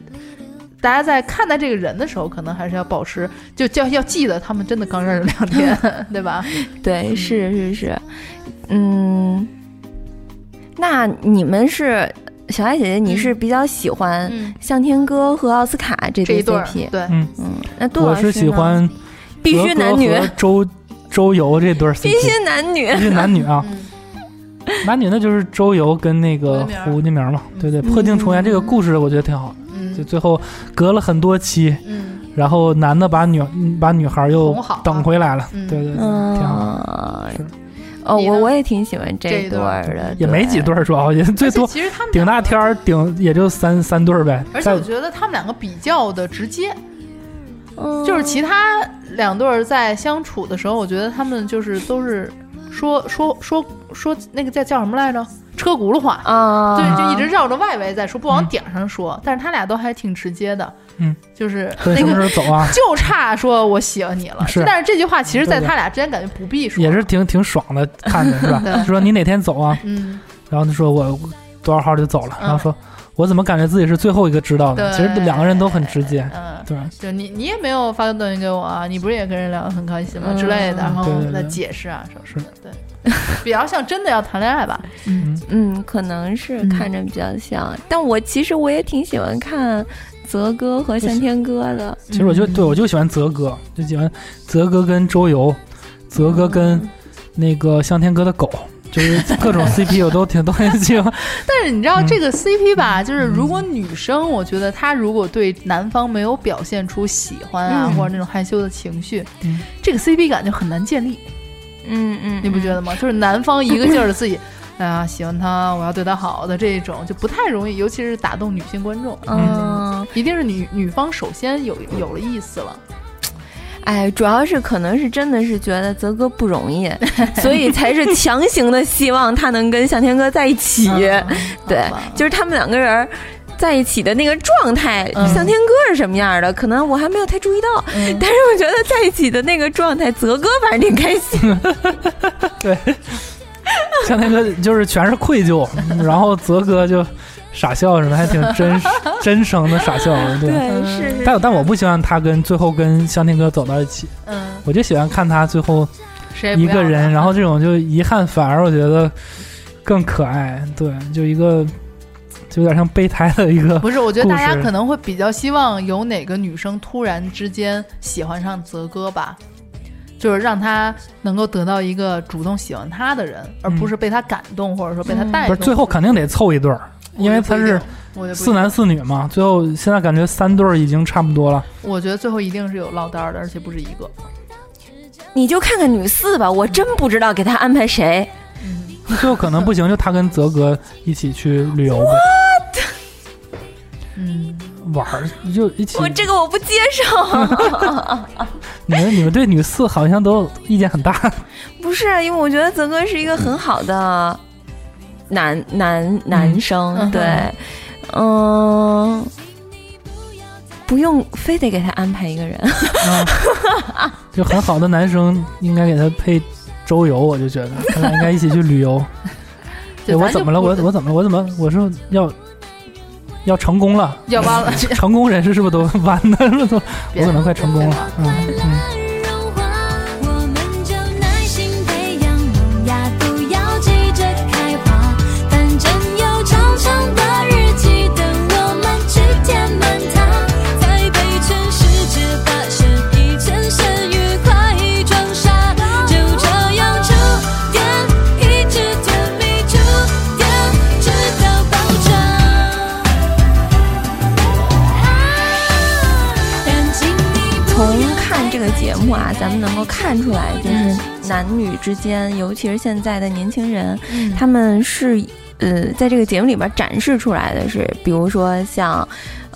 [SPEAKER 6] 大家在看待这个人的时候，可能还是要保持，就就要记得他们真的刚认识两天，对吧？
[SPEAKER 3] 对，是是是，嗯，那你们是小爱姐姐，你是比较喜欢
[SPEAKER 6] 嗯，
[SPEAKER 3] 向天歌和奥斯卡这
[SPEAKER 6] 这一
[SPEAKER 3] 对
[SPEAKER 6] 对儿
[SPEAKER 3] CP？
[SPEAKER 6] 对，
[SPEAKER 1] 嗯，
[SPEAKER 3] 嗯，那杜
[SPEAKER 6] 啊
[SPEAKER 1] 我
[SPEAKER 3] 老师
[SPEAKER 1] 是喜
[SPEAKER 3] 呢
[SPEAKER 1] 欢
[SPEAKER 3] 必须
[SPEAKER 1] 德哥
[SPEAKER 3] 男女，
[SPEAKER 1] 和周周游这对儿 CP，
[SPEAKER 3] 必须男女
[SPEAKER 1] 必。须男女啊，
[SPEAKER 6] 嗯
[SPEAKER 1] 男女那就是周游跟那个
[SPEAKER 6] 胡
[SPEAKER 1] 胡金明嘛，对对，
[SPEAKER 3] 嗯
[SPEAKER 1] 破镜重圆这个故事我觉得挺好，就
[SPEAKER 6] 嗯
[SPEAKER 1] 最后隔了很多期，
[SPEAKER 6] 嗯
[SPEAKER 1] 然后男的把女把女孩又
[SPEAKER 6] 哄好啊
[SPEAKER 1] 等回来了，
[SPEAKER 6] 嗯
[SPEAKER 1] 对对对，挺好。
[SPEAKER 3] 嗯
[SPEAKER 1] 是，
[SPEAKER 3] 哦，
[SPEAKER 6] 你
[SPEAKER 3] 我
[SPEAKER 6] 呢
[SPEAKER 3] 我也挺喜欢
[SPEAKER 6] 这
[SPEAKER 3] 这
[SPEAKER 6] 一对
[SPEAKER 3] 一对
[SPEAKER 6] 儿
[SPEAKER 3] 儿的，
[SPEAKER 1] 也没几对儿，主要也最
[SPEAKER 6] 而且
[SPEAKER 1] 多
[SPEAKER 6] 其实他们
[SPEAKER 1] 顶
[SPEAKER 6] 两
[SPEAKER 1] 大
[SPEAKER 6] 个
[SPEAKER 1] 天儿顶也就三三对儿呗，
[SPEAKER 6] 而且
[SPEAKER 1] 再
[SPEAKER 6] 我觉得他们两个比较的直接，
[SPEAKER 3] 嗯，
[SPEAKER 6] 就是其他两对儿在相处的时候，我觉得他们就是都是说说说说那个叫叫什么来着？车轱辘话，
[SPEAKER 3] 啊，
[SPEAKER 6] 对，就一直绕着外围在说，不往
[SPEAKER 1] 嗯
[SPEAKER 6] 点儿上说。但是他俩都还挺直接的，
[SPEAKER 1] 嗯，
[SPEAKER 6] 就是
[SPEAKER 1] 对
[SPEAKER 6] 那
[SPEAKER 1] 什么
[SPEAKER 6] 个
[SPEAKER 1] 时候走 啊，
[SPEAKER 6] 就差说我喜欢你了。
[SPEAKER 1] 是
[SPEAKER 6] 但是这句话其实，在
[SPEAKER 1] 对对
[SPEAKER 6] 他俩之间感觉不必说，？
[SPEAKER 1] 也是挺挺爽的，看着是吧
[SPEAKER 6] 对
[SPEAKER 1] 说你哪天走啊？
[SPEAKER 6] 嗯，
[SPEAKER 1] 然后他说我多少号就走了，
[SPEAKER 6] 嗯
[SPEAKER 1] 然后说我怎么感觉自己是最后一个知道的？
[SPEAKER 6] 对
[SPEAKER 1] 嗯其实两个人都很直接，
[SPEAKER 6] 嗯。
[SPEAKER 1] 对，
[SPEAKER 6] 就你，你也没有发个短信给我啊，你不是也跟人聊得很开心吗？
[SPEAKER 3] 嗯
[SPEAKER 6] 之类的，然后
[SPEAKER 1] 对对对
[SPEAKER 6] 再解释啊什么的，对， 比较像真的要谈恋爱吧。
[SPEAKER 3] 嗯，可能是看着比较像，但我其实我也挺喜欢看泽哥和向天歌的，
[SPEAKER 1] 其实我就对我就喜欢泽哥，就喜欢泽哥跟周游，泽哥跟那个向天哥的狗，就是各种 CP 我都挺都很喜欢。
[SPEAKER 6] 但是你知道
[SPEAKER 1] 嗯
[SPEAKER 6] 这个 CP 吧，就是如果女生，我觉得她如果对男方没有表现出喜欢啊，
[SPEAKER 3] 嗯
[SPEAKER 6] 或者那种害羞的情绪，
[SPEAKER 1] 嗯
[SPEAKER 6] 这个 CP 感就很难建立，
[SPEAKER 3] 嗯嗯，
[SPEAKER 6] 你不觉 得吗？就是男方一个劲儿的自己，哎呀喜欢他，我要对他好的这种，就不太容易，尤其是打动女性观众，
[SPEAKER 3] 嗯，
[SPEAKER 6] 一定是女女方首先有有了意思了，
[SPEAKER 3] 哎，主要是可能是真的是觉得泽哥不容易， 所以才是强行的希望他能跟向天哥在一起。
[SPEAKER 6] 嗯
[SPEAKER 3] 对
[SPEAKER 6] 好吧，
[SPEAKER 3] 就是他们两个人儿在一起的那个状态，
[SPEAKER 6] 嗯
[SPEAKER 3] 向天歌是什么样的，可能我还没有太注意到，
[SPEAKER 6] 嗯
[SPEAKER 3] 但是我觉得在一起的那个状态，泽哥反正挺开心。
[SPEAKER 1] 向天哥就是全是愧疚，然后泽哥就傻笑什么，还挺真实真诚的傻笑，对。
[SPEAKER 3] 是是
[SPEAKER 1] 但但我不希望他跟最后跟向天哥走到一起，
[SPEAKER 6] 嗯，
[SPEAKER 1] 我就喜欢看他最后
[SPEAKER 6] 谁哎也不
[SPEAKER 1] 一
[SPEAKER 6] 要
[SPEAKER 1] 个人，
[SPEAKER 6] 了
[SPEAKER 1] 然后这种就遗憾反而我觉得更可爱，对，就一个就有点像备胎的 一个，
[SPEAKER 6] 不是，我觉得
[SPEAKER 1] 故
[SPEAKER 6] 大家
[SPEAKER 1] 事
[SPEAKER 6] 可能会比较希望有哪个女生突然之间喜欢上泽哥吧，就是让他能够得到一个主动喜欢他的人，而
[SPEAKER 1] 嗯
[SPEAKER 6] 不是被他感动，或者说被他带
[SPEAKER 1] 不
[SPEAKER 6] 动。
[SPEAKER 1] 是最后肯定得凑一对儿，因为他是
[SPEAKER 6] 我就不一定
[SPEAKER 1] 四男，四女嘛，最后现在感觉三对儿已经差不多了。
[SPEAKER 6] 我觉得最后一定是有落单的，而且不止一个。
[SPEAKER 3] 你就看看女四吧，我真不知道给他安排谁。
[SPEAKER 6] 嗯，
[SPEAKER 1] 那最后可能不行，就他跟泽哥一起去旅游呗，
[SPEAKER 6] 嗯，
[SPEAKER 1] 玩儿就一起。
[SPEAKER 3] 我这个我不接 受，
[SPEAKER 1] 你们你们对女四好像都意见很大，
[SPEAKER 3] 不是因为我觉得泽哥是一个很好的男男男生，
[SPEAKER 6] 嗯
[SPEAKER 3] 对，嗯、不用非得给他安排一个人。
[SPEAKER 1] 嗯、就很好的男生应该给他配周游，我就觉得他俩应该一起去旅游。哎
[SPEAKER 6] 对，
[SPEAKER 1] 我
[SPEAKER 6] 咱就
[SPEAKER 1] 怎么了？
[SPEAKER 6] 不
[SPEAKER 1] 我我怎么了？我怎么我说要要成功了？
[SPEAKER 6] 要弯 了？
[SPEAKER 1] 成功人士是不是都 弯的？是不是都
[SPEAKER 6] 别
[SPEAKER 1] 我可能快成功了。嗯嗯。
[SPEAKER 4] 融化，我们就耐心培养萌芽，不要急着开花。反正有长长的日期等我们去填满它。再被全世界发现，以前生愉快装傻，就这样触电，一直甜蜜触电，直到爆炸。但请你 不
[SPEAKER 3] 从
[SPEAKER 4] 要
[SPEAKER 3] 看这个节目啊，咱们能够看出来，就是男女之间，尤其是现在的年轻人，
[SPEAKER 6] 嗯
[SPEAKER 3] 他们是呃，在这个节目里边展示出来的是，比如说像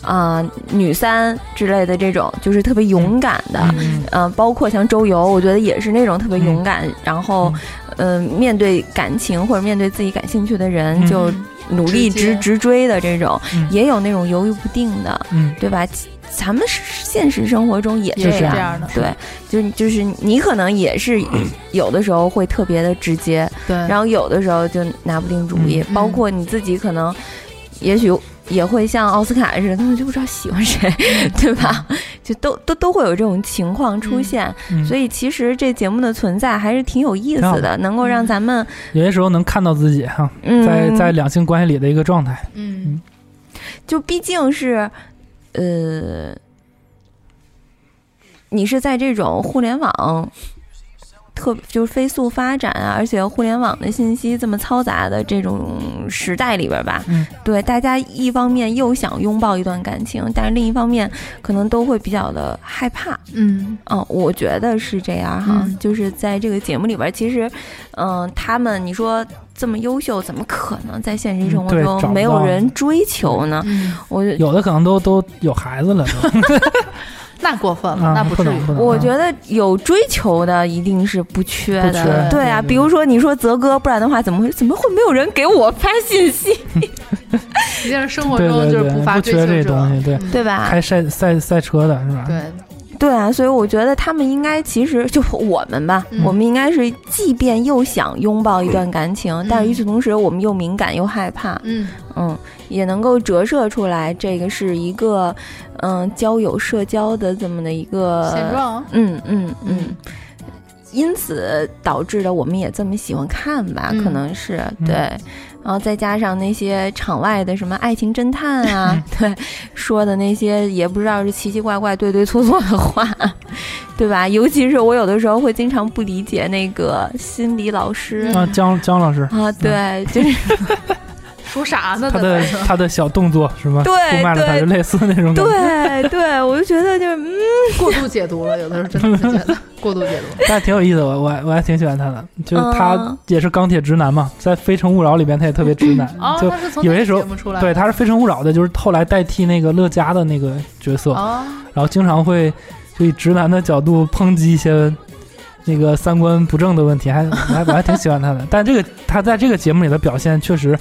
[SPEAKER 3] 啊、呃女三之类的这种，就是特别勇敢的。
[SPEAKER 1] 嗯
[SPEAKER 3] 呃，包括像周游，我觉得也是那种特别勇敢，然后，呃，面对感情或者面对自己感兴趣的人，
[SPEAKER 1] 嗯
[SPEAKER 3] 就努力
[SPEAKER 6] 直接
[SPEAKER 3] 直直追的这种，
[SPEAKER 1] 嗯
[SPEAKER 3] 也有那种犹豫不定的，
[SPEAKER 1] 嗯，
[SPEAKER 3] 对吧？其咱们是现实生活中也
[SPEAKER 6] 也是
[SPEAKER 3] 这
[SPEAKER 6] 这
[SPEAKER 3] 样，
[SPEAKER 6] 样的，
[SPEAKER 3] 对，就是就是你可能也是有的时候会特别的直接，
[SPEAKER 6] 对，
[SPEAKER 3] 然后有的时候就拿不定主意，
[SPEAKER 6] 嗯
[SPEAKER 3] 包括你自己可能，也许也会像奥斯卡似的，根本就不知道喜欢谁， 对吧？就都都都会有这种情况出现。
[SPEAKER 1] 嗯
[SPEAKER 3] 所以其实这节目的存在还是挺有意思
[SPEAKER 1] 挺好
[SPEAKER 3] 的，能够让咱们
[SPEAKER 1] 嗯有些时候能看到自己哈，
[SPEAKER 3] 嗯，
[SPEAKER 1] 在在两性关系里的一个状态。
[SPEAKER 6] 嗯
[SPEAKER 3] 就毕竟是，呃，你是在这种互联网特就是飞速发展啊，而且互联网的信息这么嘈杂的这种时代里边吧，
[SPEAKER 1] 嗯
[SPEAKER 3] 对大家一方面又想拥抱一段感情，但是另一方面可能都会比较的害怕，
[SPEAKER 6] 嗯
[SPEAKER 3] 嗯，我觉得是这样哈，
[SPEAKER 6] 嗯
[SPEAKER 3] 就是在这个节目里边儿，其实，嗯、他们你说这么优秀，怎么可能在现实生活
[SPEAKER 1] 嗯对找
[SPEAKER 3] 中
[SPEAKER 1] 不
[SPEAKER 3] 没有
[SPEAKER 1] 到
[SPEAKER 3] 人追求呢？
[SPEAKER 6] 嗯，
[SPEAKER 3] 我就
[SPEAKER 1] 有的可能都都有孩子了，都
[SPEAKER 6] 那过分了，
[SPEAKER 1] 啊
[SPEAKER 6] 那，不
[SPEAKER 1] 不
[SPEAKER 6] 至
[SPEAKER 1] 能
[SPEAKER 6] 于。
[SPEAKER 1] 不能。
[SPEAKER 3] 我觉得有追求的一定是不缺
[SPEAKER 1] 不
[SPEAKER 3] 的，
[SPEAKER 1] 缺
[SPEAKER 3] 对啊，
[SPEAKER 1] 对对
[SPEAKER 3] 比如说你说泽哥，不然的话怎么会怎么会没有人给我发信息，
[SPEAKER 6] 实际上生活
[SPEAKER 1] 对
[SPEAKER 6] 中
[SPEAKER 1] 对
[SPEAKER 6] 就是
[SPEAKER 1] 对
[SPEAKER 6] 乏
[SPEAKER 1] 不
[SPEAKER 6] 追
[SPEAKER 1] 缺
[SPEAKER 6] 求
[SPEAKER 1] 这
[SPEAKER 6] 者，
[SPEAKER 1] 东西对
[SPEAKER 6] 嗯
[SPEAKER 3] 对吧？
[SPEAKER 1] 开赛赛赛车的是吧？
[SPEAKER 6] 对，
[SPEAKER 3] 对啊，所以我觉得他们应该其实就我们吧，
[SPEAKER 6] 嗯
[SPEAKER 3] 我们应该是既便又想拥抱一段感情，但是
[SPEAKER 6] 嗯
[SPEAKER 3] 与此同时，我们又敏感又害怕，
[SPEAKER 6] 嗯
[SPEAKER 3] 嗯，也能够折射出来，这个是一个嗯交友社交的这么的一个
[SPEAKER 1] 呃
[SPEAKER 6] 现，状，
[SPEAKER 3] 嗯嗯嗯，因此导致的我们也这么喜欢看吧，
[SPEAKER 6] 嗯
[SPEAKER 3] 可能是
[SPEAKER 1] 嗯
[SPEAKER 3] 对。然后再加上那些场外的什么爱情侦探 啊，对，说的那些也不知道是奇奇怪怪、对对错错的话， 对吧？尤其是我有的时候会经常不理解那个心理老师
[SPEAKER 6] 嗯
[SPEAKER 1] 啊，姜姜老师
[SPEAKER 3] 啊，对，就是
[SPEAKER 6] 说啥呢？
[SPEAKER 1] 他
[SPEAKER 6] 在
[SPEAKER 1] 的
[SPEAKER 6] 那儿
[SPEAKER 1] 他的小动作是吧？
[SPEAKER 3] 对
[SPEAKER 1] 出卖了他，
[SPEAKER 3] 对
[SPEAKER 1] 就类似那种感觉。
[SPEAKER 3] 对对，我就觉得就是嗯，
[SPEAKER 6] 过度解读了，有的时候真的是觉 得过度解 读。
[SPEAKER 1] 但挺有意思的，我我还我还挺喜欢他的，就是他
[SPEAKER 3] 嗯
[SPEAKER 1] 也是钢铁直男嘛，在《非诚勿扰》里边他也特别直男，
[SPEAKER 6] 哦，
[SPEAKER 1] 就
[SPEAKER 6] 那是从
[SPEAKER 1] 有
[SPEAKER 6] 那
[SPEAKER 1] 些
[SPEAKER 6] 个
[SPEAKER 1] 时候
[SPEAKER 6] 节目出来
[SPEAKER 1] 对
[SPEAKER 6] 的，
[SPEAKER 1] 他是《非诚勿扰》的，就是后来代替那个乐嘉的那个角色，
[SPEAKER 6] 哦，
[SPEAKER 1] 然后经常会就以直男的角度抨击一些那个三观不正的问题，还我还我还挺喜欢他的。但这个他在这个节目里的表现确实，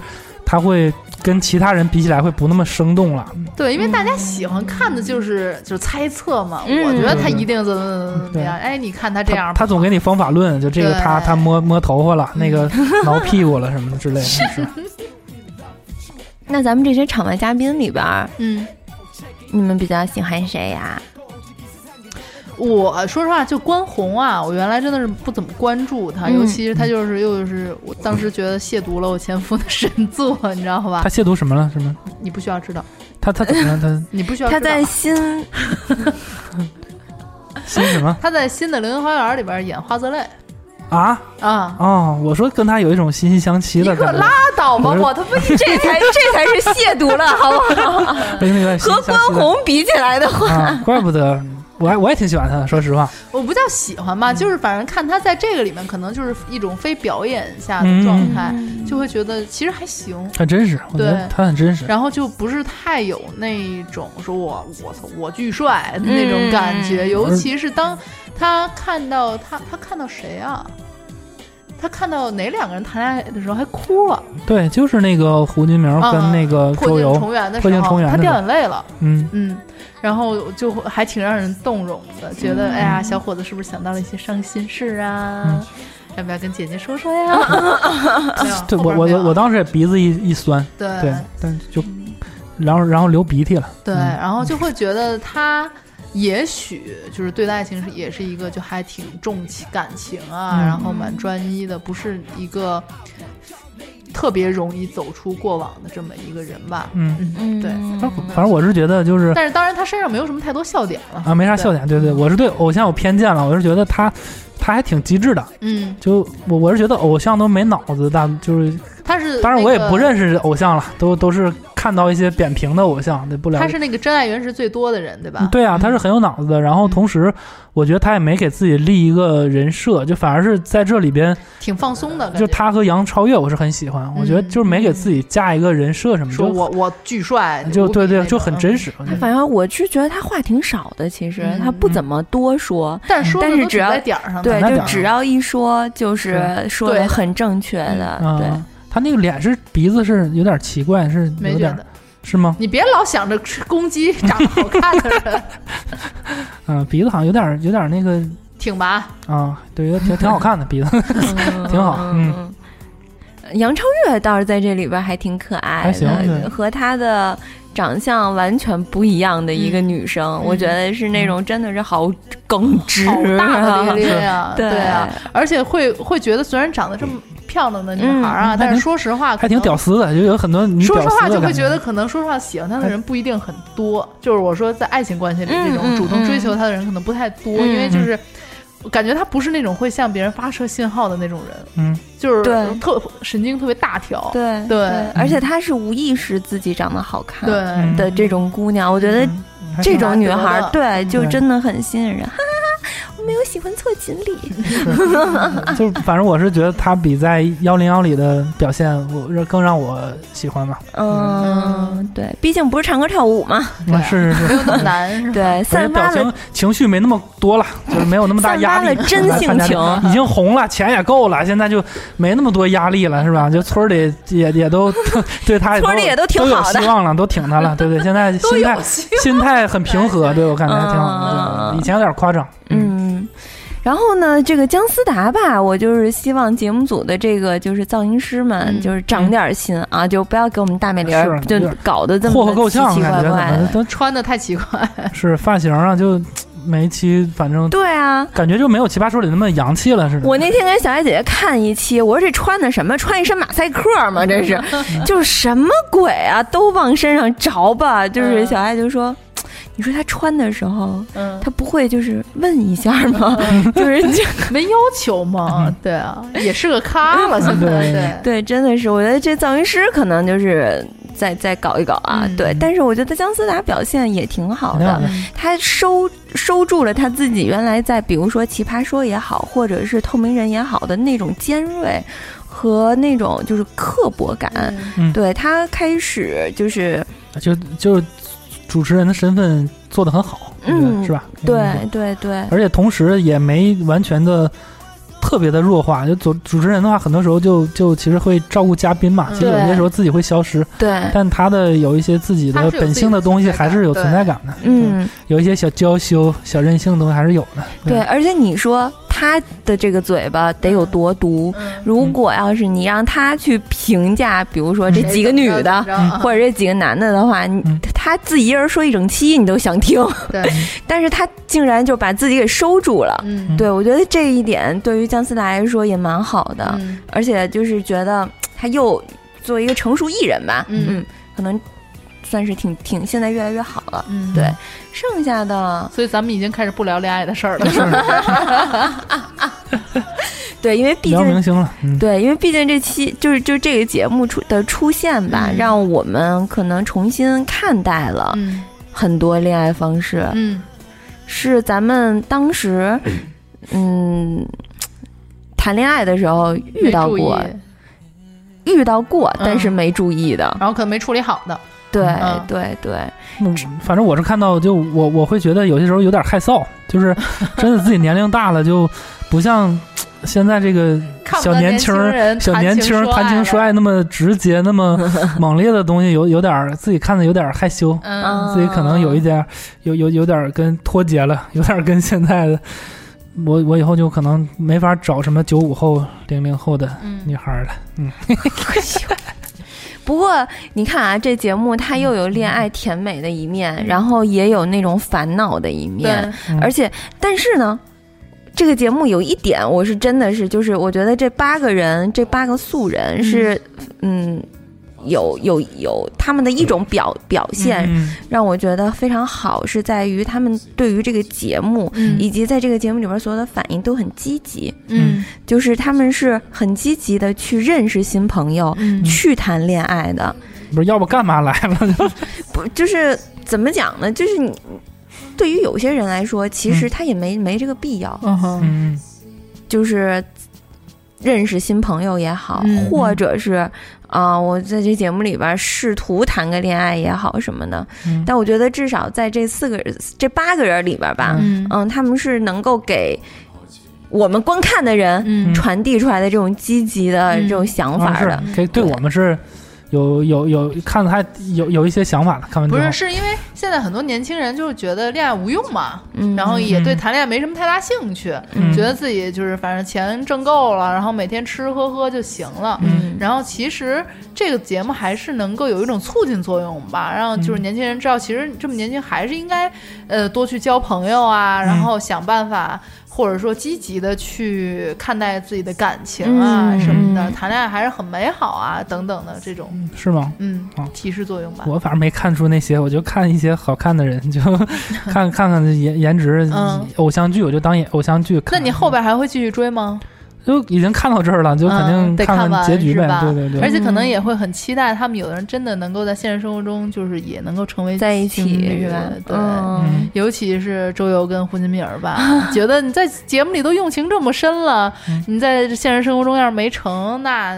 [SPEAKER 1] 他会跟其他人比起来会不那么生动了，
[SPEAKER 6] 对，因为大家喜欢看的就是就是猜测嘛，
[SPEAKER 3] 嗯
[SPEAKER 6] 我觉得他一定怎么怎么怎么样，
[SPEAKER 1] 对
[SPEAKER 6] 哎，你看他这
[SPEAKER 1] 他
[SPEAKER 6] 样，
[SPEAKER 1] 他总给你方法论，就这个
[SPEAKER 6] 对嗯
[SPEAKER 1] 他他摸摸头发了，那个挠屁股了什么的之类的，
[SPEAKER 6] 啊
[SPEAKER 1] 是
[SPEAKER 3] 那咱们这些场外嘉宾里边儿，
[SPEAKER 6] 嗯。
[SPEAKER 3] 你们比较喜欢谁呀、
[SPEAKER 6] 我说实话，就关宏啊，我原来真的是不怎么关注他，
[SPEAKER 3] 嗯
[SPEAKER 6] 尤其是他就是又是我当时觉得亵渎了我前夫的神作，你知道吧
[SPEAKER 1] 他？亵渎什么了？什么？
[SPEAKER 6] 你不需要知道，
[SPEAKER 1] 他他怎么了？他
[SPEAKER 6] 你不需要知
[SPEAKER 3] 他
[SPEAKER 6] 道。
[SPEAKER 3] 在新
[SPEAKER 1] 新什么
[SPEAKER 6] 他在新的《流星花园》里边演花泽类
[SPEAKER 1] 啊？
[SPEAKER 6] 啊，
[SPEAKER 1] 哦，我说跟他有一种惺惺相惜
[SPEAKER 6] 你
[SPEAKER 1] 的
[SPEAKER 6] 可
[SPEAKER 1] 感觉，
[SPEAKER 6] 拉倒吧，
[SPEAKER 1] 我是
[SPEAKER 6] 我他妈
[SPEAKER 3] 这才这才是亵渎了，好不 好？
[SPEAKER 1] 跟他有点惺
[SPEAKER 3] 和
[SPEAKER 1] 惺相
[SPEAKER 3] 关
[SPEAKER 1] 惜的
[SPEAKER 3] 宏比起来的话，
[SPEAKER 1] 啊，怪不得，我还我也挺喜欢他的，说实话，
[SPEAKER 6] 我不叫喜欢
[SPEAKER 1] 嗯
[SPEAKER 6] 吧，就是反正看他在这个里面，可能就是一种非表演下
[SPEAKER 1] 嗯
[SPEAKER 6] 的状态，就会觉得其实还行。
[SPEAKER 1] 很真实，我觉得
[SPEAKER 6] 对
[SPEAKER 1] 他很真实。
[SPEAKER 6] 然后就不是太有那种说我我操我巨帅的那种感觉，
[SPEAKER 3] 嗯
[SPEAKER 6] 尤其是当他看到他他看到谁啊？他看到哪两个人谈恋爱的时候还哭了？啊
[SPEAKER 1] 对，就是那个胡金明
[SPEAKER 6] 嗯
[SPEAKER 1] 跟那个
[SPEAKER 6] 破
[SPEAKER 1] 周
[SPEAKER 6] 镜
[SPEAKER 1] 游，
[SPEAKER 6] 重圆的
[SPEAKER 1] 破
[SPEAKER 6] 时
[SPEAKER 1] 镜重
[SPEAKER 6] 候，
[SPEAKER 1] 圆
[SPEAKER 6] 他
[SPEAKER 1] 的时
[SPEAKER 6] 掉
[SPEAKER 1] 候
[SPEAKER 6] 眼泪了。
[SPEAKER 1] 嗯，
[SPEAKER 6] 嗯，然后就会还挺让人动容的，觉
[SPEAKER 1] 嗯
[SPEAKER 6] 得、哎呀，小伙子是不是想到了一些伤心事啊？要不要跟姐姐说说呀？
[SPEAKER 1] 嗯
[SPEAKER 6] 没有
[SPEAKER 1] 对
[SPEAKER 6] 后
[SPEAKER 1] 我
[SPEAKER 6] 边
[SPEAKER 1] 我
[SPEAKER 6] 没有
[SPEAKER 1] 我我当时也鼻子一一酸，
[SPEAKER 6] 对
[SPEAKER 1] 对，但就然后然后流鼻涕了，
[SPEAKER 6] 对，
[SPEAKER 1] 嗯
[SPEAKER 6] 然后就会觉得他也许就是对待爱情是也是一个就还挺重情感情啊，
[SPEAKER 1] 嗯
[SPEAKER 6] 然后蛮专一的，不是一个特别容易走出过往的这么一个人吧。
[SPEAKER 1] 嗯，
[SPEAKER 6] 嗯，对。
[SPEAKER 1] 反正我是觉得就是
[SPEAKER 6] 但是当然，他身上没有什么太多笑点了。
[SPEAKER 1] 啊没啥
[SPEAKER 6] 对
[SPEAKER 1] 笑点，对对，我是对偶像有偏见了，我是觉得他他还挺机智的，
[SPEAKER 6] 嗯，
[SPEAKER 1] 就我我是觉得偶像都没脑子，但就是
[SPEAKER 6] 他是
[SPEAKER 1] 当然
[SPEAKER 6] 那
[SPEAKER 1] 我也
[SPEAKER 6] 个
[SPEAKER 1] 不认识偶像了，都都是看到一些扁平的偶像，对不了
[SPEAKER 6] 他
[SPEAKER 1] 解。
[SPEAKER 6] 是那个真爱原石最多的人，对吧？嗯
[SPEAKER 1] 对啊，他是很有脑子的。然后同时，我觉得他也没给自己立一个人设，就反而是在这里边，
[SPEAKER 6] 挺放松的，感
[SPEAKER 1] 就
[SPEAKER 6] 觉
[SPEAKER 1] 他和杨超越，我是很喜欢。我觉得就是没给自己加一个人设什么，
[SPEAKER 6] 嗯说我我巨帅，
[SPEAKER 1] 就就
[SPEAKER 6] 无比
[SPEAKER 1] 对
[SPEAKER 6] 那嗯
[SPEAKER 1] 对，
[SPEAKER 6] 种
[SPEAKER 1] 就很真。实。我觉得
[SPEAKER 3] 反正我是觉得他话挺少的，其实、
[SPEAKER 6] 嗯
[SPEAKER 3] 他不怎么多说，
[SPEAKER 6] 但是说的
[SPEAKER 3] 但是
[SPEAKER 6] 都
[SPEAKER 3] 只
[SPEAKER 6] 挺
[SPEAKER 3] 要
[SPEAKER 6] 在点儿上的，
[SPEAKER 3] 对，
[SPEAKER 1] 嗯那
[SPEAKER 3] 就
[SPEAKER 1] 点儿
[SPEAKER 3] 只要一说就是说的
[SPEAKER 6] 对
[SPEAKER 3] 很正确的，对。
[SPEAKER 1] 啊，他那个脸是鼻子是有点奇怪，是
[SPEAKER 6] 没
[SPEAKER 1] 有
[SPEAKER 6] 觉
[SPEAKER 1] 点
[SPEAKER 6] 得。
[SPEAKER 1] 是吗？
[SPEAKER 6] 你别老想着攻击长得好看的人，
[SPEAKER 1] 嗯，鼻子好像有点有点那个
[SPEAKER 6] 挺拔。
[SPEAKER 1] 啊，对，有点挺挺好看的鼻子，挺好。嗯，
[SPEAKER 3] 嗯，杨超越倒是在这里边还挺可爱
[SPEAKER 1] 还行对
[SPEAKER 3] 的，和她的长相完全不一样的一个女生，我觉得是那种真的是好耿直、啊，
[SPEAKER 6] 好大的咧咧啊，
[SPEAKER 3] 对
[SPEAKER 6] 啊，而且会会觉得虽然长得这么漂亮的女孩儿 啊，
[SPEAKER 1] 嗯
[SPEAKER 6] 但是说实话
[SPEAKER 1] 还挺屌。丝的，就有很多女
[SPEAKER 6] 可能说
[SPEAKER 1] 屌
[SPEAKER 6] 实话
[SPEAKER 1] 丝的
[SPEAKER 6] 就
[SPEAKER 1] 感哎
[SPEAKER 6] 会觉得，可能说实话喜欢她的人不一定很多，就是我说在爱情关系里
[SPEAKER 3] 嗯
[SPEAKER 6] 这种主动
[SPEAKER 3] 嗯
[SPEAKER 6] 追求她的人可能不太多，
[SPEAKER 3] 嗯
[SPEAKER 6] 因为就是感觉她不是那种会向别人发射信号的那种人，
[SPEAKER 1] 嗯，
[SPEAKER 6] 就是
[SPEAKER 3] 对
[SPEAKER 6] 特神经特别大条，
[SPEAKER 3] 对嗯
[SPEAKER 6] 对
[SPEAKER 3] 而且她是无意识自己长得好看
[SPEAKER 6] 对
[SPEAKER 1] 嗯
[SPEAKER 3] 的这种姑娘，我觉得
[SPEAKER 6] 嗯
[SPEAKER 3] 这种女孩
[SPEAKER 6] 还挺
[SPEAKER 3] 儿
[SPEAKER 6] 难得
[SPEAKER 3] 对就
[SPEAKER 1] 对
[SPEAKER 3] 真的很吸引人。哈哈哈，我没有喜欢错锦鲤，
[SPEAKER 1] 就是反正我是觉得她比在幺零幺里的表现，我更让我喜欢吧。
[SPEAKER 3] 嗯，对，毕竟不是唱歌跳舞嘛，
[SPEAKER 6] 对啊
[SPEAKER 1] 是 是嗯是，
[SPEAKER 6] 那么难是吧？
[SPEAKER 3] 对，
[SPEAKER 1] 我觉得
[SPEAKER 3] 散
[SPEAKER 1] 表
[SPEAKER 3] 发了
[SPEAKER 1] 情情绪没那么多了，就是没有那么大
[SPEAKER 3] 散
[SPEAKER 1] 压
[SPEAKER 3] 发了
[SPEAKER 1] 力。
[SPEAKER 3] 真
[SPEAKER 1] 来
[SPEAKER 3] 性
[SPEAKER 1] 参加
[SPEAKER 3] 情
[SPEAKER 1] 这，已经红了，钱也够了，现在就没那么多压力了，是吧？就村儿里也也都对他
[SPEAKER 3] 村儿里也都挺
[SPEAKER 1] 都有
[SPEAKER 3] 好的
[SPEAKER 1] 希望了，都挺他了，对对。现 在心态心态很平和，对我感觉还挺好的。对
[SPEAKER 3] 嗯
[SPEAKER 1] 以前有点夸张，
[SPEAKER 3] 嗯，然后呢，这个姜思达吧，我就是希望节目组的这个就是造型师们，
[SPEAKER 6] 嗯
[SPEAKER 3] 就是长点心啊，就不要给我们大美玲儿
[SPEAKER 1] 是
[SPEAKER 3] 就
[SPEAKER 1] 有点
[SPEAKER 3] 搞嗯得这
[SPEAKER 1] 霍霍
[SPEAKER 3] 么
[SPEAKER 1] 够
[SPEAKER 3] 奇
[SPEAKER 1] 呛，
[SPEAKER 3] 奇
[SPEAKER 1] 感
[SPEAKER 3] 怪
[SPEAKER 1] 觉
[SPEAKER 3] 怪
[SPEAKER 1] 怎么
[SPEAKER 3] 的。
[SPEAKER 1] 都
[SPEAKER 6] 穿的太奇怪，
[SPEAKER 1] 是发型啊，就每一期反正
[SPEAKER 3] 对啊，
[SPEAKER 1] 感觉就没有《奇葩说》里那么洋气了似的。
[SPEAKER 3] 我那天跟小艾姐姐看一期，我说这穿的什么？穿一身马赛克吗？这是，就是什么鬼啊？都往身上着吧。就是
[SPEAKER 6] 嗯
[SPEAKER 3] 小艾就说，你说她穿的时候，
[SPEAKER 6] 嗯，
[SPEAKER 3] 她不会就是问一下吗？ 就是就
[SPEAKER 6] 没要求嘛，对啊，也是个咖了，现
[SPEAKER 1] 嗯
[SPEAKER 6] 在
[SPEAKER 1] 对
[SPEAKER 6] 对
[SPEAKER 3] 对，真的是，我觉得这造型师可能就是再再搞一搞啊，
[SPEAKER 6] 嗯
[SPEAKER 3] 对。但是我觉得姜思达表现也挺好
[SPEAKER 1] 挺好
[SPEAKER 3] 的，
[SPEAKER 1] 的
[SPEAKER 3] 他收收住了他自己原来在比如说《奇葩说》也好，或者是《透明人》也好的那种尖锐和那种就是刻薄感。
[SPEAKER 6] 嗯
[SPEAKER 3] 对他开始就是
[SPEAKER 1] 就就是主持人的身份做得很好，
[SPEAKER 3] 嗯
[SPEAKER 1] 是吧？
[SPEAKER 3] 对
[SPEAKER 1] 嗯
[SPEAKER 3] 对对，
[SPEAKER 1] 而且同时也没完全的特别的弱化。就主主持人的话，很多时候就就其实会照顾嘉宾嘛，
[SPEAKER 6] 嗯
[SPEAKER 1] 其实有些时候自己会消失，
[SPEAKER 3] 对，
[SPEAKER 1] 但他的有一些自己的本性的东西还是有存在感的，对，
[SPEAKER 3] 嗯，
[SPEAKER 1] 有一些小娇羞、小任性的东西还是有的，
[SPEAKER 3] 对。而且你说他的这个嘴巴得有多毒？
[SPEAKER 6] 嗯，
[SPEAKER 3] 如果要是你让他去评价，比如说
[SPEAKER 6] 嗯
[SPEAKER 3] 这几个女的，或者这几个男的的话，你
[SPEAKER 1] 嗯
[SPEAKER 3] 他自己一人说一整期，你都想听，
[SPEAKER 6] 对，
[SPEAKER 3] 但是他竟然就把自己给收住了。
[SPEAKER 6] 嗯
[SPEAKER 3] 对，我觉得这一点对于姜思达来说也蛮好的，
[SPEAKER 6] 嗯
[SPEAKER 3] 而且就是觉得他又作为一个成熟艺人吧，
[SPEAKER 6] 嗯
[SPEAKER 3] 可能算是挺挺现在越来越好了。
[SPEAKER 6] 嗯
[SPEAKER 3] 对，剩下的
[SPEAKER 6] 所以咱们已经开始不聊恋爱的事儿了，
[SPEAKER 3] 对，因为毕
[SPEAKER 1] 聊明
[SPEAKER 3] 竟
[SPEAKER 1] 星了，嗯，
[SPEAKER 3] 对，因为毕竟这期就是就是这个节目出的出现吧，
[SPEAKER 6] 嗯
[SPEAKER 3] 让我们可能重新看待了
[SPEAKER 6] 嗯
[SPEAKER 3] 很多恋爱方式。
[SPEAKER 6] 嗯
[SPEAKER 3] 是咱们当时，嗯，谈恋爱的时候遇到过，遇到过，但
[SPEAKER 6] 嗯
[SPEAKER 3] 是没注意的。
[SPEAKER 6] 然后可能没处理好的，
[SPEAKER 3] 对、
[SPEAKER 6] 嗯
[SPEAKER 3] 对对，
[SPEAKER 1] 嗯反正我是看到，就我我会觉得有些时候有点害臊，就是真的自己年龄大了，就 不像现在这个
[SPEAKER 6] 看
[SPEAKER 1] 小年轻儿
[SPEAKER 6] 人
[SPEAKER 1] 小年轻儿谈情说爱那么直接、那 么猛烈的东西，有有点儿自己看的有点儿害羞，
[SPEAKER 6] 嗯
[SPEAKER 1] 自己可能有一点儿有有有点儿跟脱节了， 有点儿跟现在的我我以后就可能没法找什么九五后、零零后的
[SPEAKER 6] 嗯
[SPEAKER 1] 女孩儿了。
[SPEAKER 3] 不过你看啊，这节目它又有恋爱甜美的一面，然后也有那种烦恼的一
[SPEAKER 6] 对
[SPEAKER 3] 面，而且但是呢。这个节目有一点，我是真的是，就是我觉得这八个人，这八个素人是，嗯，有有有他们的一种表表现，
[SPEAKER 1] 嗯，
[SPEAKER 3] 让我觉得非常好，是在于他们对于这个节目，以及在这个节目里边所有的反应都很积极，
[SPEAKER 6] 嗯
[SPEAKER 3] 就是他们是很积极的去认识新朋友，
[SPEAKER 6] 嗯
[SPEAKER 3] 去谈恋爱的，
[SPEAKER 1] 不是，要不干嘛来 了？就
[SPEAKER 3] 不就是怎么讲呢？就是你对于有些人来说，其实他也没、没这个必要，
[SPEAKER 6] 嗯哼
[SPEAKER 1] 嗯，
[SPEAKER 3] 就是认识新朋友也好，
[SPEAKER 6] 嗯
[SPEAKER 3] 或者是啊、我在这节目里边试图谈个恋爱也好什么的。
[SPEAKER 1] 嗯
[SPEAKER 3] 但我觉得至少在这四个人、这八个人里边吧，
[SPEAKER 6] 嗯
[SPEAKER 3] 嗯，他们是能够给我们观看的人
[SPEAKER 6] 嗯
[SPEAKER 3] 传递出来的这种积极的
[SPEAKER 6] 嗯
[SPEAKER 3] 这种想法
[SPEAKER 1] 啊是
[SPEAKER 3] 的。
[SPEAKER 1] 给对
[SPEAKER 3] 对
[SPEAKER 1] 我们是有有有看的还有有一些想法的，看完之
[SPEAKER 6] 不
[SPEAKER 1] 后
[SPEAKER 6] 是，是因为现在很多年轻人就是觉得恋爱无用嘛，
[SPEAKER 3] 嗯
[SPEAKER 6] 然后也对
[SPEAKER 1] 嗯
[SPEAKER 6] 谈恋爱没什么太大兴趣，
[SPEAKER 1] 嗯
[SPEAKER 6] 觉得自己就是反正钱挣够了，然后每天吃吃喝喝就行了。
[SPEAKER 3] 嗯
[SPEAKER 6] 然后其实这个节目还是能够有一种促进作用吧，让就是年轻人知道，其实这么年轻还是应该，呃，多去交朋友啊，然后想办法，或者说积极的去看待自己的感情啊、
[SPEAKER 3] 嗯
[SPEAKER 6] 什么的，
[SPEAKER 3] 嗯
[SPEAKER 6] 谈恋爱还是很美好啊等等的这种，
[SPEAKER 1] 是吗？
[SPEAKER 6] 嗯
[SPEAKER 1] 哦，
[SPEAKER 6] 提示作用吧。
[SPEAKER 1] 我反正没看出那些，我就看一些好看的人， 就看看看颜颜值
[SPEAKER 6] 嗯，
[SPEAKER 1] 偶像剧我就当演偶像剧
[SPEAKER 6] 那
[SPEAKER 1] 看。
[SPEAKER 6] 你后边还会继续追吗？
[SPEAKER 1] 就已经看到这儿了，就肯
[SPEAKER 6] 嗯
[SPEAKER 1] 定
[SPEAKER 6] 得看
[SPEAKER 1] 看
[SPEAKER 6] 完
[SPEAKER 1] 结局呗
[SPEAKER 6] 是吧。
[SPEAKER 1] 对对嗯对
[SPEAKER 6] 而，且可能也会很期待他们有的人真的能够在现实生活中，就是也能够成为
[SPEAKER 3] 在一
[SPEAKER 6] 情
[SPEAKER 3] 起
[SPEAKER 6] 侣
[SPEAKER 3] 是吧？
[SPEAKER 6] 对，
[SPEAKER 1] 嗯，
[SPEAKER 6] 尤其是周游跟胡金敏儿吧，觉得你在节目里都用情这么深了，你在现实生活中要是没成，那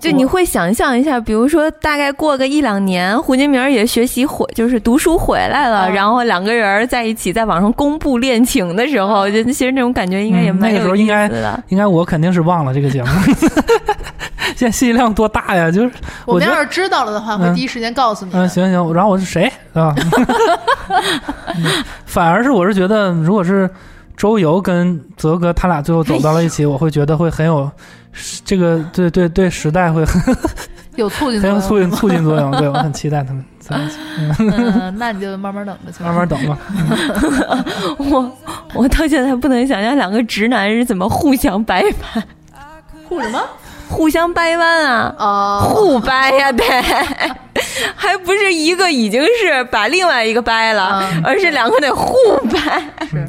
[SPEAKER 3] 就你会想象一下，比如说大概过个一两年，胡金明儿也学习回，就是读书回来了，
[SPEAKER 6] 嗯
[SPEAKER 3] 然后两个人儿在一起在网上公布恋情的时候，我觉得其实那种感觉应该也
[SPEAKER 1] 嗯那
[SPEAKER 3] 蛮
[SPEAKER 1] 个时
[SPEAKER 3] 有
[SPEAKER 1] 候
[SPEAKER 3] 意
[SPEAKER 1] 应
[SPEAKER 3] 思
[SPEAKER 1] 该
[SPEAKER 3] 的。
[SPEAKER 1] 应该我肯定是忘了这个节目。 现在信息量多大呀？就是我
[SPEAKER 6] 我们
[SPEAKER 1] 觉得
[SPEAKER 6] 要是知道了的话，
[SPEAKER 1] 嗯
[SPEAKER 6] 会第一时间告诉你的。
[SPEAKER 1] 嗯，行行，然后我是谁 啊？嗯反而是我是觉得，如果是周游跟泽哥他俩最后走到了一
[SPEAKER 6] 哎
[SPEAKER 1] 起，我会觉得会很有这个对对对时代会很
[SPEAKER 6] 有促进
[SPEAKER 1] 很
[SPEAKER 6] 作
[SPEAKER 1] 有
[SPEAKER 6] 用
[SPEAKER 1] 促进促进作用。对我很期待他们在一起，
[SPEAKER 6] 嗯，那你就慢慢等着去，
[SPEAKER 1] 慢慢。等 吧。
[SPEAKER 3] 我我到现在不能想象两个直男是怎么互相掰弯，
[SPEAKER 6] 护什么？
[SPEAKER 3] 互相掰弯啊，
[SPEAKER 6] 哦，
[SPEAKER 3] 互掰呀、得，还不是一个已经是把另外一个掰了，
[SPEAKER 6] 嗯
[SPEAKER 3] 而是两个得互掰，
[SPEAKER 6] 是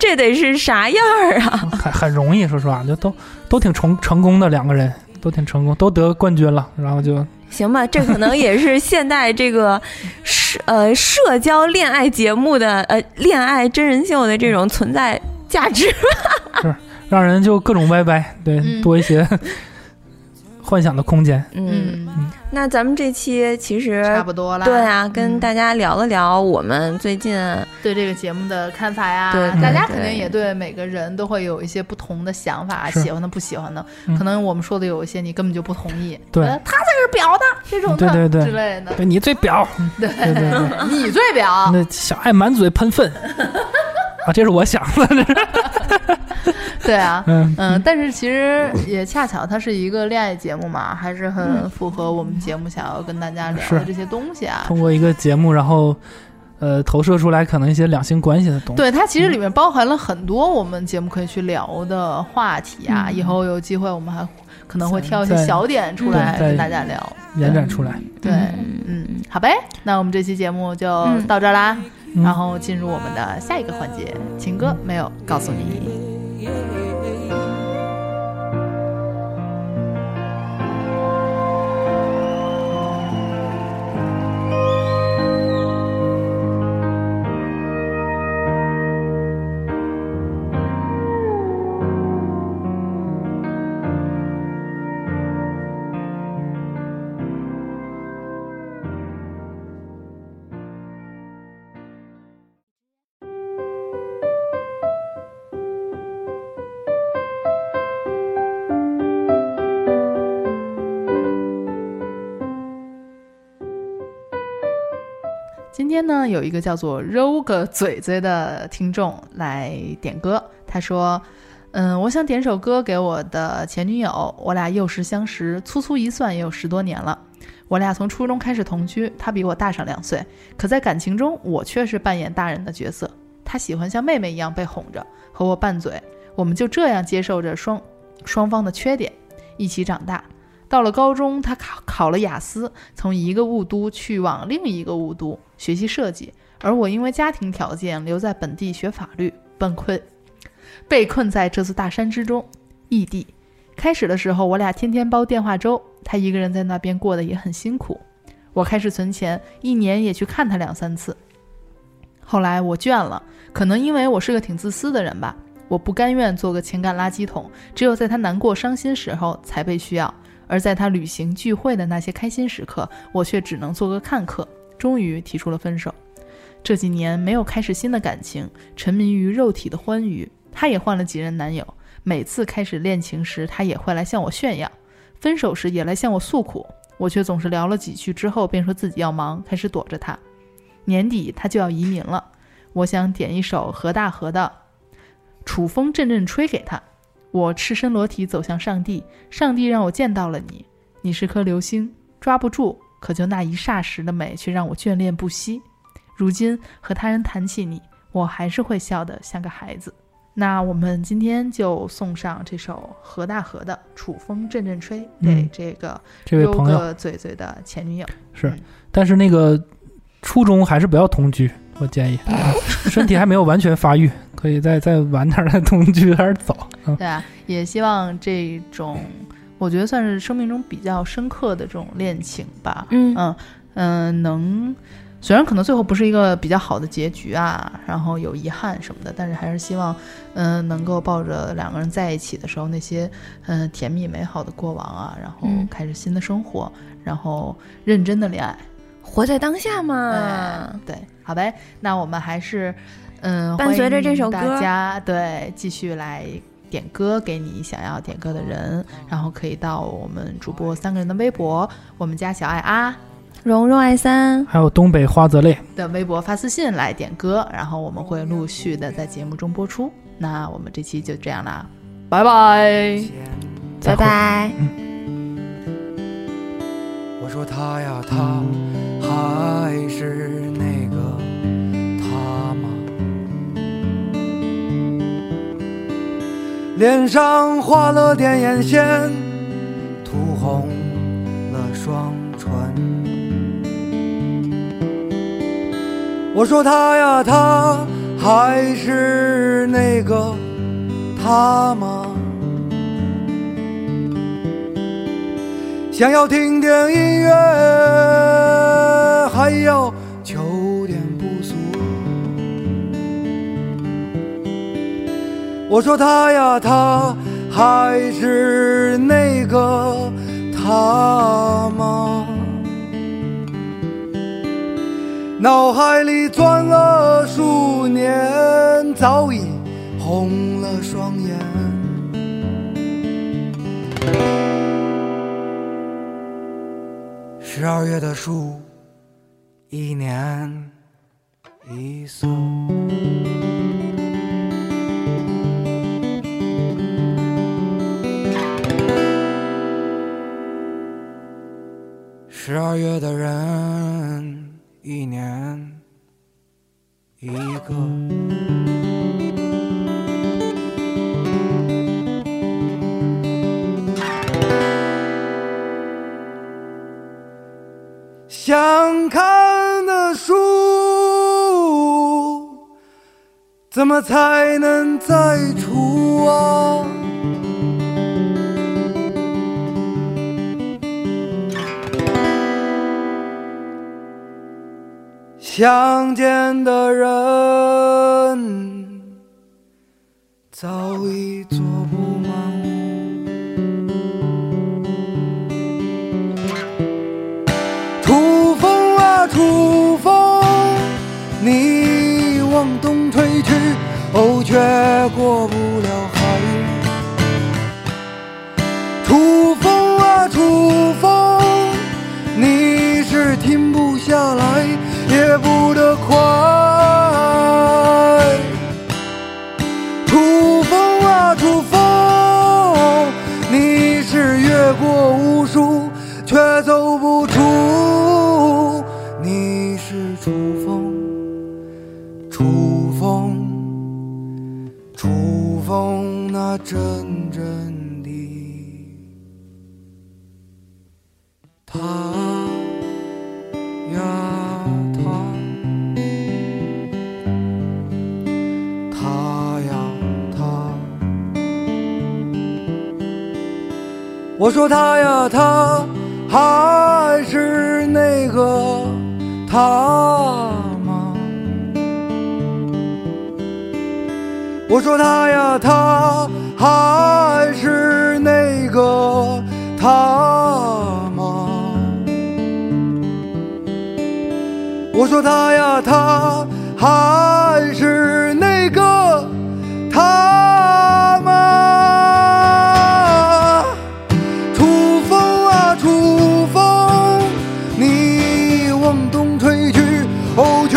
[SPEAKER 3] 这得是啥样儿啊？
[SPEAKER 1] 很很容易，说实话，就都都挺成成功的两个人，都挺成功，都得冠军了，然后就
[SPEAKER 3] 行吧，这可能也是现代这个社呃社交恋爱节目的呃恋爱真人秀的这种存在价值。
[SPEAKER 1] 让人就各种歪歪，对，
[SPEAKER 6] 嗯
[SPEAKER 1] 多一些 幻想的空间。
[SPEAKER 3] 嗯，
[SPEAKER 6] 嗯，
[SPEAKER 3] 那咱们这期其实
[SPEAKER 6] 差不多啦。
[SPEAKER 3] 对啊，跟
[SPEAKER 6] 嗯
[SPEAKER 3] 大家聊了聊我们最近嗯
[SPEAKER 6] 对这个节目的看法呀，
[SPEAKER 3] 对
[SPEAKER 6] 大家
[SPEAKER 3] 对
[SPEAKER 6] 肯定
[SPEAKER 3] 对
[SPEAKER 6] 也对每个人都会有一些不同的想法，
[SPEAKER 1] 是
[SPEAKER 6] 喜欢的不喜欢的，
[SPEAKER 1] 嗯
[SPEAKER 6] 可能我们说的有一些你根本就不同意，
[SPEAKER 1] 对
[SPEAKER 6] 呃他才是婊的这种的
[SPEAKER 1] 对对对嗯
[SPEAKER 6] 之类的，
[SPEAKER 1] 对你最表，
[SPEAKER 6] 对
[SPEAKER 1] 对对对，
[SPEAKER 6] 你最婊，
[SPEAKER 1] 那小爱满嘴喷粪啊，这是我想的，这是
[SPEAKER 6] 对啊。
[SPEAKER 1] 嗯
[SPEAKER 6] 嗯，但是其实也恰巧它是一个恋爱节目嘛，还是很符合我们节目想要跟大家聊的
[SPEAKER 1] 嗯是
[SPEAKER 6] 这些东西啊。
[SPEAKER 1] 通过一个节目，然后呃投射出来可能一些两性关系的东西。
[SPEAKER 6] 对，它其实里面包含了很多我们节目可以去聊的话题啊。以后有机会我们还可能会挑一些
[SPEAKER 1] 嗯再
[SPEAKER 6] 小点出来
[SPEAKER 1] 对
[SPEAKER 6] 跟
[SPEAKER 1] 再
[SPEAKER 6] 大家聊。
[SPEAKER 1] 延展出来，
[SPEAKER 6] 对，嗯，好呗，那我们这期节目就到这儿啦，
[SPEAKER 1] 嗯
[SPEAKER 6] 然后进入我们的下一个环节，情歌没有告诉你。今天呢，有一个叫做“揉个嘴嘴”的听众来点歌，他说。嗯，我想点首歌给我的前女友，我俩幼时相识，粗粗一算也有十多年了。我俩从初中开始同居，她比我大上两岁，可在感情中我却是扮演大人的角色。她喜欢像妹妹一样被哄着，和我拌嘴，我们就这样接受着双双方的缺点，一起长大。到了高中，她考考了雅思，从一个雾都去往另一个雾都学习设计，而我因为家庭条件留在本地学法律，崩溃，被困在这座大山之中，异地。开始的时候，我俩天天煲电话粥，他一个人在那边过得也很辛苦。我开始存钱，一年也去看他两三次。后来我倦了，可能因为我是个挺自私的人吧，我不甘愿做个情感垃圾桶，只有在他难过、伤心时候才被需要。而在他旅行聚会的那些开心时刻，我却只能做个看客。终于提出了分手。这几年没有开始新的感情，沉迷于肉体的欢愉。他也换了几任男友，每次开始恋情时，他也会来向我炫耀；分手时也来向我诉苦。我却总是聊了几句之后，便说自己要忙，开始躲着他。年底他就要移民了，我想点一首何大河的《楚风阵阵吹》给他。我赤身裸体走向上帝，上帝让我见到了你，你是颗流星，抓不住，可就那一霎时的美，却让我眷恋不息。如今和他人谈起你，我还是会笑得像个孩子。那我们今天就送上这首何大河的《楚风阵阵吹》给
[SPEAKER 1] 嗯
[SPEAKER 6] 这个
[SPEAKER 1] 这位
[SPEAKER 6] 优
[SPEAKER 1] 朋友
[SPEAKER 6] 哥嘴嘴的前女友。
[SPEAKER 1] 是，但是那个初中还是不要同居，我建议，身体还没有完全发育，可以再再晚点儿再同居，还是早。嗯，
[SPEAKER 6] 对啊，也希望这种，我觉得算是生命中比较深刻的这种恋情吧。
[SPEAKER 3] 嗯
[SPEAKER 6] 嗯嗯、能，虽然可能最后不是一个比较好的结局啊，然后有遗憾什么的，但是还是希望，嗯、能够抱着两个人在一起的时候那些，嗯、甜蜜美好的过往啊，然后
[SPEAKER 3] 嗯
[SPEAKER 6] 开始新的生活，然后认真的恋爱。
[SPEAKER 3] 活在当下嘛。
[SPEAKER 6] 哎对，好呗，那我们还是，嗯，
[SPEAKER 3] 伴随着这首歌
[SPEAKER 6] 欢迎大家对继续来点歌给你想要点歌的人，然后可以到我们主播三个人的微博，我们家小爱啊
[SPEAKER 3] 蓉蓉爱三，
[SPEAKER 1] 还有东北花泽类，
[SPEAKER 6] 的微博发私信来点歌，然后我们会陆续的在节目中播出。那我们这期就这样啦，拜拜。
[SPEAKER 1] 再会。
[SPEAKER 3] 拜拜。
[SPEAKER 9] 我说他呀，他还是那个他吗？脸上画了点眼线，涂红了双唇。我说他呀，他还是那个他吗？想要听点音乐，还要求点不俗。我说他呀，他还是那个他吗？脑海里转了数年，早已红了双眼。十二月的树，一年一宿。十二月的人，一年一个。想看的书，怎么才能再出啊？想见的人，早已坐不满屋。楚风啊，楚风，你往东吹去，哦，却过不了海。楚风啊，楚风，你是停不下来，也不得快。楚风啊，楚风，你是越过无数，却走不出。你是楚风，楚风，楚风那阵阵的他呀他。他呀他，我说他呀他还是那个他吗？我说他呀他还是那个他吗？我说他呀，他还是那个他吗？楚风啊，楚风，你往东吹去，哦，却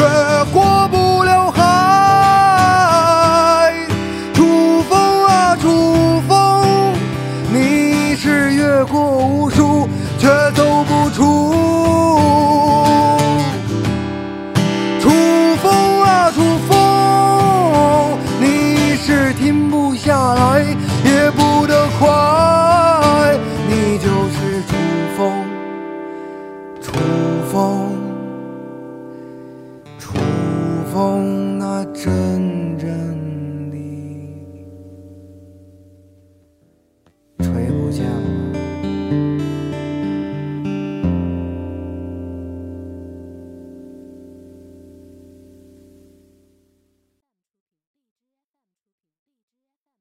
[SPEAKER 9] 见过。